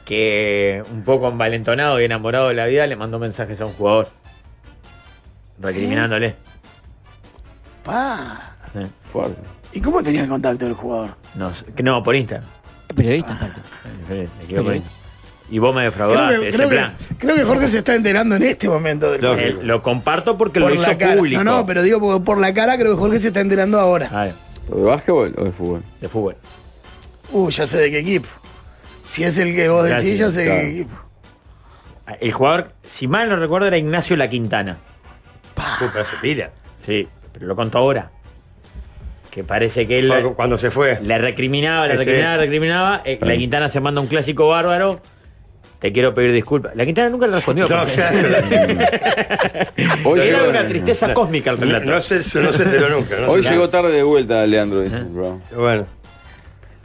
S2: que un poco envalentonado y enamorado de
S4: ¿Eh?
S2: la vida le mandó mensajes a un jugador recriminándole.
S4: Papá.
S5: Fuerte.
S4: ¿Y cómo tenía el contacto del jugador?
S2: No, sé- que no, por Instagram.
S3: Periodista, aparte.
S2: Me equivoqué por Instagram. Y vos me defraudaste
S4: Creo que,
S2: ese
S4: creo,
S2: plan.
S4: que, creo que Jorge se está enterando en este momento del
S1: Lo-
S2: Eh, lo comparto porque
S4: por
S2: lo hizo
S4: la cara.
S2: público. Ah.
S4: No, no, pero digo porque por la cara creo que Jorge se está enterando ahora.
S2: A ver,
S5: ¿Lo de básquetbol o de fútbol?
S2: de fútbol.
S4: Uh, ya sé de qué equipo. Si es el que vos decís,
S2: Gracias,
S4: ya sé de
S5: claro.
S4: qué equipo.
S2: El jugador, si mal no recuerdo, era Ignacio La Quintana.
S1: Uh, pero hace pila.
S2: Sí, pero lo contó ahora. Que parece que él
S1: Cuando- Cuando se fue.
S2: le recriminaba, le
S1: Ese-
S2: recriminaba, le recriminaba. eh,
S1: Mm.
S2: la Quintana se manda un clásico bárbaro. Te quiero pedir disculpas. La Quintana nunca le respondió.
S1: No,
S2: porque-
S1: claro.
S5: Hoy
S2: Era
S5: llegó-
S2: una tristeza cósmica el
S1: No,
S2: relato.
S1: no se, no se enteró nunca. no
S5: Hoy
S1: se-
S5: llegó tarde de vuelta Leandro. dice, bro.
S1: Bueno,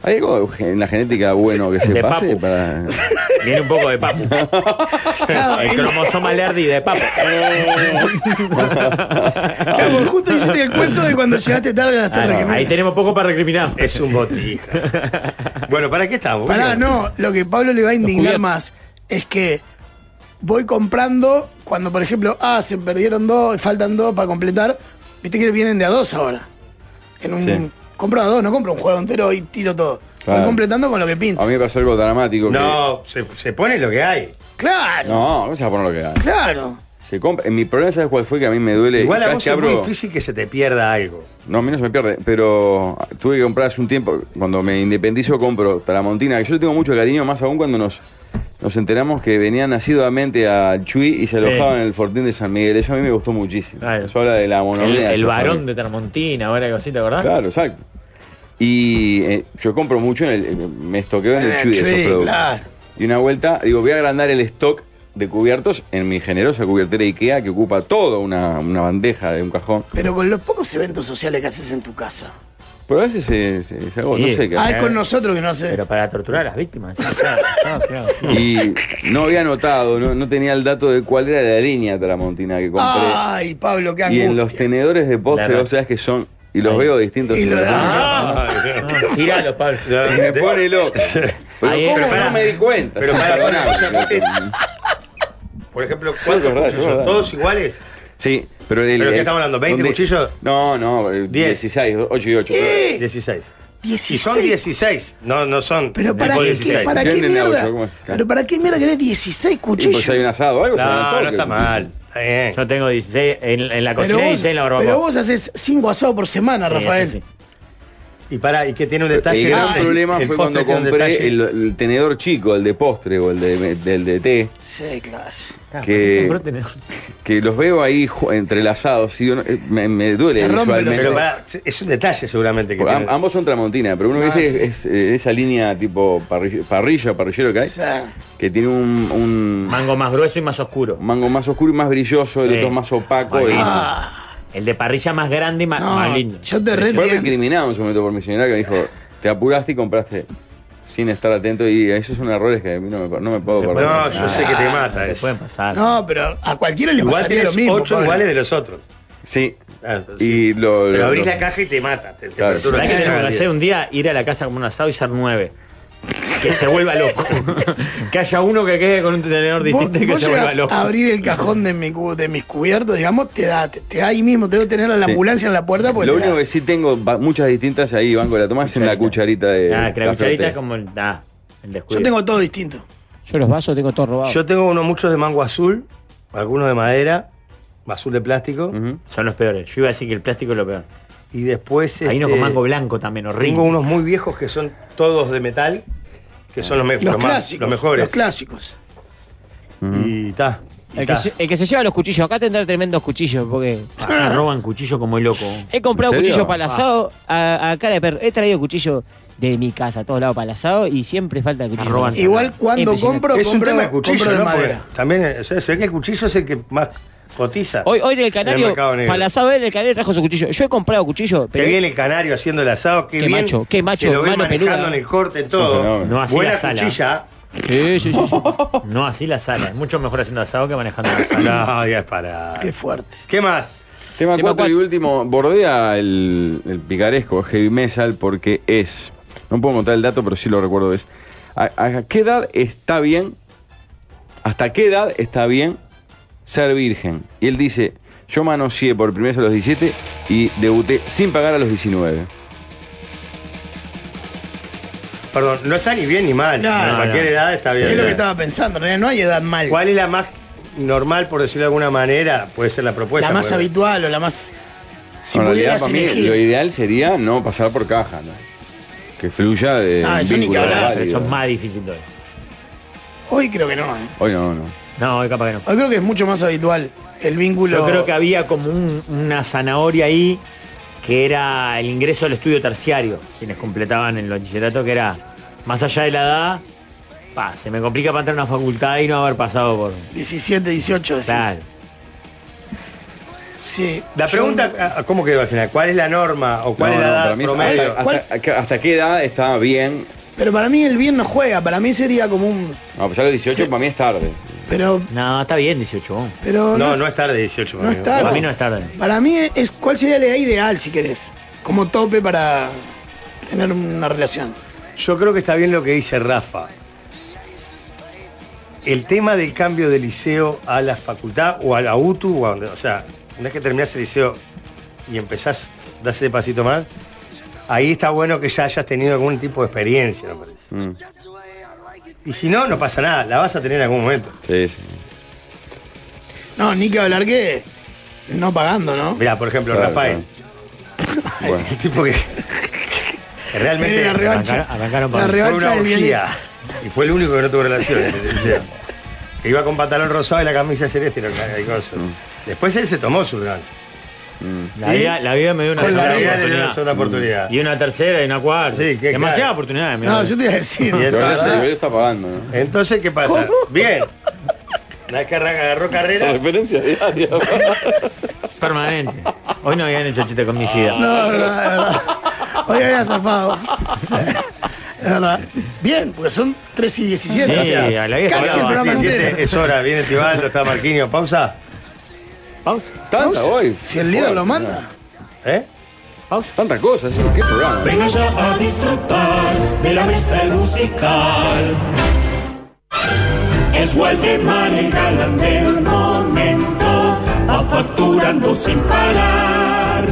S5: Hay algo en la genética bueno que se
S2: De
S5: pase
S2: papu.
S5: para.
S2: Viene un poco de papu. El cromosoma lerdi de papu.
S4: Claro, porque justo hiciste el cuento de cuando llegaste tarde a las Torres
S2: Ah, Ahí,
S4: Gemelas.
S2: tenemos poco para recriminar.
S1: es un botija. bueno, ¿para qué estamos?
S4: Pará,
S1: Bueno,
S4: no, lo que Pablo le va a indignar
S3: cubiertos.
S4: más es que voy comprando cuando, por ejemplo, ah, se perdieron dos, faltan dos para completar. Viste que vienen de a dos ahora. En un,
S5: Sí.
S4: Compro a dos, no compro un juego entero y tiro todo.
S5: Claro.
S4: Voy completando con lo que pinto.
S5: A mí me pasó algo dramático. que-
S1: No, se, se pone lo que hay.
S4: Claro,
S5: No, no se va a poner lo que hay.
S4: claro.
S5: Se compra. Mi problema, ¿sabes cuál fue? Que a mí me duele.
S1: Igual a
S5: cada
S1: vos
S5: que
S1: es muy
S5: abro-
S1: difícil que se te pierda algo.
S5: No, a mí no se me pierde, pero tuve que comprar hace un tiempo, cuando me independizo compro Tramontina, que yo le tengo mucho cariño, más aún cuando nos, nos enteramos que venían asiduamente al Chuy y se
S2: Sí.
S5: alojaban en el Fortín de San Miguel. Eso a mí me gustó muchísimo.
S2: Claro.
S5: Eso habla de la
S2: El,
S5: monogamia. de
S2: el
S5: esa
S2: varón
S5: familia.
S2: de Tramontina, ahora cosita, ¿verdad?
S5: Claro, exacto. Y eh, yo compro mucho, en el- eh, me estoqueo en el Chuy de esos
S4: Sí,
S5: productos.
S4: claro.
S5: Y una vuelta, digo, voy a agrandar el stock de cubiertos en mi generosa cubiertera IKEA que ocupa toda una, una bandeja de un cajón.
S4: Pero con los pocos eventos sociales que haces en tu casa.
S5: Pero a veces se, se, se agota,
S2: Sí.
S5: no sé qué.
S4: Ah, es con nosotros que no haces.
S2: Pero para torturar a las víctimas.
S5: Y no había notado, no, no tenía el dato de cuál era la línea tramontina que compré.
S4: Ay, Pablo, Ah, qué
S5: y
S4: angustia.
S5: en los tenedores de postre,
S2: La
S5: vos sabés que son. Y los
S2: Ahí.
S5: veo distintos.
S4: Y
S5: en
S4: lo-
S5: la-
S1: Ah,
S2: Tíralo, Pablo.
S5: me pone loco. Pero
S2: Ahí,
S5: ¿cómo
S2: pero pará.
S5: no me di cuenta?
S1: Pero
S5: Sí,
S1: pará,
S5: perdoname.
S1: pará, o sea, vos te- Por ejemplo, ¿cuántos
S5: Claro,
S1: cuchillos?
S5: claro.
S1: ¿Todos iguales?
S5: Sí, pero el.
S1: ¿Pero qué
S5: el-
S1: estamos hablando? ¿veinte
S5: ¿dónde-
S1: cuchillos?
S5: No, no, eh,
S1: 10.
S5: 16, 8 y 8.
S1: 16. Si
S4: 16.
S1: son 16, no, no son.
S4: Pero para
S1: tipo
S4: qué,
S1: 16.
S4: para qué
S5: Entienden,
S4: mierda.
S5: Nacho, ¿cómo es? Claro.
S4: Pero para qué mierda querés 16
S5: Y pues hay un
S4: cuchillos.
S5: asado o algo. se
S1: No,
S5: anotó,
S1: no
S5: que-
S1: está mal. Está bien.
S2: Yo tengo 16 en, en la
S4: Pero
S2: cocina y
S4: vos,
S2: 16 en la
S4: pero
S2: barbacoa.
S4: vos haces 5 asados por semana,
S2: Sí,
S4: Rafael.
S2: sí, sí.
S1: Y para, y que tiene un detalle.
S5: El gran
S4: Ay,
S5: problema
S1: el
S5: fue
S1: postre tiene
S5: cuando
S1: un detalle.
S5: compré el, el tenedor chico, el de postre o el de, del de té.
S4: Sí, claro.
S5: Que,
S2: Compró tenedor.
S5: que los veo ahí ju- entrelazados, sí, uno- eh, me, me duele
S4: Te rompe los
S5: visualmente.
S1: Pero para, es un detalle seguramente que
S5: Porque am-
S1: tiene.
S5: ambos son tramontina, pero uno
S4: Ah,
S5: viste
S4: sí.
S5: es, eh, esa línea tipo parrilla, parrilla parrillero que hay,
S4: O sea,
S5: que tiene un, un
S2: Mango más grueso y más oscuro.
S5: mango más oscuro y más brilloso, el
S2: Sí.
S5: otro más opaco.
S2: Bueno.
S5: y-
S4: ah,
S2: El de parrilla más grande y más,
S4: no,
S2: Ah, más lindo.
S4: yo te
S5: Fue
S4: retiendo.
S5: recriminado en su momento por mi señora que me dijo, te apuraste y compraste sin estar atento y esos son errores que a mí no me, no me puedo
S2: Te
S5: perdonar.
S1: No, yo sé que te
S5: Ah.
S1: mata.
S2: Te
S1: eso.
S2: pueden pasar.
S4: No, pero a cualquiera le
S1: Igual
S4: pasaría lo
S1: tienes
S4: mismo.
S1: 8
S4: Pablo.
S1: iguales de los otros.
S5: Sí,
S1: Ah, pero sí.
S5: y lo...
S1: Pero
S5: lo-
S1: abrís
S5: lo-
S1: la caja y te mata. Te, te
S5: Claro.
S1: perturba.
S2: ¿Sabés qué tenemos que hacer un día? Ir a la casa como un asado y ser nueve. Que se vuelva loco. que haya uno que quede con un tenedor
S4: Vos,
S2: distinto y que
S4: vos
S2: se vuelva
S4: llegas
S2: loco.
S4: a abrir el cajón de, mi cu- de mis cubiertos, digamos, te da, te, te da ahí mismo, te debo tener a la
S5: Sí.
S4: ambulancia en la puerta porque
S5: Lo
S4: te da.
S2: pues,
S5: único que sí tengo va- muchas distintas ahí, Banco de la Tomás, en la cucharita de.
S2: Ah, que la
S5: café
S2: cucharita
S5: té.
S2: es como el. Ah, el descuido.
S4: Yo tengo todo distinto.
S3: Yo los vasos tengo todos robados.
S1: Yo tengo unos muchos de mango azul, algunos de madera, azul de plástico.
S5: Ujú.
S2: Son los peores. Yo iba a decir que el plástico es lo peor.
S1: Y después.
S2: Hay uno
S1: este,
S2: con mango blanco también, horrible.
S1: Tengo unos muy viejos que son todos de metal, que son los, me-
S4: Los,
S1: más-
S4: clásicos.
S1: los mejores.
S4: Los clásicos.
S1: y está. y
S3: el,
S1: está.
S3: que se, el que se lleva los cuchillos, acá tendrá tremendos cuchillos, porque
S2: Acá Ah, roban cuchillo como el loco.
S3: he comprado
S5: ¿En serio?
S3: cuchillos para el asado a, a cara de perro. He traído cuchillos de mi casa a todos lados para el asado y siempre falta el cuchillo.
S2: Arroban.
S3: para el asado.
S4: Igual cuando
S3: Impresionante.
S4: compro,
S1: Es un
S4: compro,
S1: tema de cuchillo,
S4: compro de
S1: ¿no? Porque
S4: madera.
S1: También, eh, se ve que el cuchillo es el que más cotiza.
S3: Hoy, hoy en el
S1: En el
S3: canario,
S1: mercado negro.
S3: para el asado, él, el canario trajo su cuchillo. Yo he comprado cuchillo,
S1: Qué
S3: pero
S1: bien el canario haciendo el asado, qué,
S3: Qué
S1: bien.
S3: macho, qué macho,
S1: se lo ve
S3: mano
S1: manejando
S3: peluda.
S1: en el corte en
S5: un
S1: todo.
S5: fenómeno.
S2: No así
S1: Buena
S2: la sala.
S1: cuchilla.
S3: Sí, sí, sí, sí.
S2: No así la sala. Es mucho mejor haciendo asado que manejando la sala.
S1: No, ya es para.
S4: Qué fuerte.
S1: ¿Qué más?
S5: Tema
S3: Tema
S5: 4 y
S3: cuatro.
S5: último, bordea el, el picaresco, heavy metal, porque es. No puedo montar el dato, pero sí lo recuerdo. Es. ¿A, a qué edad está bien? ¿Hasta qué edad está bien ser virgen? Y él dice: Yo manoseé por primera vez a los 17 y debuté sin pagar a los 19.
S1: Perdón, no está ni bien ni mal.
S4: No,
S1: a
S4: no,
S1: cualquier
S2: no.
S1: edad está bien.
S4: Es lo que estaba pensando, en realidad no hay edad mal.
S1: ¿Cuál es la más normal, por decirlo de alguna manera? Puede ser la propuesta.
S4: la más
S1: puede-
S4: habitual o la más. Si
S5: Bueno, en realidad,
S4: pudieras
S5: para mí,
S4: elegir.
S5: lo ideal sería no pasar por caja, ¿no? Que fluya de.
S4: Ah,
S5: un
S4: eso ni
S5: vínculo
S4: que hablar,
S5: válido.
S2: Eso es más difícil todavía.
S4: Hoy creo que no, ¿eh?
S5: Hoy no, no.
S2: No, hoy capaz que no.
S4: Hoy Ah, creo que es mucho más habitual el vínculo.
S2: Yo creo que había como un- una zanahoria ahí que era el ingreso al estudio terciario, quienes completaban el bachillerato, que era más allá de la edad, pa, se me complica para entrar a una facultad y no haber pasado por.
S4: 17, 18. decís.
S2: Claro.
S4: Sí.
S1: La
S4: Yo-
S1: pregunta, ah, ¿cómo quedó al final? ¿Cuál es la norma o cuál
S5: No,
S1: es la
S5: no,
S1: edad
S5: para mí es-
S1: promedio?
S5: hasta, hasta- hasta qué edad está bien.
S4: Pero para mí el bien no juega, para mí sería como un.
S5: No, pues ya a los 18
S4: Sí.
S5: para mí es tarde.
S4: Pero.
S2: No, está bien, 18. vos.
S4: pero
S1: No, no es tarde 18.
S4: No es
S1: amigo.
S4: tarde.
S2: Para mí no es tarde.
S4: Para mí es cuál sería la edad ideal, si querés. Como tope para tener una relación.
S1: Yo creo que está bien lo que dice Rafa. El tema del cambio de liceo a la facultad o a la UTU, o, a donde- o sea, una vez que terminás el liceo y empezás, das ese pasito más, ahí está bueno que ya hayas tenido algún tipo de experiencia, me parece.
S5: Mm,
S1: Y si no, no pasa nada, la vas a tener en algún momento.
S5: sí, sí.
S4: No, ni que hablar que. No pagando, ¿no?
S1: Mirá, por ejemplo,
S5: Claro,
S1: Rafael,
S5: claro. Bueno,
S1: el tipo que, que realmente
S4: Tiene la
S1: fue
S4: revancha.
S2: arrancaron- arrancaron por
S4: la
S2: ahí.
S4: revancha
S1: una
S4: del violín.
S1: orgía. Y fue el único que no tuvo relaciones en el liceo. Que iba con pantalón rosado y la camisa celeste. y lo que- y cosas. Después él se tomó su gran.
S2: La
S1: ¿Y?
S2: vida, la vida me dio una
S4: Con la Mm. vida
S2: segunda
S1: le dio una
S2: oportunidad.
S1: segunda oportunidad.
S2: Y una tercera y una cuarta.
S1: Sí, qué
S2: Demasiadas
S1: claro.
S2: oportunidades, mi
S4: No,
S2: amigo.
S4: yo te iba a decir.
S1: Y
S5: pero ahora
S1: entonces,
S5: ese nivel está pagando, ¿no?
S1: entonces, ¿qué pasa?
S4: ¿Cómo?
S1: Bien. La vez que arranca- agarró carrera,
S5: referencia diaria.
S2: Permanente. Hoy no habían hecho chiste con mi sida.
S4: No, es verdad, es verdad. Hoy había zafado. Sí, Es verdad. Bien, porque son 3 y 17.
S2: Sí,
S4: o sea,
S2: a la vieja
S4: casi
S2: brava,
S4: el
S1: hablamos
S4: programa
S1: a las
S4: entero.
S1: 17, es hora, viene Tibaldo, está Marquinhos, pausa.
S2: Pausa,
S5: Tanta hoy.
S4: Si el líder lo
S5: Fuerte,
S4: manda.
S1: ¿Eh?
S2: pausa.
S5: Tanta cosa, eso, qué programa.
S7: Ven allá a disfrutar de la mesa musical. Es Waldemar el galán del momento, va facturando sin parar.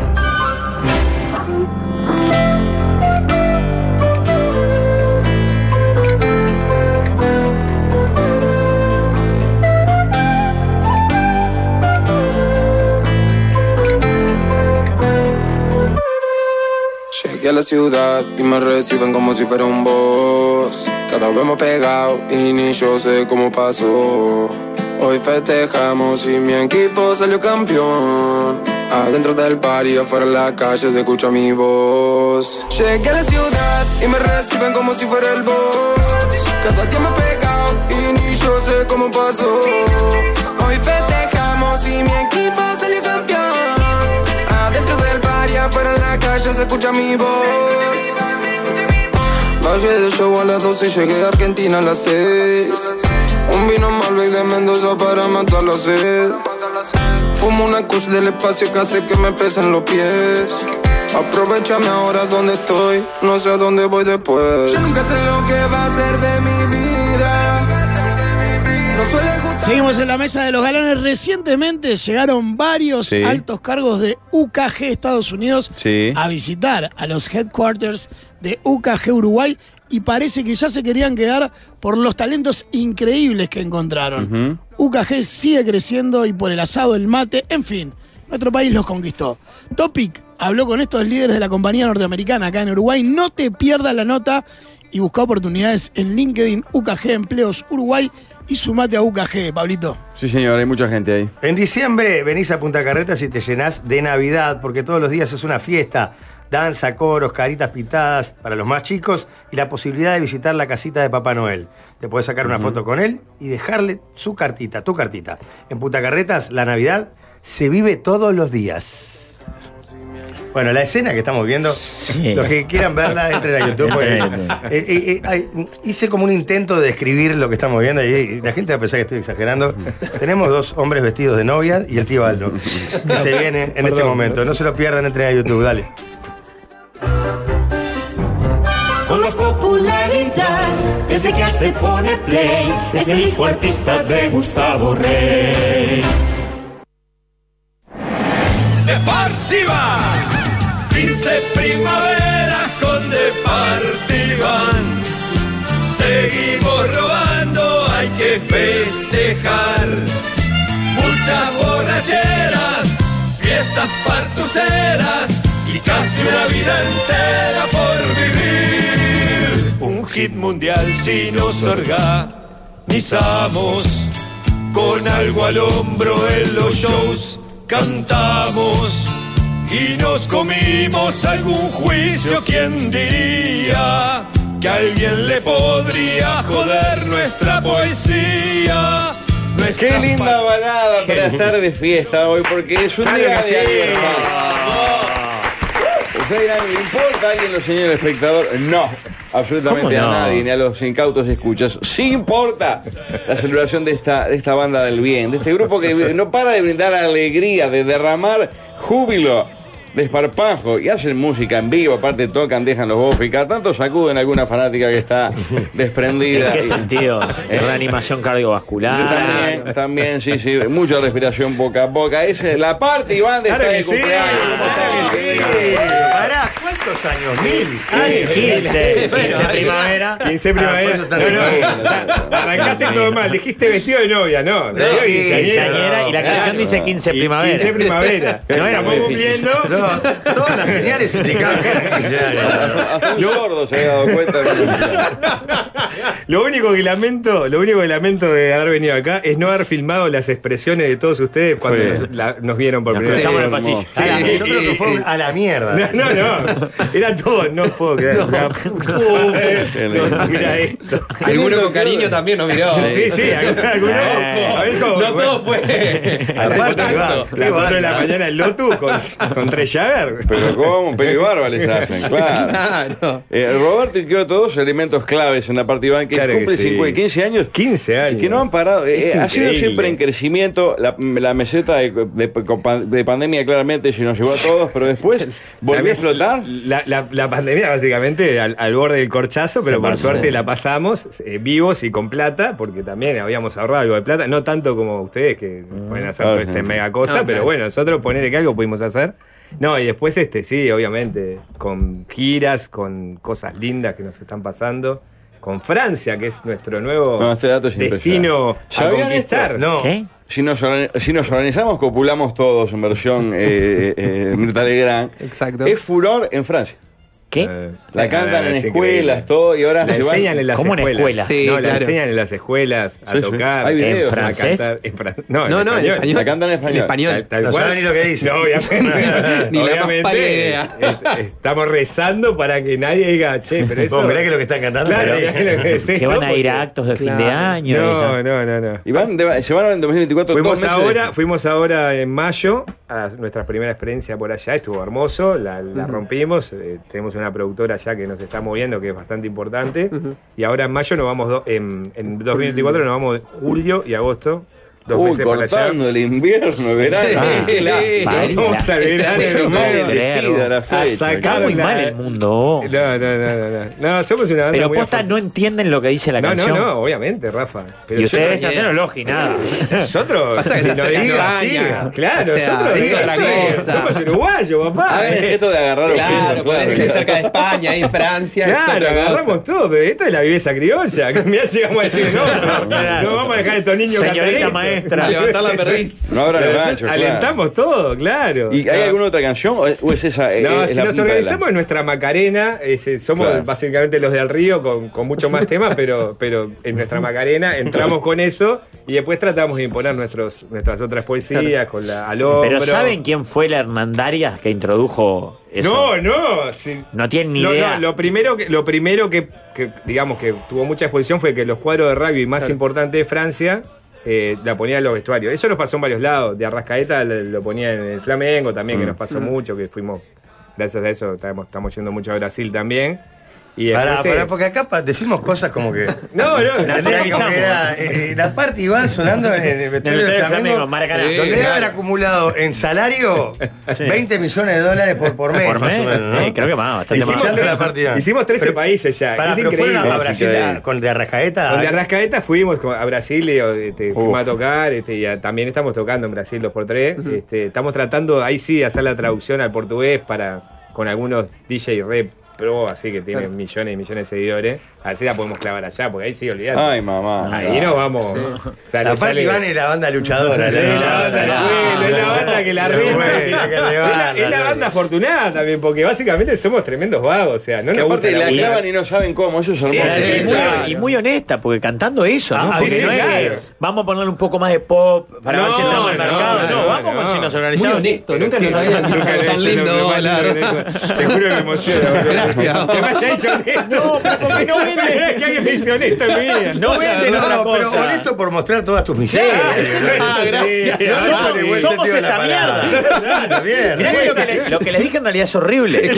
S10: Llegué a la ciudad y me reciben como si fuera un boss. Cada vez más pegado y ni yo sé cómo pasó. Hoy festejamos y mi equipo salió campeón. Adentro del bar y afuera en la calle se escucha mi voz. Llegué a la ciudad y me reciben como si fuera el boss. Cada día más pegado y ni yo sé cómo pasó. Hoy festejamos y mi equipo salió campeón. Adentro del bar y afuera en la calle se escucha mi voz. Bajé de show a las 12 y llegué a Argentina a las 6. Un vino Malbec de Mendoza para matar la sed. Fumo una kush del espacio que hace que me pesen los pies. Aprovechame ahora donde estoy, no sé a dónde voy después. Yo nunca sé lo que va a ser de mi vida. No suele gustar.
S4: Seguimos en la mesa de los galones. Recientemente llegaron varios
S5: Sí.
S4: altos cargos de UKG Estados Unidos
S5: Sí.
S4: a visitar a los headquarters de UKG Uruguay y parece que ya se querían quedar por los talentos increíbles que encontraron. UKG sigue creciendo y por el asado, el mate, en fin, nuestro país los conquistó. Topic habló con estos líderes de la compañía norteamericana acá en Uruguay. No te pierdas la nota y busca oportunidades en LinkedIn UKG Empleos Uruguay y sumate a UKG, Pablito.
S5: Sí, señor, hay mucha gente ahí.
S1: En diciembre venís a Punta Carretas y te llenás de Navidad, porque todos los días es una fiesta. Danza, coros, caritas pintadas para los más chicos y la posibilidad de visitar la casita de Papá Noel. Te podés sacar una foto con él y dejarle su cartita, tu cartita. En Punta Carretas, la Navidad se vive todos los días. Bueno, la escena que estamos viendo,
S2: Sí.
S1: los que quieran verla, entren a YouTube. porque,
S2: Entren, entren.
S1: eh, eh, eh, ay, hice como un intento de describir lo que estamos viendo y la gente va a pensar que estoy exagerando. Tenemos dos hombres vestidos de novia y el tío Aldo, que se viene en este momento. No se lo pierdan, entren a YouTube, dale.
S7: Con más popularidad, desde que se pone play, es el hijo artista de Gustavo Rey.
S11: Deportiva. tus eras y casi una vida entera por vivir. Un hit mundial si nos organizamos, con algo al hombro en los shows cantamos y nos comimos algún juicio. ¿Quién diría que a alguien le podría joder nuestra poesía?
S5: Qué linda balada para estar de fiesta hoy porque
S2: Ah,
S5: es un
S11: Claro
S5: día
S11: que
S5: de
S11: sí.
S5: Ustedes dirán, ¿le importa a alguien los señores espectador? No, absolutamente
S2: ¿Cómo no?
S5: a nadie, ni a los incautos escuchas. Sí importa la celebración de esta, de esta banda del bien, de este grupo que no para de brindar alegría, de derramar júbilo, desparpajo y hacen música en vivo, aparte tocan, dejan los bofes y cada tanto sacuden a alguna fanática que está desprendida.
S2: ¿En qué
S5: y-
S2: sentido? Reanimación cardiovascular.
S5: también, también, sí, sí. Mucha respiración boca a boca. Esa es la parte, Iván, de
S2: Claro
S5: estar
S2: que
S5: de
S2: sí,
S5: cumpleaños.
S12: Eh,
S1: Pará, ¿cuántos años? Mil.
S2: Ay, 15, 15 primavera.
S12: 15 primavera.
S1: Ah, por
S12: No,
S1: eso
S12: no,
S1: está
S12: o sea, arrancaste
S4: Ah,
S12: todo mal. Dijiste vestido de novia, no.
S2: No, quinceañera, y la canción dice 15
S12: Y
S2: primavera.
S12: 15 primavera.
S2: No era
S12: Estamos
S2: muy difícil.
S12: cumpliendo.
S1: No, todas las señales indican.
S5: Hasta un sordo se había dado cuenta.
S12: Lo único que lamento, lo único que lamento de haber venido acá es no haber filmado las expresiones de todos ustedes cuando
S5: Fue.
S12: nos, la- nos vieron por primera
S2: cruzamos
S12: vez.
S2: en el pasillo.
S12: Sí,
S1: A la-
S12: sí,
S1: yo creo que
S12: sí,
S1: fue
S12: sí.
S1: un- a la mierda.
S12: No, no, no. Era todo, no puedo creer. Era- No, mira esto.
S11: Alguno con cariño también nos miró.
S12: Sí, sí, alguno. a ver cómo-
S11: No todo fue.
S12: Aparte,
S11: reportazo.
S12: la 4 de la mañana el Lotus con, con tres Jagger.
S5: Pero cómo, pero y barba les hacen, claro.
S11: Claro.
S5: Eh, Roberto y Kioto, dos elementos claves en la parte Iván, que
S12: Claro que
S5: cumple
S12: sí.
S5: 50, 15 años
S12: 15 años.
S5: que no han parado. Eh,
S12: Es
S5: eh, ha sido
S12: increíble.
S5: siempre en crecimiento. La, la meseta de, de- de pandemia claramente se nos llevó a todos, pero después volvió a
S12: vez-
S5: explotar.
S12: La, la- la pandemia, básicamente, al, al borde del corchazo, pero por suerte la pasamos eh, vivos y con plata, porque también habíamos ahorrado algo de plata. No tanto como ustedes que pueden hacer
S5: Mm, claro,
S12: toda
S5: sí.
S12: esta mega cosa,
S11: No,
S12: pero
S11: claro.
S12: bueno, nosotros ponerle que algo pudimos hacer. No, y después, este sí, obviamente, con giras, con cosas lindas que nos están pasando. Con Francia, que es nuestro nuevo
S5: No, ese dato es
S12: destino a
S5: impresionante. ¿Sabían esto?
S12: conquistar. No.
S2: ¿Sí?
S5: Si nos, organi- si nos organizamos, copulamos todos en versión eh, eh, Mirta Legrand.
S11: Exacto.
S5: Es furor en Francia.
S2: ¿Qué?
S12: Eh,
S5: La cantan
S12: es
S5: en
S12: increíble.
S5: escuelas, todo, y ahora
S12: La
S5: se van-
S12: enseñan en las
S2: ¿Cómo en
S12: escuelas.
S2: escuelas?
S11: Sí,
S12: no, la
S11: claro.
S12: enseñan en las escuelas a
S5: Sí, sí.
S12: tocar.
S5: Hay videos.
S12: a
S2: ¿Francés?
S12: cantar, en fran- no,
S11: No, no, en español.
S5: La cantan en español.
S12: Tal, tal
S1: No
S12: cual.
S1: saben ni lo que dicen.
S12: No, obviamente.
S11: Ni la más
S12: obviamente,
S11: pálida idea.
S12: eh, eh, Estamos rezando para que nadie diga, che, pero eso.
S1: Vos mirá que lo que están cantando.
S12: Claro,
S1: pero-
S12: mirá lo que es
S2: Que
S12: esto,
S2: van a ir
S12: porque-
S2: a actos de fin de
S11: Claro.
S2: año. y
S12: No,
S2: esas-
S12: no, no, no.
S5: Y van de- se van ahora en 2024 dos
S12: Fuimos
S5: meses
S12: ahora,
S5: de-
S12: fuimos ahora en mayo a nuestra primera experiencia por allá, estuvo hermoso, la, la rompimos, eh, tenemos una productora allá que nos está moviendo, que es bastante importante, y ahora en mayo nos vamos, do- en, en 2024 nos vamos julio y agosto, dos
S5: Uy,
S12: meses por allá.
S5: uh, cortando el invierno, el verano. Ah,
S2: Ah,
S11: Sí. Este
S5: Qué lástima.
S2: Vale,
S12: Vamos a ver,
S11: Está
S12: dale,
S5: Qué
S11: bueno,
S5: mal
S12: hermano.
S2: creer,
S5: elegida la
S2: a
S5: fecha.
S2: Está
S12: sacar-
S2: muy
S12: Claro,
S2: mal
S12: la-
S2: el mundo.
S12: No, no, no, no, no, no, somos una banda
S2: Pero
S12: muy
S2: posta
S12: afro-
S2: no entienden lo que dice la
S12: no, no,
S2: canción.
S12: no, obviamente, Rafa. Pero
S2: y
S12: yo-
S2: ustedes hacen elogio y nada.
S12: nosotros,
S11: Pasa que
S12: si
S11: se
S12: nos
S11: hace la
S12: diga,
S11: campaña.
S12: sí, claro,
S11: O sea,
S12: nosotros
S11: sí,
S12: diga,
S11: es la
S12: sí,
S11: cosa.
S12: somos uruguayos, papá.
S5: Hagan el gesto de agarrar objetos,
S11: Claro, parece
S5: claro.
S11: cerca de España, ahí en Francia. es
S12: Claro,
S11: otra cosa.
S12: agarramos todo, pero esto es la viveza criolla. Mirá si vamos a decir no, no,
S2: Claro.
S12: no vamos a dejar a estos niños
S2: Señorita
S12: catalanes.
S2: maestra.
S11: Levantar la perdiz.
S5: No habrá los
S12: Pero
S5: ganchos, claro.
S12: Alentamos todo, claro.
S5: ¿Y hay alguna otra canción o es- o es esa? eh,
S12: No,
S5: es
S12: si
S5: la
S12: nos
S5: punta de la-
S12: organizamos en nuestra Macarena, ese, somos
S5: Claro.
S12: básicamente los del río con, con mucho más temas, pero, pero en nuestra Macarena entramos con eso y después tratamos de imponer nuestros, nuestras otras poesías con la al
S2: Pero
S12: hombro.
S2: ¿saben quién fue la Hernandarias que introdujo eso?
S12: No, no. si-
S2: No tienen ni
S12: No,
S2: idea.
S12: no, lo primero, que, lo primero que, que, digamos, que tuvo mucha exposición fue que los cuadros de rugby más importantes de Francia eh, la ponían en los vestuarios. Eso nos pasó en varios lados. De Arrascaeta lo, lo ponía en el Flamengo también,
S1: Mm.
S12: que nos pasó mucho, que fuimos, gracias a eso, estamos, estamos yendo mucho a Brasil también. Y
S1: Pará,
S12: después, eh,
S1: pará, porque acá pa- decimos cosas como que.
S12: No, no,
S1: La,
S2: Naturalizamos.
S1: eh, la parte iban sonando en el
S2: En el
S1: vestuario
S2: Estadio
S1: del
S2: del Flamengo,
S1: Flamengo.
S2: en Maracaná.
S11: Sí.
S1: Donde debe haber acumulado en salario 20 millones de dólares por, por mes.
S2: Por
S1: más o
S2: mes,
S1: menos, ¿no?
S2: eh, creo que más, bastante
S1: Hicimos
S2: más.
S1: tres- la parte Iván.
S12: hicimos 13
S1: Pero-
S12: países ya.
S1: Pará,
S12: Ah, es
S1: pero fueron
S12: increíble.
S1: a Brasil
S5: increíble.
S1: a- con el de Arrascaeta.
S12: Donde Arrascaeta fuimos con- a Brasil y este,
S5: Uf.
S12: fuimos a tocar, este, y a- también estamos tocando en Brasil los por tres. Este, estamos tratando ahí sí de hacer la traducción al portugués para con algunos DJ rep pro, así que tiene
S5: Claro.
S12: millones y millones de seguidores. Así la podemos clavar allá, porque ahí sí, olvidate.
S5: Ay, mamá.
S12: Ahí nos vamos.
S5: Sí.
S12: Sale,
S1: Aparte,
S12: sale.
S1: Iván es la banda luchadora.
S12: Sí,
S1: ¿no?
S12: la banda,
S1: No,
S12: bueno, es la
S1: no,
S12: banda que la
S1: no,
S12: rima.
S1: bueno,
S12: Es la-
S1: que le va,
S12: es la
S1: no,
S12: banda afortunada también, porque básicamente somos tremendos vagos. O sea, no
S5: Que
S12: nos gusta
S5: aparte la
S12: laburar.
S5: clavan y no saben cómo, eso es
S12: Sí,
S5: hermoso.
S12: sí,
S2: Y muy- y muy honesta, porque cantando eso, ¿no?
S12: Ah,
S2: Porque
S12: sí, sí,
S2: no es
S12: claro.
S2: que vamos a ponerle un poco más de pop para
S12: No,
S2: ver si estamos en el
S12: no,
S2: mercado. No,
S12: no,
S2: vamos
S12: no.
S2: con si nos organizamos.
S12: Muy honesto, nunca nos lo habían dicho algo tan lindo, claro. Te juro que me emociona. Gracias. Que me haya dicho honesto. No, porque no vende. Que alguien me dice honesto en mi vida.
S2: No venden otra
S1: pero
S2: cosa.
S1: honesto por mostrar todas tus miserias.
S2: Ah, gracias.
S1: Sí,
S2: Somos-
S1: ahora en el buen
S2: somos
S1: sentido de la
S2: esta
S1: palabra. Claro, bien.
S2: Mirá que lo, que le- lo que les dije en realidad es horrible.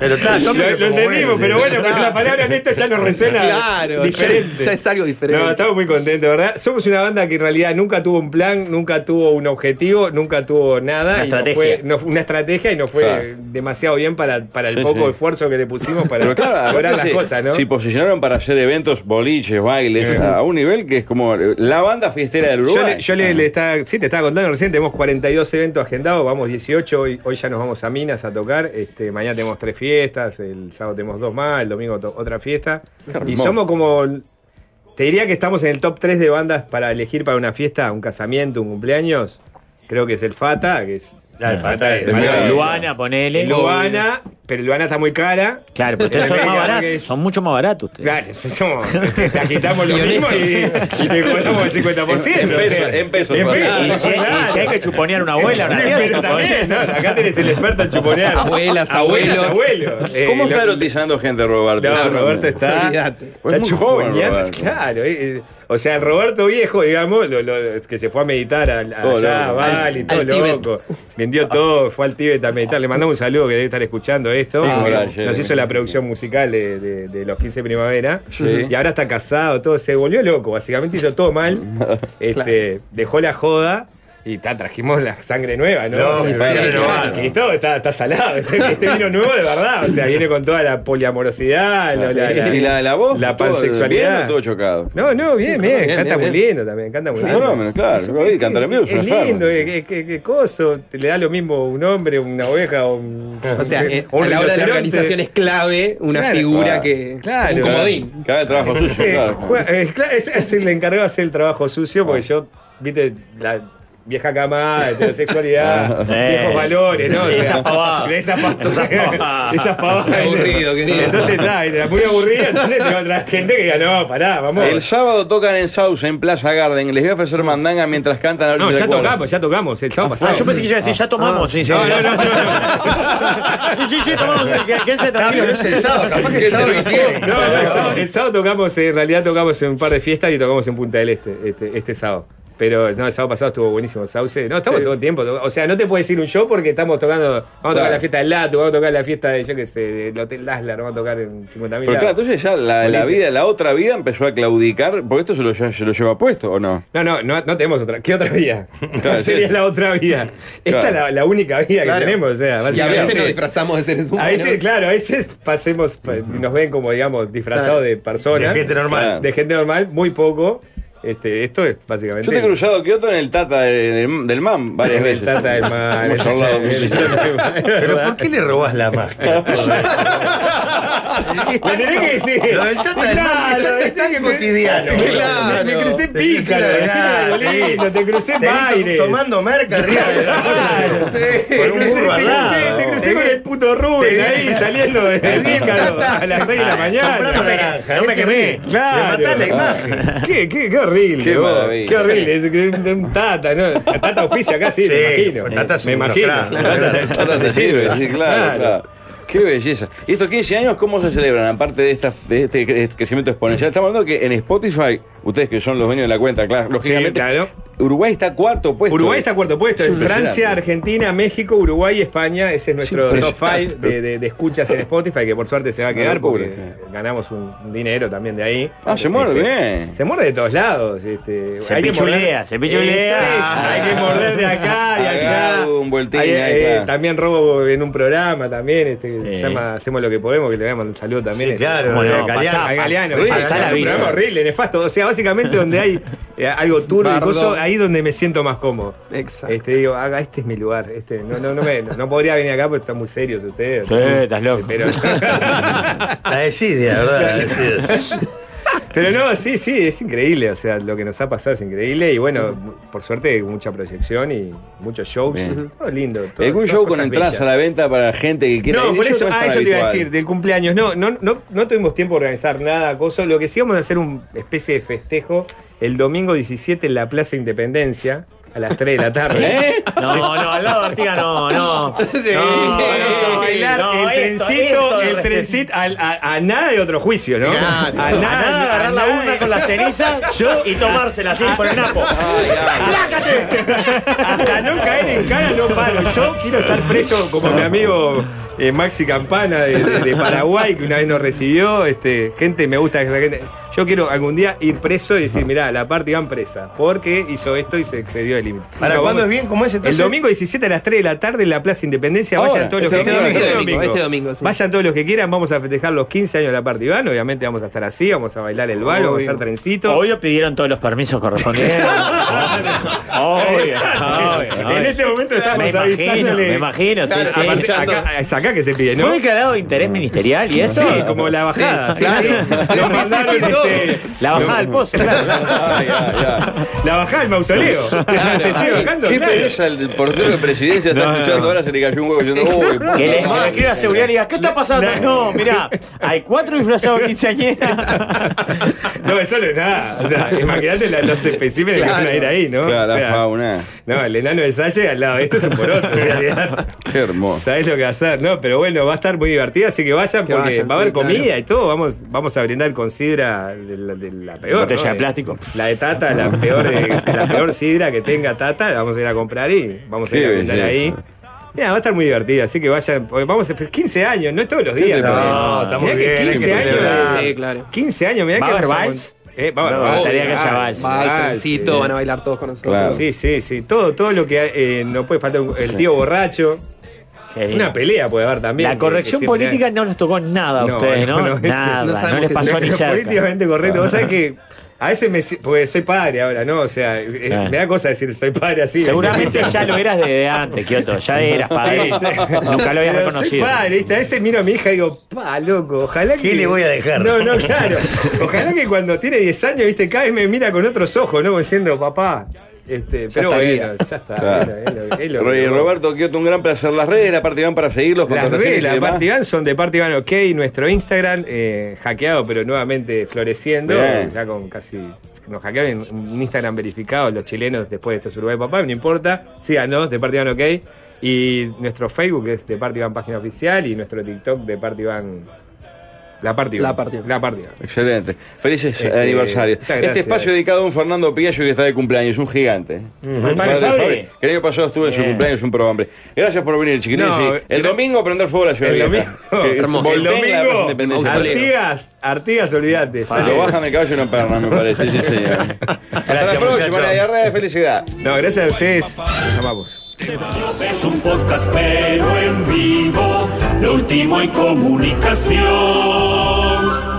S1: Pero está,
S12: Lo,
S1: tómelo
S12: lo
S1: como
S12: entendimos,
S1: bueno,
S12: pero
S1: sí.
S12: bueno, pero la palabra honesto ya nos resuena.
S13: Claro,
S12: diferente.
S13: ya es- ya es algo diferente.
S12: No, estamos muy contentos, ¿verdad? Somos una banda que en realidad nunca tuvo un plan, nunca tuvo un objetivo, nunca tuvo nada.
S2: Una
S12: y nos
S2: estrategia.
S12: fue- nos- una estrategia y nos fue
S5: Claro.
S12: demasiado bien para, para el
S5: Sí,
S12: poco
S5: sí.
S12: esfuerzo que le pusimos para
S5: Pero claro,
S12: lograr
S5: aparte
S12: las
S5: se-
S12: cosas, ¿no?
S5: Se posicionaron para hacer eventos, boliches, bailes,
S12: Sí.
S5: a un nivel que es como la banda fiestera del
S12: Yo
S5: Uruguay.
S12: le, yo le- le estaba, sí, te estaba contando recién, tenemos 42 eventos agendados, vamos 18, hoy, hoy ya nos vamos a Minas a tocar, este, mañana tenemos tres fiestas, el sábado tenemos dos más, el domingo to- otra fiesta. Y
S5: hermoso.
S12: somos como, te diría que estamos en el top 3 de bandas para elegir para una fiesta, un casamiento, un cumpleaños. Creo que es el Fata, que es...
S2: Claro,
S12: el Fata es-
S2: Luana, ponele.
S12: Luana, pero Luana está muy cara.
S2: Claro, pero ustedes son
S12: Venga,
S2: más
S12: que
S2: baratos.
S12: es-
S2: Son mucho más baratos ustedes.
S12: Claro, sí somos- te, te agitamos lo
S2: Y
S12: mismo y,
S2: honestos.
S12: y te cobramos el 50%.
S5: En- en
S12: o sea,
S5: pesos, en pesos,
S12: En
S5: por
S12: pesos,
S2: Y si, hay- y si hay que chuponear una abuela, una tía,
S12: Pero también, ¿no? Acá tenés el experto en chuponear.
S13: Abuelas,
S12: abuelos. Eh,
S5: ¿Cómo está
S12: lo-
S5: erotizando gente Roberto?
S12: No, Roberto está.
S13: Olvídate.
S5: Pues
S12: está
S5: es muy joven,
S12: chuponeando,
S5: Roberto.
S12: Claro. eh, eh, o sea, el Roberto viejo, digamos, lo- lo- es que se fue a meditar a,
S5: Todo
S12: allá,
S5: loco.
S12: Val y
S13: Al-
S12: todo
S13: al Tíbet.
S12: loco. Vendió todo, fue al Tíbet a meditar. Le mandamos un saludo que debe estar escuchando esto.
S5: Ah,
S12: porque
S5: gracias.
S12: nos hizo la producción musical de, de- de los 15 Primavera.
S5: Sí.
S12: Y ahora está casado, todo. Se volvió loco, básicamente hizo todo mal. Este, Dejó la joda. Y ta, trajimos la sangre nueva, ¿no?
S1: No,
S12: O sea,
S1: sí,
S12: sí,
S1: claro.
S12: claro. que todo está, está salado. Este, este vino nuevo de verdad. O sea, viene con toda la poliamorosidad, la, la- la-
S5: Ah, y la, la voz,
S12: la
S5: todo,
S12: pansexualidad.
S5: viendo todo chocado.
S12: No, no, bien, bien.
S13: bien,
S12: canta
S13: bien,
S12: muy
S13: bien.
S12: lindo también, canta muy
S5: Es un
S12: lindo.
S5: fenómeno, claro. Lo vi cantar en vivo, es un
S12: es
S5: enfermo.
S12: lindo, eh, qué, qué- qué coso. Te le da lo mismo un hombre, una oveja, un.
S13: O sea, eh,
S12: un
S13: a la hora de la
S12: rinoceronte.
S13: organización es clave una
S12: Claro.
S13: figura
S5: Claro.
S13: que.
S12: Claro.
S13: Un comodín.
S5: Que haga el Ah. trabajo sucio,
S12: Sí,
S5: claro.
S12: juega- Eh, es, cla- es- es el encargado de hacer el trabajo sucio porque yo, viste, la vieja cama, heterosexualidad,
S2: Eh.
S12: viejos valores, ¿no? O sea,
S2: Esas pavadas.
S12: de Esas pavadas.
S2: Esas pavadas.
S12: Esas pavadas.
S13: Aburrido, querido.
S12: Entonces está, era muy aburrido, entonces te va a traer gente que diga, no, pará, vamos.
S5: El sábado tocan en Sauce, en Plaza Garden. Les voy a ofrecer mandanga mientras cantan. a ver
S12: no,
S5: si se
S12: ya pues,
S5: acuerdan.
S12: tocamos, ya tocamos, el sábado pasado.
S2: Ah, yo pensé que iba a decir, ya tomamos. Sí, sí.
S12: Ah. No, no, no, no,
S2: Sí, sí, sí, tomamos. ¿Qué, qué se
S1: Cambio, no es el sábado, capaz que el sábado lo hicieron.
S12: No, no, el sábado- el sábado tocamos, eh, en realidad tocamos en un par de fiestas y tocamos en Punta del Este, este, este sábado. Pero no, el sábado pasado estuvo buenísimo. Sauce. No, estamos todo el tiempo. to- O sea, no te puedes ir un show porque estamos tocando. Vamos a tocar
S5: Claro.
S12: la fiesta del Lato, vamos a tocar la fiesta de, yo qué sé, del Hotel Laslar, vamos a tocar en 50.000.
S5: Pero claro,
S12: lados.
S5: entonces ya la, la
S12: Boliche.
S5: vida, la otra vida empezó a claudicar, porque esto se lo, lle- se lo lleva puesto, ¿o no?
S12: No, no, no, no tenemos otra. ¿Qué otra vida?
S5: Claro,
S12: ¿Cuál sería
S5: sí.
S12: la otra vida? Esta es
S5: Claro.
S12: la, la única vida
S13: Claro.
S12: que tenemos. O sea,
S13: Y a veces
S12: básicamente-
S13: nos disfrazamos de seres
S12: A
S13: humanos.
S12: veces, claro, a veces pasemos, pa- nos ven como, digamos, disfrazados
S13: Claro.
S12: de personas.
S1: De gente normal.
S12: De gente normal, muy poco. Este, esto es básicamente.
S5: Yo te he cruzado Kioto en el Tata de- del, del MAM varias
S12: El
S5: veces.
S12: Tata del Mar,
S5: Hemos
S12: el-
S5: charlado
S12: el-
S5: muchísimo.
S1: Pero ¿por qué le robás la magia?
S12: Me tenés que decir.
S1: Lo del Tata del Mar
S12: Claro,
S1: es tan
S12: que me-
S1: cotidiano.
S12: Claro, me crucé en pícaro,
S1: Claro.
S12: encima de Bolino, te crucé en
S1: Te vi
S12: Baires.
S1: Tomando merca arriba de la
S12: Claro, sí. Te
S1: Por un
S12: crucé,
S1: burro
S12: te
S1: al
S12: crucé,
S1: lado.
S12: te crucé
S1: Te
S12: con
S1: vi-
S12: el puto Rubén
S1: te
S12: ahí
S1: vi-
S12: saliendo de
S1: te vi en
S12: Pícaro
S1: Tata.
S12: a las 6 de la
S1: Comprando
S12: mañana.
S1: naranja.
S2: No me
S1: Este
S2: quemé.
S12: Claro.
S1: Le matás la imagen.
S12: Qué, qué, qué horrible.
S5: Qué
S12: vos.
S5: maravilla.
S12: Qué horrible. Es que un- un tata, ¿no? Tata oficia acá, sí, me
S1: Sí,
S12: imagino.
S1: Tata es
S12: me
S1: un
S12: imagino.
S1: crack.
S5: El Tata te sirve, sí, claro,
S12: Claro.
S5: claro. Qué belleza. ¿Y estos 15 años cómo se celebran? Aparte de, esta, de este cre- crecimiento exponencial, estamos hablando que en Spotify, ustedes que son los dueños de la cuenta, claro, lógicamente,
S12: claro.
S5: Uruguay está cuarto puesto.
S12: Uruguay está cuarto puesto.
S5: Es
S12: En Francia,
S5: impresionante.
S12: Argentina, México, Uruguay y España. Ese es nuestro
S5: Es
S12: top
S5: impresionante.
S12: 5 de, de- de escuchas en Spotify, que por suerte se va a
S5: Una
S12: quedar porque
S5: locura.
S12: ganamos un un dinero también de ahí.
S5: Ah, se muere
S12: Este,
S5: bien.
S12: Se muerde de todos lados. este,
S2: Se
S12: hay que
S2: pichulea,
S12: morder- Este,
S2: se pichulea.
S12: Eh, Hay que morder de acá, de allá.
S5: Acá, robo Ah. un voltín.
S12: Ahí,
S5: ahí,
S12: eh,
S5: claro.
S12: También robo en un programa también. Este, se llama Hacemos lo que podemos, que le voy a mandar un saludo también. este,
S1: claro,
S12: a Galeano,
S1: no, pasá,
S12: a Galeano,
S1: pasá,
S12: che,
S1: pasá
S12: es
S1: la
S12: un
S1: visa.
S12: programa horrible, nefasto. O sea, básicamente donde hay eh, algo turbio y
S1: Bardo.
S12: coso, ahí es donde me siento más cómodo. Exacto. Este, digo, ah, este es mi lugar. Este, no, no, no, me- no podría venir acá porque están muy serios ustedes.
S2: Sí, estás loco.
S12: Pero,
S1: La desidia, ¿verdad? La desidia.
S12: Pero no, sí, sí, es increíble. O sea, lo que nos ha pasado es increíble. Y bueno, mu- por suerte, mucha proyección y muchos shows.
S5: Bien.
S12: Todo lindo. todo-
S5: ¿Algún
S12: todas
S5: eh, show con
S12: cosas
S5: entradas
S12: bellas.
S5: a la venta para gente que quiera
S12: No,
S5: ir?
S12: por eso,
S5: no es
S12: ah,
S5: tan
S12: eso te iba a
S5: habitual.
S12: decir, del cumpleaños. No, no, no, no tuvimos tiempo de organizar nada, cosa. Lo que sí vamos a hacer un especie de festejo el domingo 17 en la Plaza Independencia. A las 3 de la tarde.
S2: ¿Eh? No, no, al lado de Artigas no, no.
S12: Sí.
S2: No,
S12: vamos a
S2: no,
S12: bailar el
S2: no, esto,
S12: trencito,
S2: esto.
S12: el trencito, al- a, a nada de otro juicio, ¿no?
S2: A nada, agarrar la
S12: nada.
S2: urna con la ceniza
S12: Yo-
S2: y tomársela así por el napo.
S12: Hasta no caer en cara no paro. Yo quiero estar preso como mi amigo eh, Maxi Campana de, de- de Paraguay, que una vez nos recibió. Este, gente, me gusta esa gente. Yo quiero algún día ir preso y decir, mirá, la parte iban presa, porque hizo esto y se excedió el límite.
S1: ¿Para
S12: No,
S1: cuándo
S12: vamos-
S1: es bien? ¿Cómo es entonces?
S12: El domingo 17 a las 3 de la tarde en la Plaza Independencia.
S1: Ahora,
S12: vayan todos los
S1: este
S12: que
S1: domingo,
S12: quieran.
S1: este domingo, este domingo, sí.
S12: Vayan todos los que quieran, vamos a festejar los 15 años de la parte Iván. Obviamente vamos a estar así, vamos a bailar el balo, vamos a hacer
S2: Obvio.
S12: trencito.
S2: Obvio pidieron todos los permisos correspondientes. Obvio, obvio, obvio.
S12: En este momento estamos
S2: me imagino,
S12: avisándole.
S2: Me imagino, sí,
S12: Claro,
S2: sí.
S12: aparte, acá- es acá que se pide, ¿no?
S2: ¿Fue declarado de interés ministerial y eso?
S12: Sí, como la bajada. Sí,
S2: Claro.
S12: sí. Lo mandaron, este,
S2: La bajada del pozo, claro.
S12: La bajada del mausoleo.
S5: Claro.
S12: Se sigue bajando.
S5: Qué
S12: claro.
S5: pereza el portero de presidencia está
S2: No, no,
S5: escuchando
S2: no.
S5: ahora, se le cayó un huevo yendo, uy,
S2: Que le, que
S5: puta
S2: le
S5: madre".
S2: escriba a seguridad y diga, ¿qué está pasando? No, mirá, hay cuatro disfrazados de quinceañera.
S12: No, eso no es nada. O sea, imagínate la- los especímenes que van a ir ahí, ¿no?
S5: Claro,
S12: O
S5: la
S12: sea,
S5: fauna.
S12: No, el enano de Salle al lado de esto es un poroto, en realidad.
S5: Qué hermoso.
S12: Sabés lo que va a hacer, ¿no? Pero bueno, va a estar muy divertida, así que vayan
S5: Que
S12: porque
S5: vayan,
S12: va a haber
S5: sí, claro.
S12: comida y todo. Vamos, vamos a brindar con sidra de la, de la peor.
S2: Botella
S12: ¿no?
S2: de plástico.
S12: La de Tata, la peor, eh, la peor sidra que tenga Tata, la vamos a ir a comprar y vamos a ir
S5: Qué
S12: a brindar
S5: belleza.
S12: ahí. Mirá, va a estar muy divertida, así que vayan. porque Vamos a 15 años, no es todos los días. también.
S1: No, está muy
S12: Mirá que
S1: bien, hay que
S12: 15 años.
S1: celebrar.
S12: de-
S1: Sí,
S12: 15 años, mirá
S2: ¿Va a
S12: que
S2: haber
S12: pasamos-
S2: vals?
S12: Eh, va a haber
S2: No,
S12: vals.
S2: estaría que haya
S12: Vals,
S2: vals.
S13: Va al
S12: vals,
S13: trencito,
S12: sí.
S13: van a bailar todos con nosotros.
S5: Claro.
S12: Ah, Sí, sí, sí. Todo, todo lo que eh, no puede faltar. El tío borracho. Una pelea puede haber también.
S2: La
S12: que-
S2: corrección
S12: que siempre hay.
S2: política no les tocó nada a
S12: No,
S2: ustedes, ¿no?
S12: no, no, ese-
S2: nada,
S12: no
S2: no,
S12: sabemos
S2: les
S12: qué
S2: pasó
S12: sea
S2: ni
S12: lo
S2: cerca.
S12: Políticamente correcto. Vos sabés que a veces me. si- Porque soy padre ahora, ¿no? O sea, eh,
S2: Claro.
S12: me da cosa decir soy padre así.
S2: Seguramente ya lo eras desde antes, Kioto. Ya eras
S12: Sí,
S2: padre.
S12: sí.
S2: Nunca lo
S12: Pero
S2: habías
S12: Soy
S2: reconocido.
S12: padre, ¿viste? A veces miro a mi hija y digo, pa, loco, ojalá que.
S1: ¿Qué le voy a dejar?
S12: No, no, claro. Ojalá que cuando tiene 10 años, ¿viste? Cada vez me mira con otros ojos, ¿no? Como Diciendo, papá. Este, pero
S5: está
S12: bueno,
S5: guía.
S12: ya está.
S5: Claro.
S12: es lo- es lo- es lo
S5: Rey
S12: que-
S5: Roberto Kioto, un gran placer. Las redes de la parte van para seguirlos.
S12: Las
S5: contrataciones
S12: redes
S5: y
S12: de la
S5: demás.
S12: Party Van son de Party Van OK, nuestro Instagram, eh, hackeado pero nuevamente floreciendo,
S5: Bien.
S12: ya con casi... Nos hackearon un Instagram verificado, los chilenos después de estos Uruguay Papá, no importa, síganos, de Party Van OK. Y nuestro Facebook es de Party Van Página Oficial y nuestro TikTok de Party Van... La Party Van.
S13: La Party Van.
S12: La Party Van.
S5: Excelente. Felices
S12: Este,
S5: aniversarios.
S12: muchas gracias.
S5: Este espacio dedicado a un Fernando Piaggio que está de cumpleaños, un gigante. ¿eh?
S12: Padre Fabri.
S5: Padre Fabri, Que el año pasado estuve en su
S2: Bien.
S5: cumpleaños, un prohombre. Gracias por venir, chiquilines.
S12: No,
S5: Y el
S12: gra-
S5: domingo prender fuego a la ciudad.
S12: El
S5: Vieja.
S12: domingo,
S5: Que
S12: hermoso. el
S5: volteen la Plaza
S12: domingo,
S5: Independencia.
S12: Artigas, Artigas, olvídate.
S5: Lo
S12: sale.
S5: bajan de caballo y no perna, me parece. Sí, señor. Hasta la próxima,
S1: muchachos.
S5: la diarrea de felicidad.
S12: No, gracias a ustedes, los amamos.
S7: Es un podcast pero en vivo, lo último en comunicación.